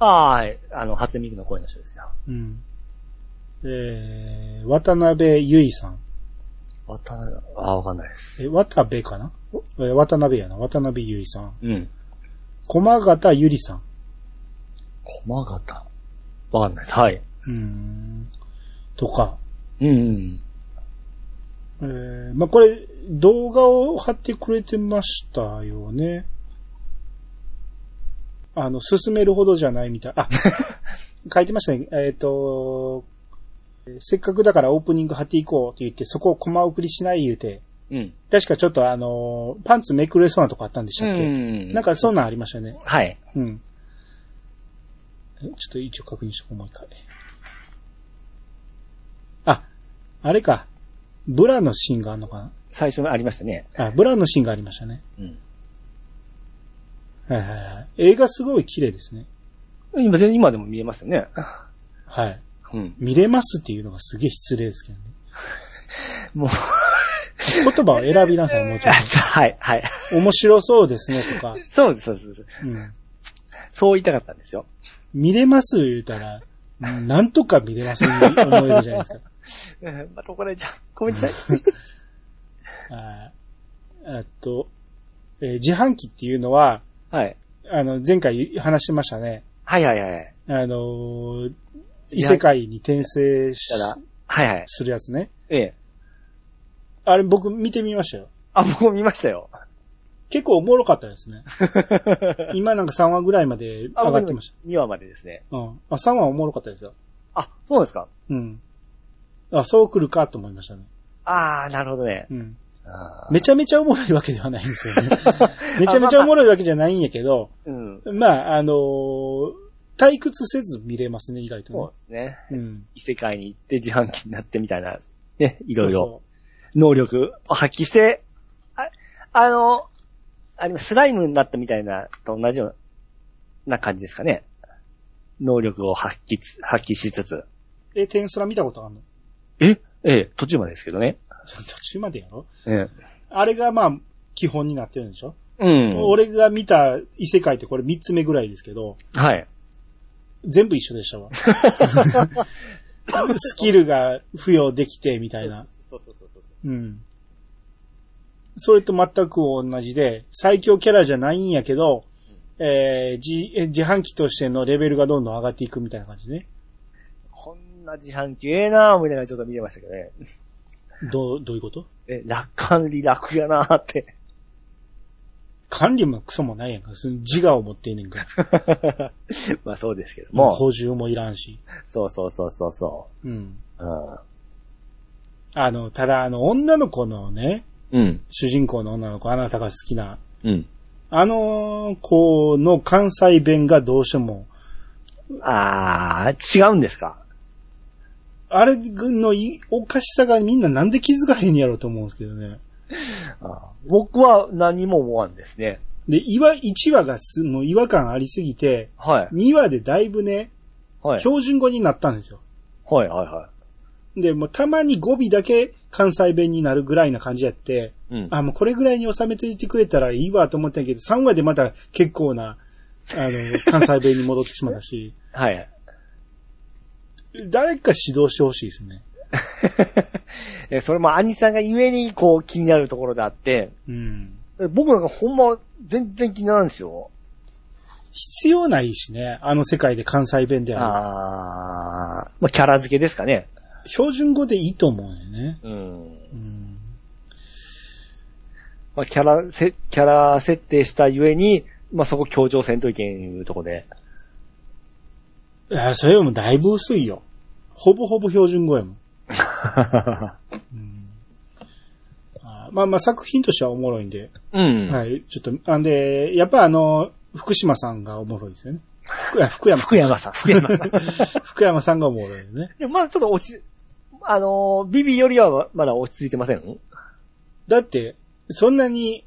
[SPEAKER 2] ああ、はい。あの、初音ミクの声の人ですよ。
[SPEAKER 1] うん。えー、渡辺ゆいさん、
[SPEAKER 2] 渡辺、ああ、わかんないです。
[SPEAKER 1] え、渡部かなおえー渡辺やな、渡辺ゆいさん、
[SPEAKER 2] うん。
[SPEAKER 1] 駒形ゆりさん、
[SPEAKER 2] 駒形。わかんないです。はい。
[SPEAKER 1] うーん、とか、
[SPEAKER 2] うん、うん。
[SPEAKER 1] えー、まあ、これ、動画を貼ってくれてましたよね。あの、進めるほどじゃないみたい。 (laughs) あ、書いてましたね。えっ、と、せっかくだからオープニング貼っていこうって言って、そこをコマ送りしない言うて、
[SPEAKER 2] うん。
[SPEAKER 1] 確かちょっとあのーパンツめくれそうなとこあったんでしたっけ、
[SPEAKER 2] ん
[SPEAKER 1] なん、かそんなんありましたよね。
[SPEAKER 2] はい。
[SPEAKER 1] うん。えちょっと一応確認しとこう、もう一回。あ、あれか。ブラのシーンがあるのか
[SPEAKER 2] 最初のありましたね。
[SPEAKER 1] なあ、ブラのシーンがありましたね。
[SPEAKER 2] うん。
[SPEAKER 1] はいはいはい。映画すごい綺麗ですね。
[SPEAKER 2] 今、全然今でも見えますよね。
[SPEAKER 1] はい。
[SPEAKER 2] うん。
[SPEAKER 1] 見れますっていうのがすげえ失礼ですけどね。
[SPEAKER 2] (laughs) もう、
[SPEAKER 1] 言葉を選びなさい、もうちょ
[SPEAKER 2] (laughs)
[SPEAKER 1] っ
[SPEAKER 2] はい、はい。
[SPEAKER 1] と。面白そうですね、とか。
[SPEAKER 2] そうです、そうです。そうです
[SPEAKER 1] うん。
[SPEAKER 2] そう言いたかったんですよ。
[SPEAKER 1] 見れます言うたら、うんなんとか見れますに思えるじゃないですか。
[SPEAKER 2] うん (laughs) また怒られちゃう。ごめんなさい。
[SPEAKER 1] あーえっと、えー自販機っていうのは、
[SPEAKER 2] (laughs) はい。
[SPEAKER 1] あの、前回話しましたね。
[SPEAKER 2] はい、はい、はい。
[SPEAKER 1] あのー
[SPEAKER 2] い
[SPEAKER 1] 異
[SPEAKER 2] や
[SPEAKER 1] 世界に転生し
[SPEAKER 2] したら、はい、はい。
[SPEAKER 1] するやつね。
[SPEAKER 2] ええ。
[SPEAKER 1] あれ僕見てみましたよ。
[SPEAKER 2] あ、僕も見ましたよ。
[SPEAKER 1] 結構おもろかったです
[SPEAKER 2] (laughs)
[SPEAKER 1] ね。今なんか3話ぐらいまで上
[SPEAKER 2] あ、
[SPEAKER 1] がってまし
[SPEAKER 2] 僕今2話までですね。
[SPEAKER 1] た。うん。あ、3話おもろかったですよ。
[SPEAKER 2] あ、そうなんですか
[SPEAKER 1] うん。あ、そう来るかと思いましたね。
[SPEAKER 2] あー、なるほどね。
[SPEAKER 1] うん。
[SPEAKER 2] あー
[SPEAKER 1] めちゃめちゃおもろいわけではないんですよね。め
[SPEAKER 2] (laughs)
[SPEAKER 1] ちゃめちゃおもろいわけじゃないんやけど、
[SPEAKER 2] うん。
[SPEAKER 1] まあ、あのー退屈せず見れますね、意外と
[SPEAKER 2] そ
[SPEAKER 1] ね
[SPEAKER 2] う。で
[SPEAKER 1] う
[SPEAKER 2] すね。
[SPEAKER 1] ん。
[SPEAKER 2] 異世界に行って自販機になってみたいな、ね、い
[SPEAKER 1] い
[SPEAKER 2] ろいろ。能力を発揮して、あ、あの、あれ、スライムになったみたいなと同じような感じですかね。能力を発揮つ、発揮しつつ。
[SPEAKER 1] え、天空見たことあるの
[SPEAKER 2] いえええ、途中までですけどね。
[SPEAKER 1] 途中までやろ
[SPEAKER 2] え
[SPEAKER 1] あれがまあ、基本になってるんでしょ、
[SPEAKER 2] え。うん。
[SPEAKER 1] 俺が見た異世界ってこれ3つ目ぐらいですけど、
[SPEAKER 2] はい。
[SPEAKER 1] 全部一緒でしたわ。スキルが付与できて、みたいな。
[SPEAKER 2] そうそうそうそう。
[SPEAKER 1] うん。それと全く同じで、最強キャラじゃないんやけど、えー自、え自販機としてのレベルがどんどん上がっていくみたいな感じね。
[SPEAKER 2] こんな自販機ええなぁ、みたいなちょっと見てましたけどね。
[SPEAKER 1] どう、どういうこと
[SPEAKER 2] え、楽観理楽やなぁって。 (laughs)
[SPEAKER 1] 管理もクソもないやんか。その自我を持ってんねんから。
[SPEAKER 2] まあそうですけど
[SPEAKER 1] もう。
[SPEAKER 2] も。
[SPEAKER 1] 補充もいらんし。
[SPEAKER 2] そうそうそうそうそ
[SPEAKER 1] うん。
[SPEAKER 2] う。うん。
[SPEAKER 1] あの、ただあの、女の子のね、
[SPEAKER 2] うん。
[SPEAKER 1] 主人公の女の子、あなたが好きな、
[SPEAKER 2] うん。
[SPEAKER 1] あの子の関西弁がどうしても、
[SPEAKER 2] あー、違うんですか
[SPEAKER 1] あれのいおかしさがみんななんで気づかへんやろうと思うんですけどね。
[SPEAKER 2] あー僕は何も思わんですね。
[SPEAKER 1] で、いわ、1話がす、もう違和感ありすぎて、
[SPEAKER 2] はい。
[SPEAKER 1] 2話でだいぶね、
[SPEAKER 2] はい。
[SPEAKER 1] 標準語になったんですよ。
[SPEAKER 2] はい、はい、は
[SPEAKER 1] で、もうたまに語尾だけ関西弁になるぐらいな感じやって、
[SPEAKER 2] い。うん。
[SPEAKER 1] あ、もうこれぐらいに収めていてくれたらいいわと思ったんやけど、3話でまた結構な、あの、関西弁に戻ってしまったし、
[SPEAKER 2] はい。
[SPEAKER 1] (laughs)
[SPEAKER 2] (laughs)
[SPEAKER 1] 誰か指導してほしいですね。
[SPEAKER 2] え、それも兄さんがゆえに、こう、気になるところであって、
[SPEAKER 1] うん。
[SPEAKER 2] え僕なんかほんま、全然気にならんですよ。
[SPEAKER 1] 必要ないしね、あの世界で関西弁である。
[SPEAKER 2] あー、まあ、キャラ付けですかね。
[SPEAKER 1] 標準語でいいと思うんだよね。
[SPEAKER 2] うん。
[SPEAKER 1] うん。
[SPEAKER 2] まあ、キャラ、せ、キャラ設定したゆえに、まあ、そこ協調せんといけんいうとこ (laughs) で。
[SPEAKER 1] いや、それよりもだいぶ薄いよ。ほぼほぼ標準語やもん。あーまあまあ作品としてはおもろいんで。
[SPEAKER 2] うん。
[SPEAKER 1] はい。ちょっと、あんで、やっぱあの、福島さんがおもろいですよね。福 (laughs) いや福山、
[SPEAKER 2] 福山さん、福山さん。
[SPEAKER 1] 福山さんがおもろいよね。
[SPEAKER 2] (laughs) でもまだちょっと落ち、あのービビよりはまだ落ち着いてません
[SPEAKER 1] だって、そんなに、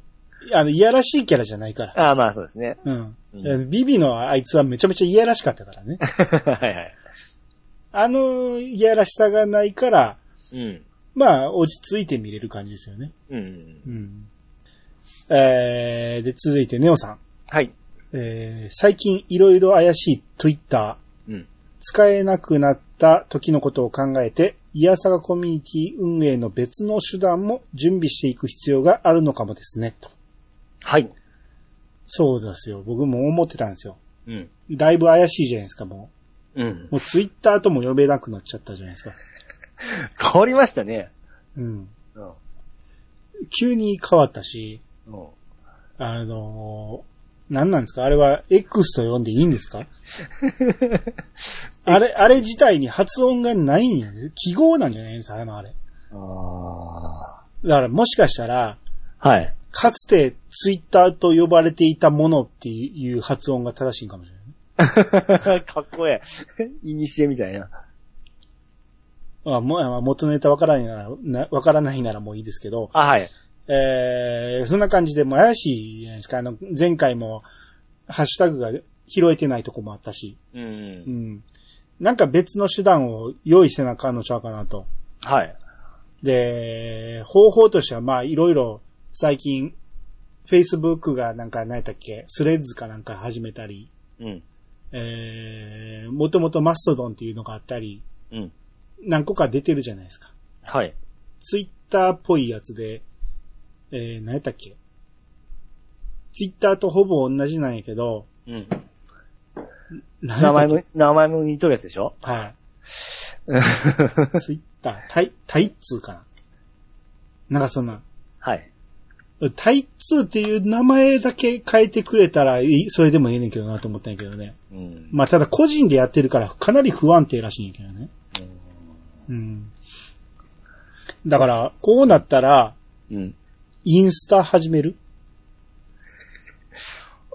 [SPEAKER 1] あの、いやらしいキャラじゃないから。
[SPEAKER 2] ああ、まあそうですね。
[SPEAKER 1] うん。
[SPEAKER 2] う
[SPEAKER 1] ビビのあいつはめちゃめちゃいやらしかったから (laughs) ね。
[SPEAKER 2] (laughs) はいはい。
[SPEAKER 1] あの、いやらしさがないから、
[SPEAKER 2] うん。
[SPEAKER 1] まあ、落ち着いて見れる感じですよね。
[SPEAKER 2] うん。
[SPEAKER 1] うん。えー、で、続いて、ネオさん。
[SPEAKER 2] はい。
[SPEAKER 1] えー、最近いろいろ怪しい Twitter、
[SPEAKER 2] うん。
[SPEAKER 1] 使えなくなった時のことを考えて、イヤサガコミュニティ運営の別の手段も準備していく必要があるのかもですね、と。
[SPEAKER 2] はい。
[SPEAKER 1] そうですよ。僕も思ってたんですよ。
[SPEAKER 2] うん。
[SPEAKER 1] だいぶ怪しいじゃないですか、も
[SPEAKER 2] うん
[SPEAKER 1] う。。もう Twitter とも呼べなくなっちゃったじゃないですか。
[SPEAKER 2] 変わりましたね。
[SPEAKER 1] うん。
[SPEAKER 2] うん。
[SPEAKER 1] 急に変わったし、
[SPEAKER 2] うん。
[SPEAKER 1] あのー、何なんですかあれは X と呼んでいいんですかあれ、あれ自体に発音がないんやね。記号なんじゃないんですかあのあれ。
[SPEAKER 2] あ
[SPEAKER 1] だからもしかしたら、
[SPEAKER 2] あ。はい。
[SPEAKER 1] かつてツイッターと呼ばれていたものっていう発音が正しいんかもしれないね。
[SPEAKER 2] (laughs) かっこええ。いにしえみたいな。
[SPEAKER 1] あもあ元ネタわからないなら、なわからないならもういいですけど、
[SPEAKER 2] あ、はい。
[SPEAKER 1] えー、そんな感じでもう怪しいじゃないですか。あの、前回もハッシュタグが拾えてないとこもあったし、
[SPEAKER 2] う。
[SPEAKER 1] うんん。なんか別の手段を用意せなあかんのちゃうかなと。
[SPEAKER 2] はい。
[SPEAKER 1] で、方法としてはまあいろいろ最近、Facebook がなんか何やったっけ、スレッズかなんか始めたり、
[SPEAKER 2] うん。
[SPEAKER 1] えー、もともとマストドンっていうのがあったり、
[SPEAKER 2] うん。
[SPEAKER 1] 何個か出てるじゃないですか。
[SPEAKER 2] はい。
[SPEAKER 1] ツイッターっぽいやつで、えー、何やったっけツイッターとほぼ同じなんやけど、
[SPEAKER 2] うん。
[SPEAKER 1] 名
[SPEAKER 2] 名 (laughs) 前も、名前も似とるやつでし (laughs) ょ
[SPEAKER 1] は。
[SPEAKER 2] はい
[SPEAKER 1] ツイッター、タイ、タイッツーかななんかそんな、
[SPEAKER 2] い。
[SPEAKER 1] タイッツーっていう名前だけ変えてくれたらいい、それでもええねんけどなと思ったんやけどね。
[SPEAKER 2] うん。
[SPEAKER 1] まあただ個人でやってるからかなり不安定らしいんやけどね。うん。だから、こうなったら、
[SPEAKER 2] うん。
[SPEAKER 1] インスタ始める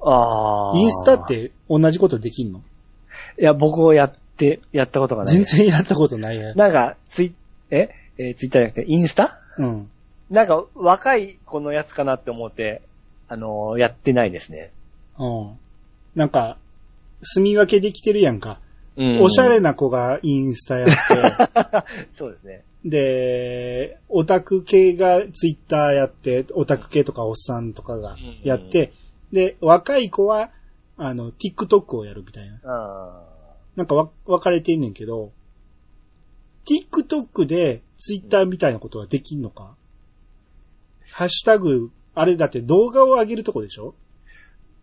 [SPEAKER 2] ああ。
[SPEAKER 1] インスタって同じことできんの
[SPEAKER 2] いや、僕をやって、やったことがない。
[SPEAKER 1] 全然やったことない
[SPEAKER 2] (laughs)
[SPEAKER 1] や。
[SPEAKER 2] なんか、ツイ、ええーツイッターじゃなくて、インスタ
[SPEAKER 1] うん。
[SPEAKER 2] なんか、若い子のやつかなって思って、あのーやってないですね。
[SPEAKER 1] うん。なんか、住み分けできてるやんか。
[SPEAKER 2] うん
[SPEAKER 1] おしゃれな子がインスタやって、
[SPEAKER 2] そうですね。
[SPEAKER 1] で、オタク系がツイッターやって、オタク系とかおっさんとかがやって、で、若い子は、あの、TikTok をやるみたいな。
[SPEAKER 2] あ
[SPEAKER 1] なんかわ、分かれてんねんけど、TikTok でツイッターみたいなことはできんのか、ハッシュタグ、あれだって動画を上げるとこでしょ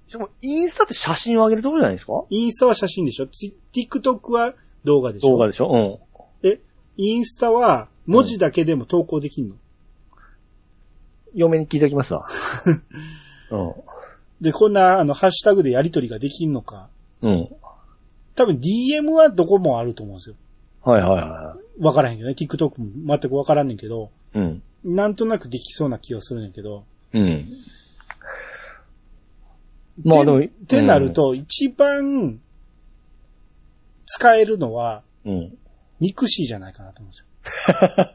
[SPEAKER 2] ーしかも、インスタって写真を上げるところじゃないですか
[SPEAKER 1] インスタは写真でしょツイ ?TikTok は動画でしょ
[SPEAKER 2] 動画でしょうん。
[SPEAKER 1] え、インスタは文字だけでも投稿できんの、
[SPEAKER 2] 嫁に聞いておきます (laughs) わ。うん。
[SPEAKER 1] で、こんな、あの、ハッシュタグでやりとりができんのか。
[SPEAKER 2] うん。
[SPEAKER 1] 多分 DM はどこもあると思うんですよ。
[SPEAKER 2] はいはいは
[SPEAKER 1] わからへんけどね。TikTok も全くわからんねんけど、
[SPEAKER 2] い。うん。
[SPEAKER 1] なんとなくできそうな気がするねんけど。
[SPEAKER 2] うん。まあでも。
[SPEAKER 1] てってなる。と、一番、使えるのは、
[SPEAKER 2] うん。
[SPEAKER 1] ミクシーじゃないかなと思うんですよ。
[SPEAKER 2] (laughs)
[SPEAKER 1] あ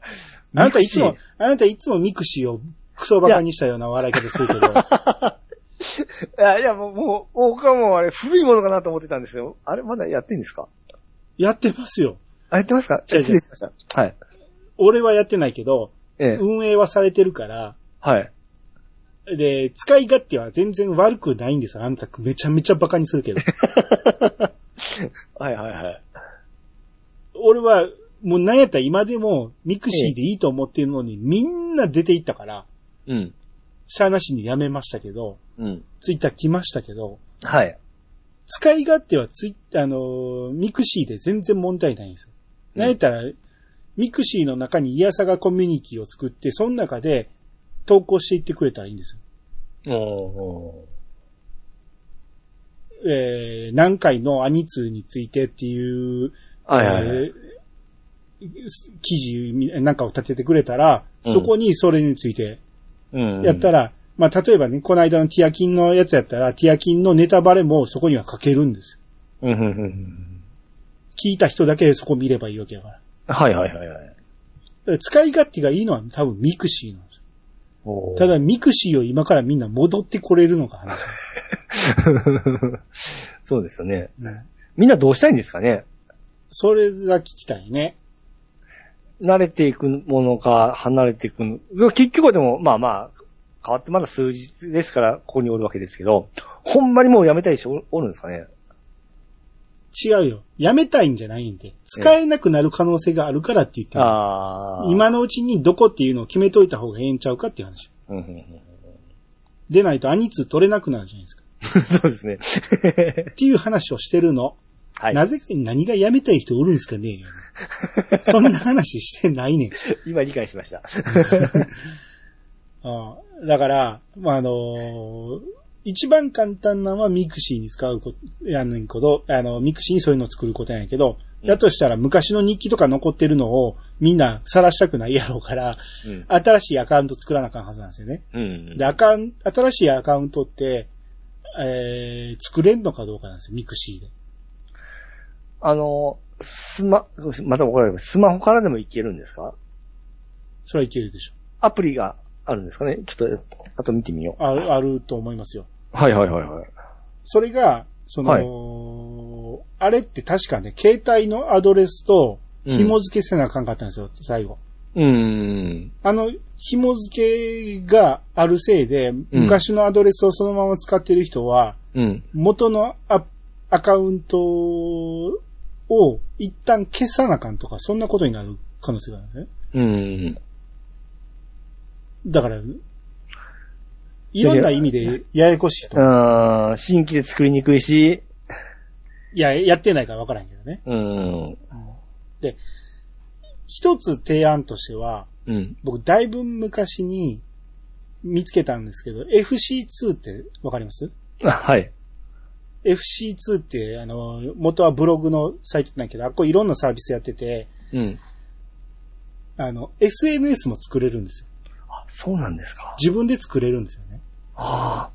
[SPEAKER 1] なたいつも
[SPEAKER 2] ミク、
[SPEAKER 1] あなたいつもミクシーをクソバカにしたような笑い方する
[SPEAKER 2] (laughs)
[SPEAKER 1] けど、
[SPEAKER 2] あいや、もう、もう、僕はもうあれ、古いものかなと思ってたんですよ。あれ、まだやってんですか
[SPEAKER 1] やってますよ。
[SPEAKER 2] あ、やってますか
[SPEAKER 1] 違う違う
[SPEAKER 2] 失礼しました。はい。
[SPEAKER 1] 俺はやってないけど、
[SPEAKER 2] ええ。
[SPEAKER 1] 運営はされてるから、
[SPEAKER 2] はい。
[SPEAKER 1] で、使い勝手は全然悪くないんですよ。あなためちゃめちゃバカにするけど。
[SPEAKER 2] はいはいはい。
[SPEAKER 1] 俺は、もうなんやったら今でも、ミクシーでいいと思ってるのに、みんな出ていったから、
[SPEAKER 2] うん。
[SPEAKER 1] しゃーなしにやめましたけど、
[SPEAKER 2] うん。
[SPEAKER 1] ツイッター来ましたけど、
[SPEAKER 2] はい。
[SPEAKER 1] 使い勝手はツイッター、あのーミクシーで全然問題ないんですよ。
[SPEAKER 2] うん
[SPEAKER 1] なんやったら、ミクシーの中にイヤサガコミュニティを作って、その中で投稿していってくれたらいいんですよ。
[SPEAKER 2] お
[SPEAKER 1] えー、何回のアニツーについてっていう
[SPEAKER 2] ー。はいはいはい。
[SPEAKER 1] えー記事みなんかを立ててくれたら、
[SPEAKER 2] うん
[SPEAKER 1] そこにそれについて
[SPEAKER 2] うん
[SPEAKER 1] やった
[SPEAKER 2] ら。
[SPEAKER 1] ら、まあ、例えばね、この間のティアキンのやつやったら、ティアキンのネタバレもそこには書けるんですよ。
[SPEAKER 2] うんうんうんうん。
[SPEAKER 1] 聞いた人だけそこ見ればいいわけだから。だか
[SPEAKER 2] はいはいはいはい。
[SPEAKER 1] ら使い勝手がいいのは多分ミクシーなんですよ。
[SPEAKER 2] おー
[SPEAKER 1] ただ、ミクシーを今からみんな戻ってこれるのかな。
[SPEAKER 2] (laughs) そうですよね。
[SPEAKER 1] うん
[SPEAKER 2] みんなどうしたいんですかね
[SPEAKER 1] それが聞きたいね。
[SPEAKER 2] 慣れていくものか、離れていくの。結局はでも、まあまあ、変わってまだ数日ですから、ここにおるわけですけど、ほんまにもうやめたい人おおるんですかね
[SPEAKER 1] 違うよ。やめたいんじゃないんで。使えなくなる可能性があるからって言ってる
[SPEAKER 2] ああ。
[SPEAKER 1] 今のうちにどこっていうのを決めといた方がええんちゃうかっていう話。
[SPEAKER 2] うんうんうん (laughs)
[SPEAKER 1] でないとアニツ取れなくなるじゃないですか。
[SPEAKER 2] そうですね。 (laughs)
[SPEAKER 1] っていう話をしてるの。
[SPEAKER 2] はい。
[SPEAKER 1] なぜか何がやめたい人おるんですか (laughs) ねそんな話してないねん。
[SPEAKER 2] 今理解しました。
[SPEAKER 1] ああだから、まあ、あのー一番簡単なのはミクシーに使うこと、やんねんけど、あの、ミクシーにそういうのを作ることやんやけど、
[SPEAKER 2] うん
[SPEAKER 1] だとしたら昔の日記とか残ってるのをみんな晒したくないやろうから、
[SPEAKER 2] うん。
[SPEAKER 1] 新しいアカウント作らなあかんはずなんですよね。
[SPEAKER 2] うん
[SPEAKER 1] で、アカウン、新しいアカウントって、えー、作れんのかどうかなんですよ、ミクシーで。
[SPEAKER 2] あの、スマ、また怒られます。スマホからでもいけるんですか
[SPEAKER 1] それはいけるでしょ。
[SPEAKER 2] アプリがあるんですかねちょっと、あと見てみよ
[SPEAKER 1] ある、あると思いますよ。
[SPEAKER 2] う。はいはいはいはい。
[SPEAKER 1] それが、その、
[SPEAKER 2] はい
[SPEAKER 1] あれって確かね、携帯のアドレスと
[SPEAKER 2] うん
[SPEAKER 1] 紐付けせなあかんかったんですよ、最後。
[SPEAKER 2] うん。
[SPEAKER 1] あの、紐付けがあるせいで、昔のアドレスをそのまま使ってる人は、
[SPEAKER 2] うん。
[SPEAKER 1] 元のアアカウントを一旦消さなあかんとか、そんなことになる可能性があるんですね。
[SPEAKER 2] うん。
[SPEAKER 1] だから、いろんな意味でややこしいと。
[SPEAKER 2] うん。新規で作りにくいし、
[SPEAKER 1] いや、やってないから分からへんけどね。
[SPEAKER 2] うん。
[SPEAKER 1] 一つ提案としては、
[SPEAKER 2] うん。
[SPEAKER 1] 僕だいぶ昔に見つけたんですけど、FC2 って分かります
[SPEAKER 2] あはい。
[SPEAKER 1] ?FC2 って、あの、元はブログのサイトなんやけど、あっこいろんなサービスやってて、
[SPEAKER 2] うん。
[SPEAKER 1] あの、SNS も作れるんですよ。
[SPEAKER 2] あ、そうなんですか。
[SPEAKER 1] 自分で作れるんですよね。
[SPEAKER 2] あ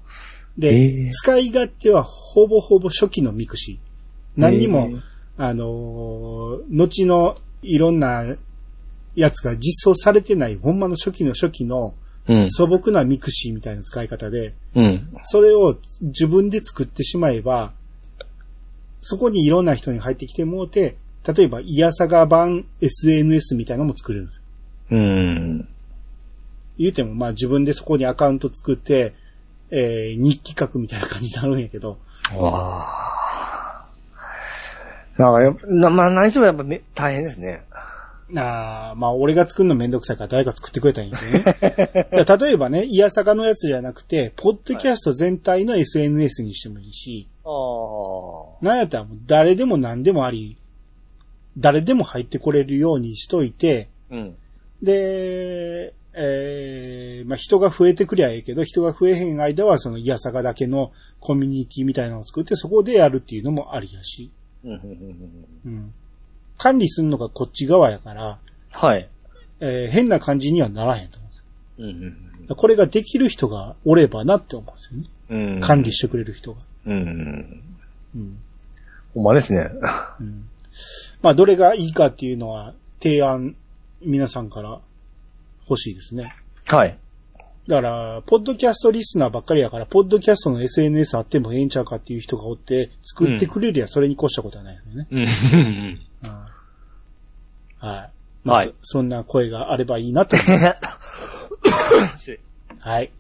[SPEAKER 1] で、
[SPEAKER 2] えー
[SPEAKER 1] 使い勝手はほぼほぼ初期のミクシー。何にも、
[SPEAKER 2] えー
[SPEAKER 1] あのー後のいろんなやつが実装されてない、ほんまの初期の初期の
[SPEAKER 2] あ。うん。
[SPEAKER 1] 素朴なミクシーみたいな使い方で、
[SPEAKER 2] うん。
[SPEAKER 1] それを自分で作ってしまえば、そこにいろんな人に入ってきてもうて、例えば、イヤサガ版 SNS みたいなのも作れるんですよ。
[SPEAKER 2] うん。
[SPEAKER 1] 言うても、まあ自分でそこにアカウント作って、えー、日記書くみたいな感じになるんやけど、
[SPEAKER 2] わあ。なんかやっぱ、なまあ、何しろやっぱめ大変ですね。
[SPEAKER 1] あーまあ俺が作るのめんどくさいから誰か作ってくれたらいいんでね。だから例えばね、イヤサカのやつじゃなくて、ポッドキャスト全体の SNS にしてもいいし、
[SPEAKER 2] ああ。
[SPEAKER 1] なんやったらもう誰でも何でもあり、誰でも入ってこれるようにしといて、
[SPEAKER 2] うん。
[SPEAKER 1] で、えーまあ、人が増えてくりゃええけど、人が増えへん間は、その、いやさかだけのコミュニティみたいなのを作って、そこでやるっていうのもありやし、
[SPEAKER 2] うんうんうんうん
[SPEAKER 1] うん。管理するのがこっち側やから、
[SPEAKER 2] はい。
[SPEAKER 1] えー変な感じにはならへんと思うんです
[SPEAKER 2] うんうん
[SPEAKER 1] よこれができる人がおればなって思うんですよね。
[SPEAKER 2] うんうん
[SPEAKER 1] 管理してくれる人が。
[SPEAKER 2] うんうん。
[SPEAKER 1] うん。
[SPEAKER 2] ほんまですね。
[SPEAKER 1] うん。まあ、どれがいいかっていうのは、提案、皆さんから欲しいですね。
[SPEAKER 2] はい。
[SPEAKER 1] だから、ポッドキャストリスナーばっかりやから、ポッドキャストの SNS あってもええんちゃうかっていう人がおって、作ってくれりゃそれに越したことはないよね。
[SPEAKER 2] うんうん
[SPEAKER 1] うんはい。まあ
[SPEAKER 2] はい
[SPEAKER 1] そそんな声があればいいなと思います。
[SPEAKER 2] (laughs) うん。
[SPEAKER 1] はい。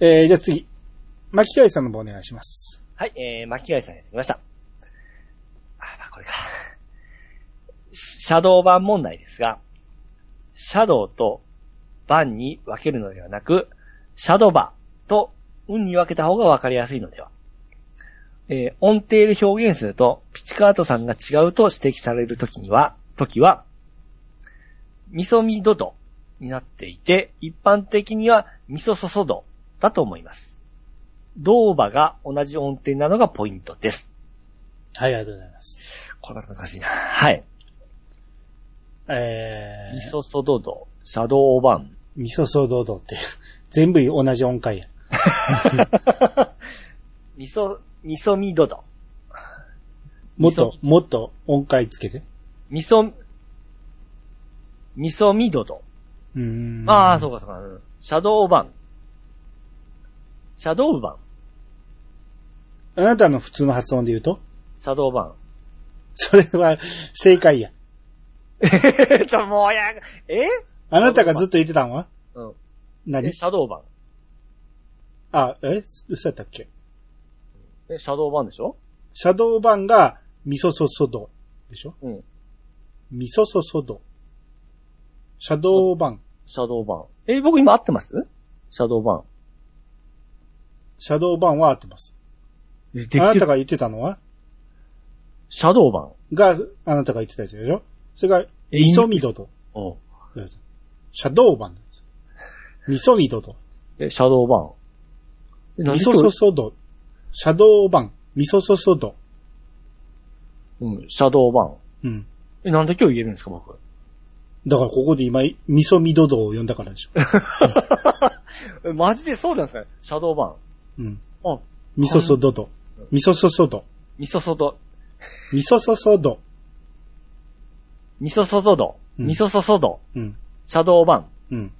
[SPEAKER 1] えー、じゃあ次。巻貝さんの方お願いします。
[SPEAKER 2] はい、えー、巻貝さんやってきました。あ、まあこれか。シシャドー版問題ですが、シャドウと版に分けるのではなく、シャドバと運に分けた方が分かりやすいのでは。えー音程で表現すると、ピチカートさんが違うと指摘されるときには、時は、ミソミドドになっていて、一般的にはミソソソドだと思います。同馬が同じ音程なのがポイントです。
[SPEAKER 1] はい、ありがとうございます。
[SPEAKER 2] これは難しいな。はい。
[SPEAKER 1] えー、
[SPEAKER 2] ミソソドド、シャドーバン。
[SPEAKER 1] 味噌ソードードって、全部同じ音階や。
[SPEAKER 2] ミソ、ミソミドド。
[SPEAKER 1] もっと、もっと音階つけて。
[SPEAKER 2] ミソ、ミソミドド。
[SPEAKER 1] うーん。。
[SPEAKER 2] ああ、そううかそうか。うんシャドーバン。シャドーバン。
[SPEAKER 1] あなたの普通の発音で言うと
[SPEAKER 2] シャドーバン。
[SPEAKER 1] それは正解や。
[SPEAKER 2] (laughs) えっと、もうや、え
[SPEAKER 1] あなたがずっと言ってたんは
[SPEAKER 2] うん。
[SPEAKER 1] 何
[SPEAKER 2] えシャドーバ
[SPEAKER 1] あ、え嘘やったっけ
[SPEAKER 2] ン。え、シャドーバンでしょ
[SPEAKER 1] シャドウ版が、ミソソソド。でしょ
[SPEAKER 2] うん。
[SPEAKER 1] ミソソソド。シャドウ版。
[SPEAKER 2] シャドーバン。え、僕今合ってますシャドーバ
[SPEAKER 1] シャドウ版は合ってます。
[SPEAKER 2] ン。え、で
[SPEAKER 1] あな
[SPEAKER 2] きて
[SPEAKER 1] た
[SPEAKER 2] る。
[SPEAKER 1] が言ってたのは
[SPEAKER 2] シャドーバ
[SPEAKER 1] が、あなたが言ってたやつでしょそれが、
[SPEAKER 2] え
[SPEAKER 1] ミソミドと。
[SPEAKER 2] ン。うん。
[SPEAKER 1] シャドウ版なんです。ミソミドと。
[SPEAKER 2] え、シャドーバーン。え
[SPEAKER 1] ミソソソド。シャドウ版。ミソソソド。
[SPEAKER 2] うん、シャドーバ
[SPEAKER 1] う
[SPEAKER 2] ーン。
[SPEAKER 1] ん。
[SPEAKER 2] え、なんで今日言えるんですか、僕。
[SPEAKER 1] だからここで今、ミソミドドを呼んだからでしょ。
[SPEAKER 2] え、マジでそうなんですかねシャドーバ
[SPEAKER 1] うん。
[SPEAKER 2] ーン。あ、
[SPEAKER 1] ミソソドド。ミソソソド。
[SPEAKER 2] ミソソド、
[SPEAKER 1] ミソソソド。
[SPEAKER 2] ミソソソド、
[SPEAKER 1] うん
[SPEAKER 2] ミソソソド、
[SPEAKER 1] うん。
[SPEAKER 2] シャドーバ
[SPEAKER 1] うん。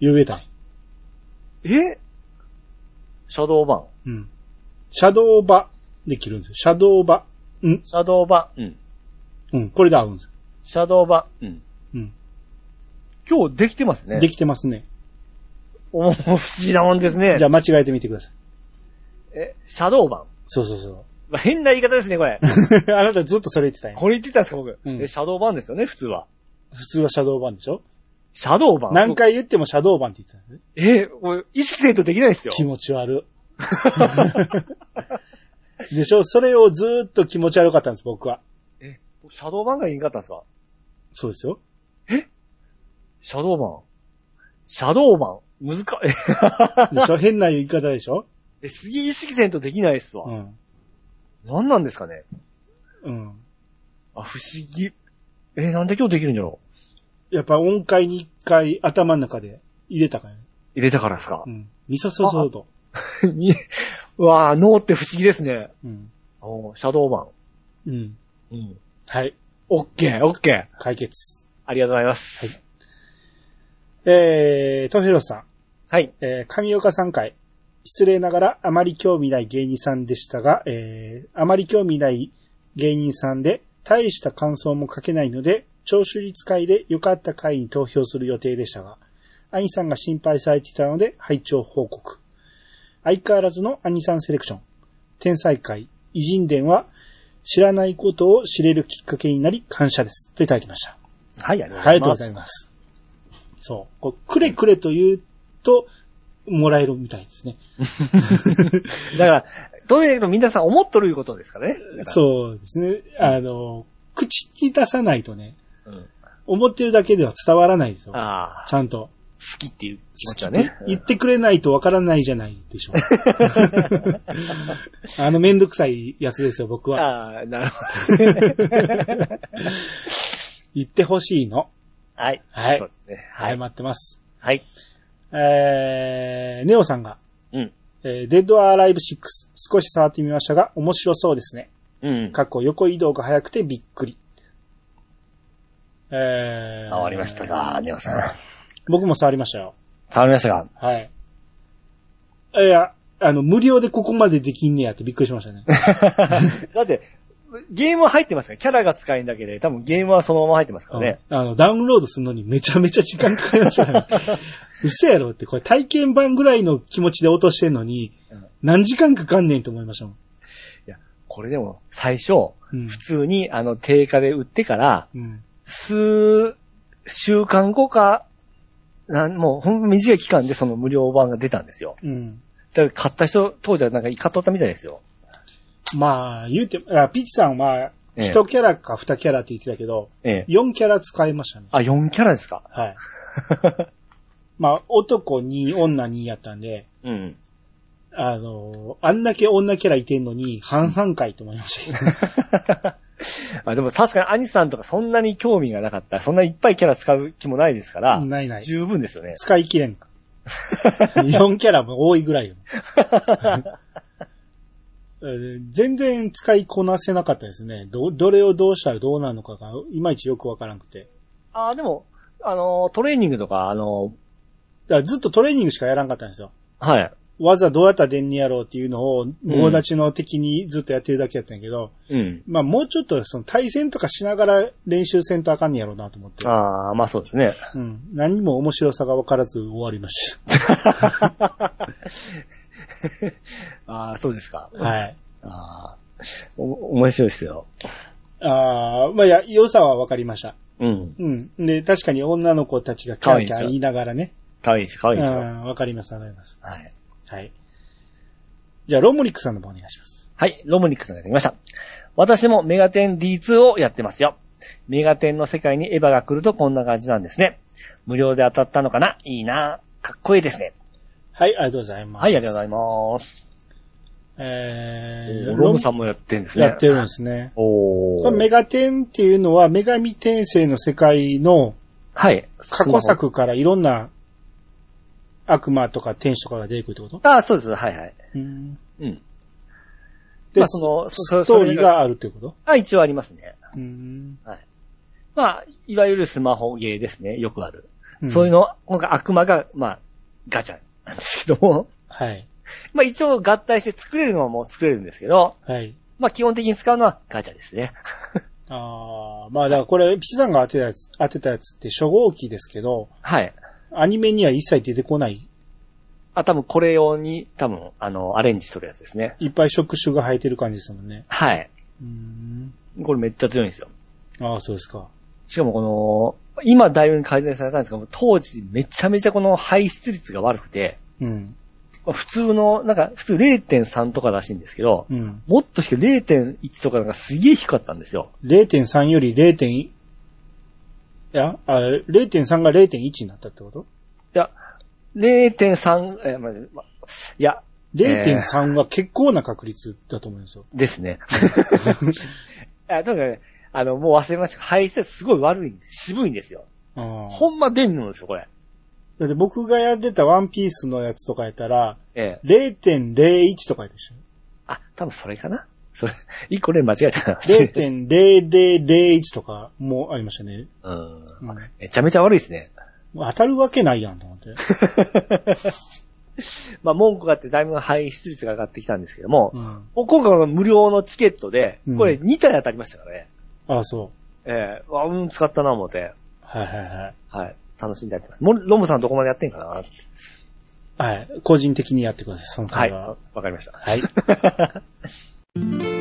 [SPEAKER 1] 言えたん。
[SPEAKER 2] ーン。えシャドーバーン。
[SPEAKER 1] うん。シャドーバできるんですよ。シャドーバ。うん。
[SPEAKER 2] シャドーバーン。うん。
[SPEAKER 1] うん。これで合うんですよ。
[SPEAKER 2] シャドーバーン。
[SPEAKER 1] うん。
[SPEAKER 2] 今日できてますね。
[SPEAKER 1] できてますね。
[SPEAKER 2] おー不思議なも (laughs) んですね。
[SPEAKER 1] じゃあ間違えてみてください。
[SPEAKER 2] え、シャドーバーン
[SPEAKER 1] そうそうそ
[SPEAKER 2] まあ。変な言い方ですね、こ
[SPEAKER 1] う。
[SPEAKER 2] れ。
[SPEAKER 1] (laughs) あなたずっとそれ言ってたんや
[SPEAKER 2] これ言ってたんですか、僕。
[SPEAKER 1] うん
[SPEAKER 2] え、シャドーバーンですよね、普通は。
[SPEAKER 1] 普通はシャドーバンでしょ
[SPEAKER 2] シャドーバーン。
[SPEAKER 1] 何回言ってもシャドーバンって言ってたんですね。
[SPEAKER 2] え、これ、意識せんとできないですよ。
[SPEAKER 1] 気持ち悪。 (laughs) でしょそれをずーっと気持ち悪かったんです、僕は。
[SPEAKER 2] え、シャドーバーンが言いんかったんですか
[SPEAKER 1] そうですよ。
[SPEAKER 2] シャドーバン。シャドーバン。難か、 (laughs)
[SPEAKER 1] でしょ変な言い方でしょ
[SPEAKER 2] え、すげえ意識せんとできないっす
[SPEAKER 1] う
[SPEAKER 2] わ。
[SPEAKER 1] ん。
[SPEAKER 2] なん、なんですかね
[SPEAKER 1] うん。
[SPEAKER 2] あ、不思議。え、なんで今日できるんだろう
[SPEAKER 1] やっぱ音階に一回頭の中で入れたからね。
[SPEAKER 2] 入れたからですか (laughs)
[SPEAKER 1] うん。味噌ソソド。
[SPEAKER 2] みうわあ脳って不思議ですね。
[SPEAKER 1] うん。
[SPEAKER 2] おーシャドーバ
[SPEAKER 1] うん。
[SPEAKER 2] ン。うん。
[SPEAKER 1] はい。
[SPEAKER 2] オッケー、オッケー。
[SPEAKER 1] 解決。
[SPEAKER 2] ありがとうございます。
[SPEAKER 1] えー、とひろさん。
[SPEAKER 2] はい。
[SPEAKER 1] えー、上岡さん会。失礼ながらあまり興味ない芸人さんでしたが、えー、あまり興味ない芸人さんで、大した感想も書けないので、聴取率会で良かった回に投票する予定でしたが、兄さんが心配されていたので拝聴報告。相変わらずの兄さんセレクション。天才会、偉人伝は、知らないことを知れるきっかけになり感謝です。といただきました。
[SPEAKER 2] はい、あり
[SPEAKER 1] ありがとうございます。そう。こうくれくれと言うと、もらえるみたいですね。
[SPEAKER 2] す。だから、どうやら皆さん思っとるいうことですからね。
[SPEAKER 1] そうですね。あの、口に出さないとね、
[SPEAKER 2] う。うん、
[SPEAKER 1] 思ってるだけでは伝わらないですよ。
[SPEAKER 2] ああ、
[SPEAKER 1] ちゃんと。
[SPEAKER 2] 好きっていう気持ちはね。
[SPEAKER 1] 言ってくれないとわからないじゃないで (laughs) しょうか。あのめんどくさいやつですよ、僕は。
[SPEAKER 2] ああ、なるほ
[SPEAKER 1] 言ってほしいの。
[SPEAKER 2] ど。はい。
[SPEAKER 1] はい
[SPEAKER 2] そうですね。は
[SPEAKER 1] はい、
[SPEAKER 2] い。
[SPEAKER 1] 待ってます。
[SPEAKER 2] はい。
[SPEAKER 1] えー、ネオさんが、
[SPEAKER 2] うん。
[SPEAKER 1] えーデッドアライブ6、少し触ってみましたが、面白そうですね。
[SPEAKER 2] うん。
[SPEAKER 1] 過去横移動が早くてびっくり。えー、
[SPEAKER 2] 触りましたが、ネオさん。
[SPEAKER 1] 僕も触りましたよ。
[SPEAKER 2] 触りましたが、
[SPEAKER 1] はい。いや、あの、無料でここまでできんねやってびっくりしましたね。
[SPEAKER 2] (laughs) だって、ゲームは入ってますから、キャラが使えんだけで、多分ゲームはそのまま入ってますから (laughs) ね。
[SPEAKER 1] うんあの、ダウンロードするのにめちゃめちゃ時間かか
[SPEAKER 2] (laughs)
[SPEAKER 1] りましたね。嘘やろって、これ体験版ぐらいの気持ちで落としてんのに
[SPEAKER 2] うん、
[SPEAKER 1] 何時間かかんねんと思いましたもん。
[SPEAKER 2] これでも、最初、
[SPEAKER 1] うん
[SPEAKER 2] 普通に、あの、定価で売ってから、
[SPEAKER 1] うん。
[SPEAKER 2] 数週間後か、なんもう、ほんと短い期間でその無料版が出たんですよ。
[SPEAKER 1] うん。
[SPEAKER 2] だから買った人、当時はなんか買っとったみたいですよ。
[SPEAKER 1] まあ、言うて、あピッチさんは、
[SPEAKER 2] ええ
[SPEAKER 1] 1キャラか2キャラって言ってたけど、
[SPEAKER 2] ええ。
[SPEAKER 1] 4キャラ使えましたね。
[SPEAKER 2] あ、4キャラですか
[SPEAKER 1] はい。 (laughs) まあ、男に女にやったんで、
[SPEAKER 2] うん。
[SPEAKER 1] あのーあんだけ女キャラいてんのに、半々回と思いましたけど。
[SPEAKER 2] あでも確かにアニさんとかそんなに興味がなかったら、そんないっぱいキャラ使う気もないですから、
[SPEAKER 1] ないない。
[SPEAKER 2] 十分ですよね。
[SPEAKER 1] 使い切れんか。4キャラも多いぐらいよ。えー (laughs) 全然使いこなせなかったですね。ど、どれをどうしたらどうなるのかが、いまいちよくわからなくて。
[SPEAKER 2] ああ、でも、あのー、トレーニングとか、あの
[SPEAKER 1] だからずっとトレーニングしかやらんかったんですよ。
[SPEAKER 2] ー、はい。
[SPEAKER 1] 技どうやったら出んねやろうっていうのを、棒立ちの敵にずっとやってるだけやったんやけど、
[SPEAKER 2] うん。
[SPEAKER 1] まあもうちょっとその対戦とかしながら練習せんとあかんねやろうなと思って。
[SPEAKER 2] ああ、まあそうですね。
[SPEAKER 1] うん。何も面白さが分からず終わりまし
[SPEAKER 2] ああ、そうですか。
[SPEAKER 1] た。はい。
[SPEAKER 2] ああ、お、面白いですよ。
[SPEAKER 1] ああ、まあいや、良さは分かりました。
[SPEAKER 2] うん。
[SPEAKER 1] うん。で、確かに女の子たちがキャーキャー言いながらね。
[SPEAKER 2] かわいいし、かわ
[SPEAKER 1] う
[SPEAKER 2] いい
[SPEAKER 1] ん、
[SPEAKER 2] ですよ。
[SPEAKER 1] 分かります、分かります。
[SPEAKER 2] はい。
[SPEAKER 1] はい。じゃあ、ロモリックさんの方お願いします。
[SPEAKER 2] はい、ロムニックさんがやってきました。私もメガテン D2 をやってますよ。メガテンの世界にエヴァが来るとこんな感じなんですね。無料で当たったのかないいなかっこいいですね。
[SPEAKER 1] はい、ありがとうございます。
[SPEAKER 2] はい、ありが
[SPEAKER 1] う
[SPEAKER 2] とうござい
[SPEAKER 1] ございま
[SPEAKER 2] ます。
[SPEAKER 1] す。えー、
[SPEAKER 2] ロムさんもやってるんですね。
[SPEAKER 1] やってるんですね。
[SPEAKER 2] お
[SPEAKER 1] これ
[SPEAKER 2] ー。
[SPEAKER 1] メガテンっていうのは、女神転生の世界の
[SPEAKER 2] はい。
[SPEAKER 1] 過去。作からいろんな悪魔とか天使とかが出てくるってこと
[SPEAKER 2] ああ、そうです。はいはい。うん。
[SPEAKER 1] で、
[SPEAKER 2] まあ
[SPEAKER 1] そ
[SPEAKER 2] そ
[SPEAKER 1] の、
[SPEAKER 2] の
[SPEAKER 1] ス
[SPEAKER 2] そ
[SPEAKER 1] ト
[SPEAKER 2] そ
[SPEAKER 1] ー
[SPEAKER 2] れ
[SPEAKER 1] リーがあるってこと
[SPEAKER 2] あ、一応ありますね。
[SPEAKER 1] うん
[SPEAKER 2] まあ、いわゆるスマホゲーですね。よくある。
[SPEAKER 1] ん
[SPEAKER 2] そういうの、今回悪魔が、まあ、ガチャなんですけども、 (laughs)
[SPEAKER 1] はい。
[SPEAKER 2] まあ一応合体して作れるのはもう作れるんですけど、
[SPEAKER 1] はい。
[SPEAKER 2] まあ基本的に使うのはガチャですね。
[SPEAKER 1] ああ、まあだからこれ、ピさんが当てたやつ、当てたやつって初号機ですけど、
[SPEAKER 2] はい。
[SPEAKER 1] アニメには一切出てこない、
[SPEAKER 2] あ、多分これ用に、多分、あの、アレンジしとるやつですね。
[SPEAKER 1] いっぱい触手が生えてる感じですもんね。
[SPEAKER 2] はい。
[SPEAKER 1] うん。
[SPEAKER 2] これめっちゃ強いんですよ。
[SPEAKER 1] ああ、そうですか。
[SPEAKER 2] しかもこの、今だいぶ改善されたんですけども、当時めちゃめちゃこの排出率が悪くて、
[SPEAKER 1] うん。
[SPEAKER 2] まあ普通の、なんか普通0.3とからしいんですけど、
[SPEAKER 1] うん。
[SPEAKER 2] もっと低い0.1とかなんかすげえ低かったんですよ。
[SPEAKER 1] 0.3より0.1、いや、あ、0.3が0.1になったってこと
[SPEAKER 2] いや、0.3、え、まあ、まあいや、
[SPEAKER 1] ?0.3 は結構な確率だと思うんですよ。
[SPEAKER 2] です
[SPEAKER 1] (laughs)
[SPEAKER 2] ね。あとにかくね、あの、もう忘れましたけど、排泄すごい悪いんです。渋いんですよ。
[SPEAKER 1] ああ。
[SPEAKER 2] ほんま出んのですよ、これ。
[SPEAKER 1] だって僕がやってたワンピースのやつとかやったら、
[SPEAKER 2] ええ。
[SPEAKER 1] 0.01とかでしょ。
[SPEAKER 2] あ、多分それかなそれ、 (laughs) 一個例間違えたな。
[SPEAKER 1] 0.0001とかもありましたね。
[SPEAKER 2] うん。
[SPEAKER 1] うん
[SPEAKER 2] めちゃめちゃ悪いですね。
[SPEAKER 1] 当たるわけないやんと思って。
[SPEAKER 2] まあ、文句があってだいぶ排出率が上がってきたんですけども、
[SPEAKER 1] うん、
[SPEAKER 2] もう今回の無料のチケットで
[SPEAKER 1] うん、
[SPEAKER 2] これ2体当たりましたからね。
[SPEAKER 1] ああ、そ
[SPEAKER 2] ええあ、うん、使ったな、思って。
[SPEAKER 1] はいはい
[SPEAKER 2] はい。楽しんでやってます。もうロムさんどこまでやってんかな
[SPEAKER 1] はい。はい。個人的にやってください、その
[SPEAKER 2] は
[SPEAKER 1] 回
[SPEAKER 2] い。
[SPEAKER 1] は。
[SPEAKER 2] わかりました。
[SPEAKER 1] はい。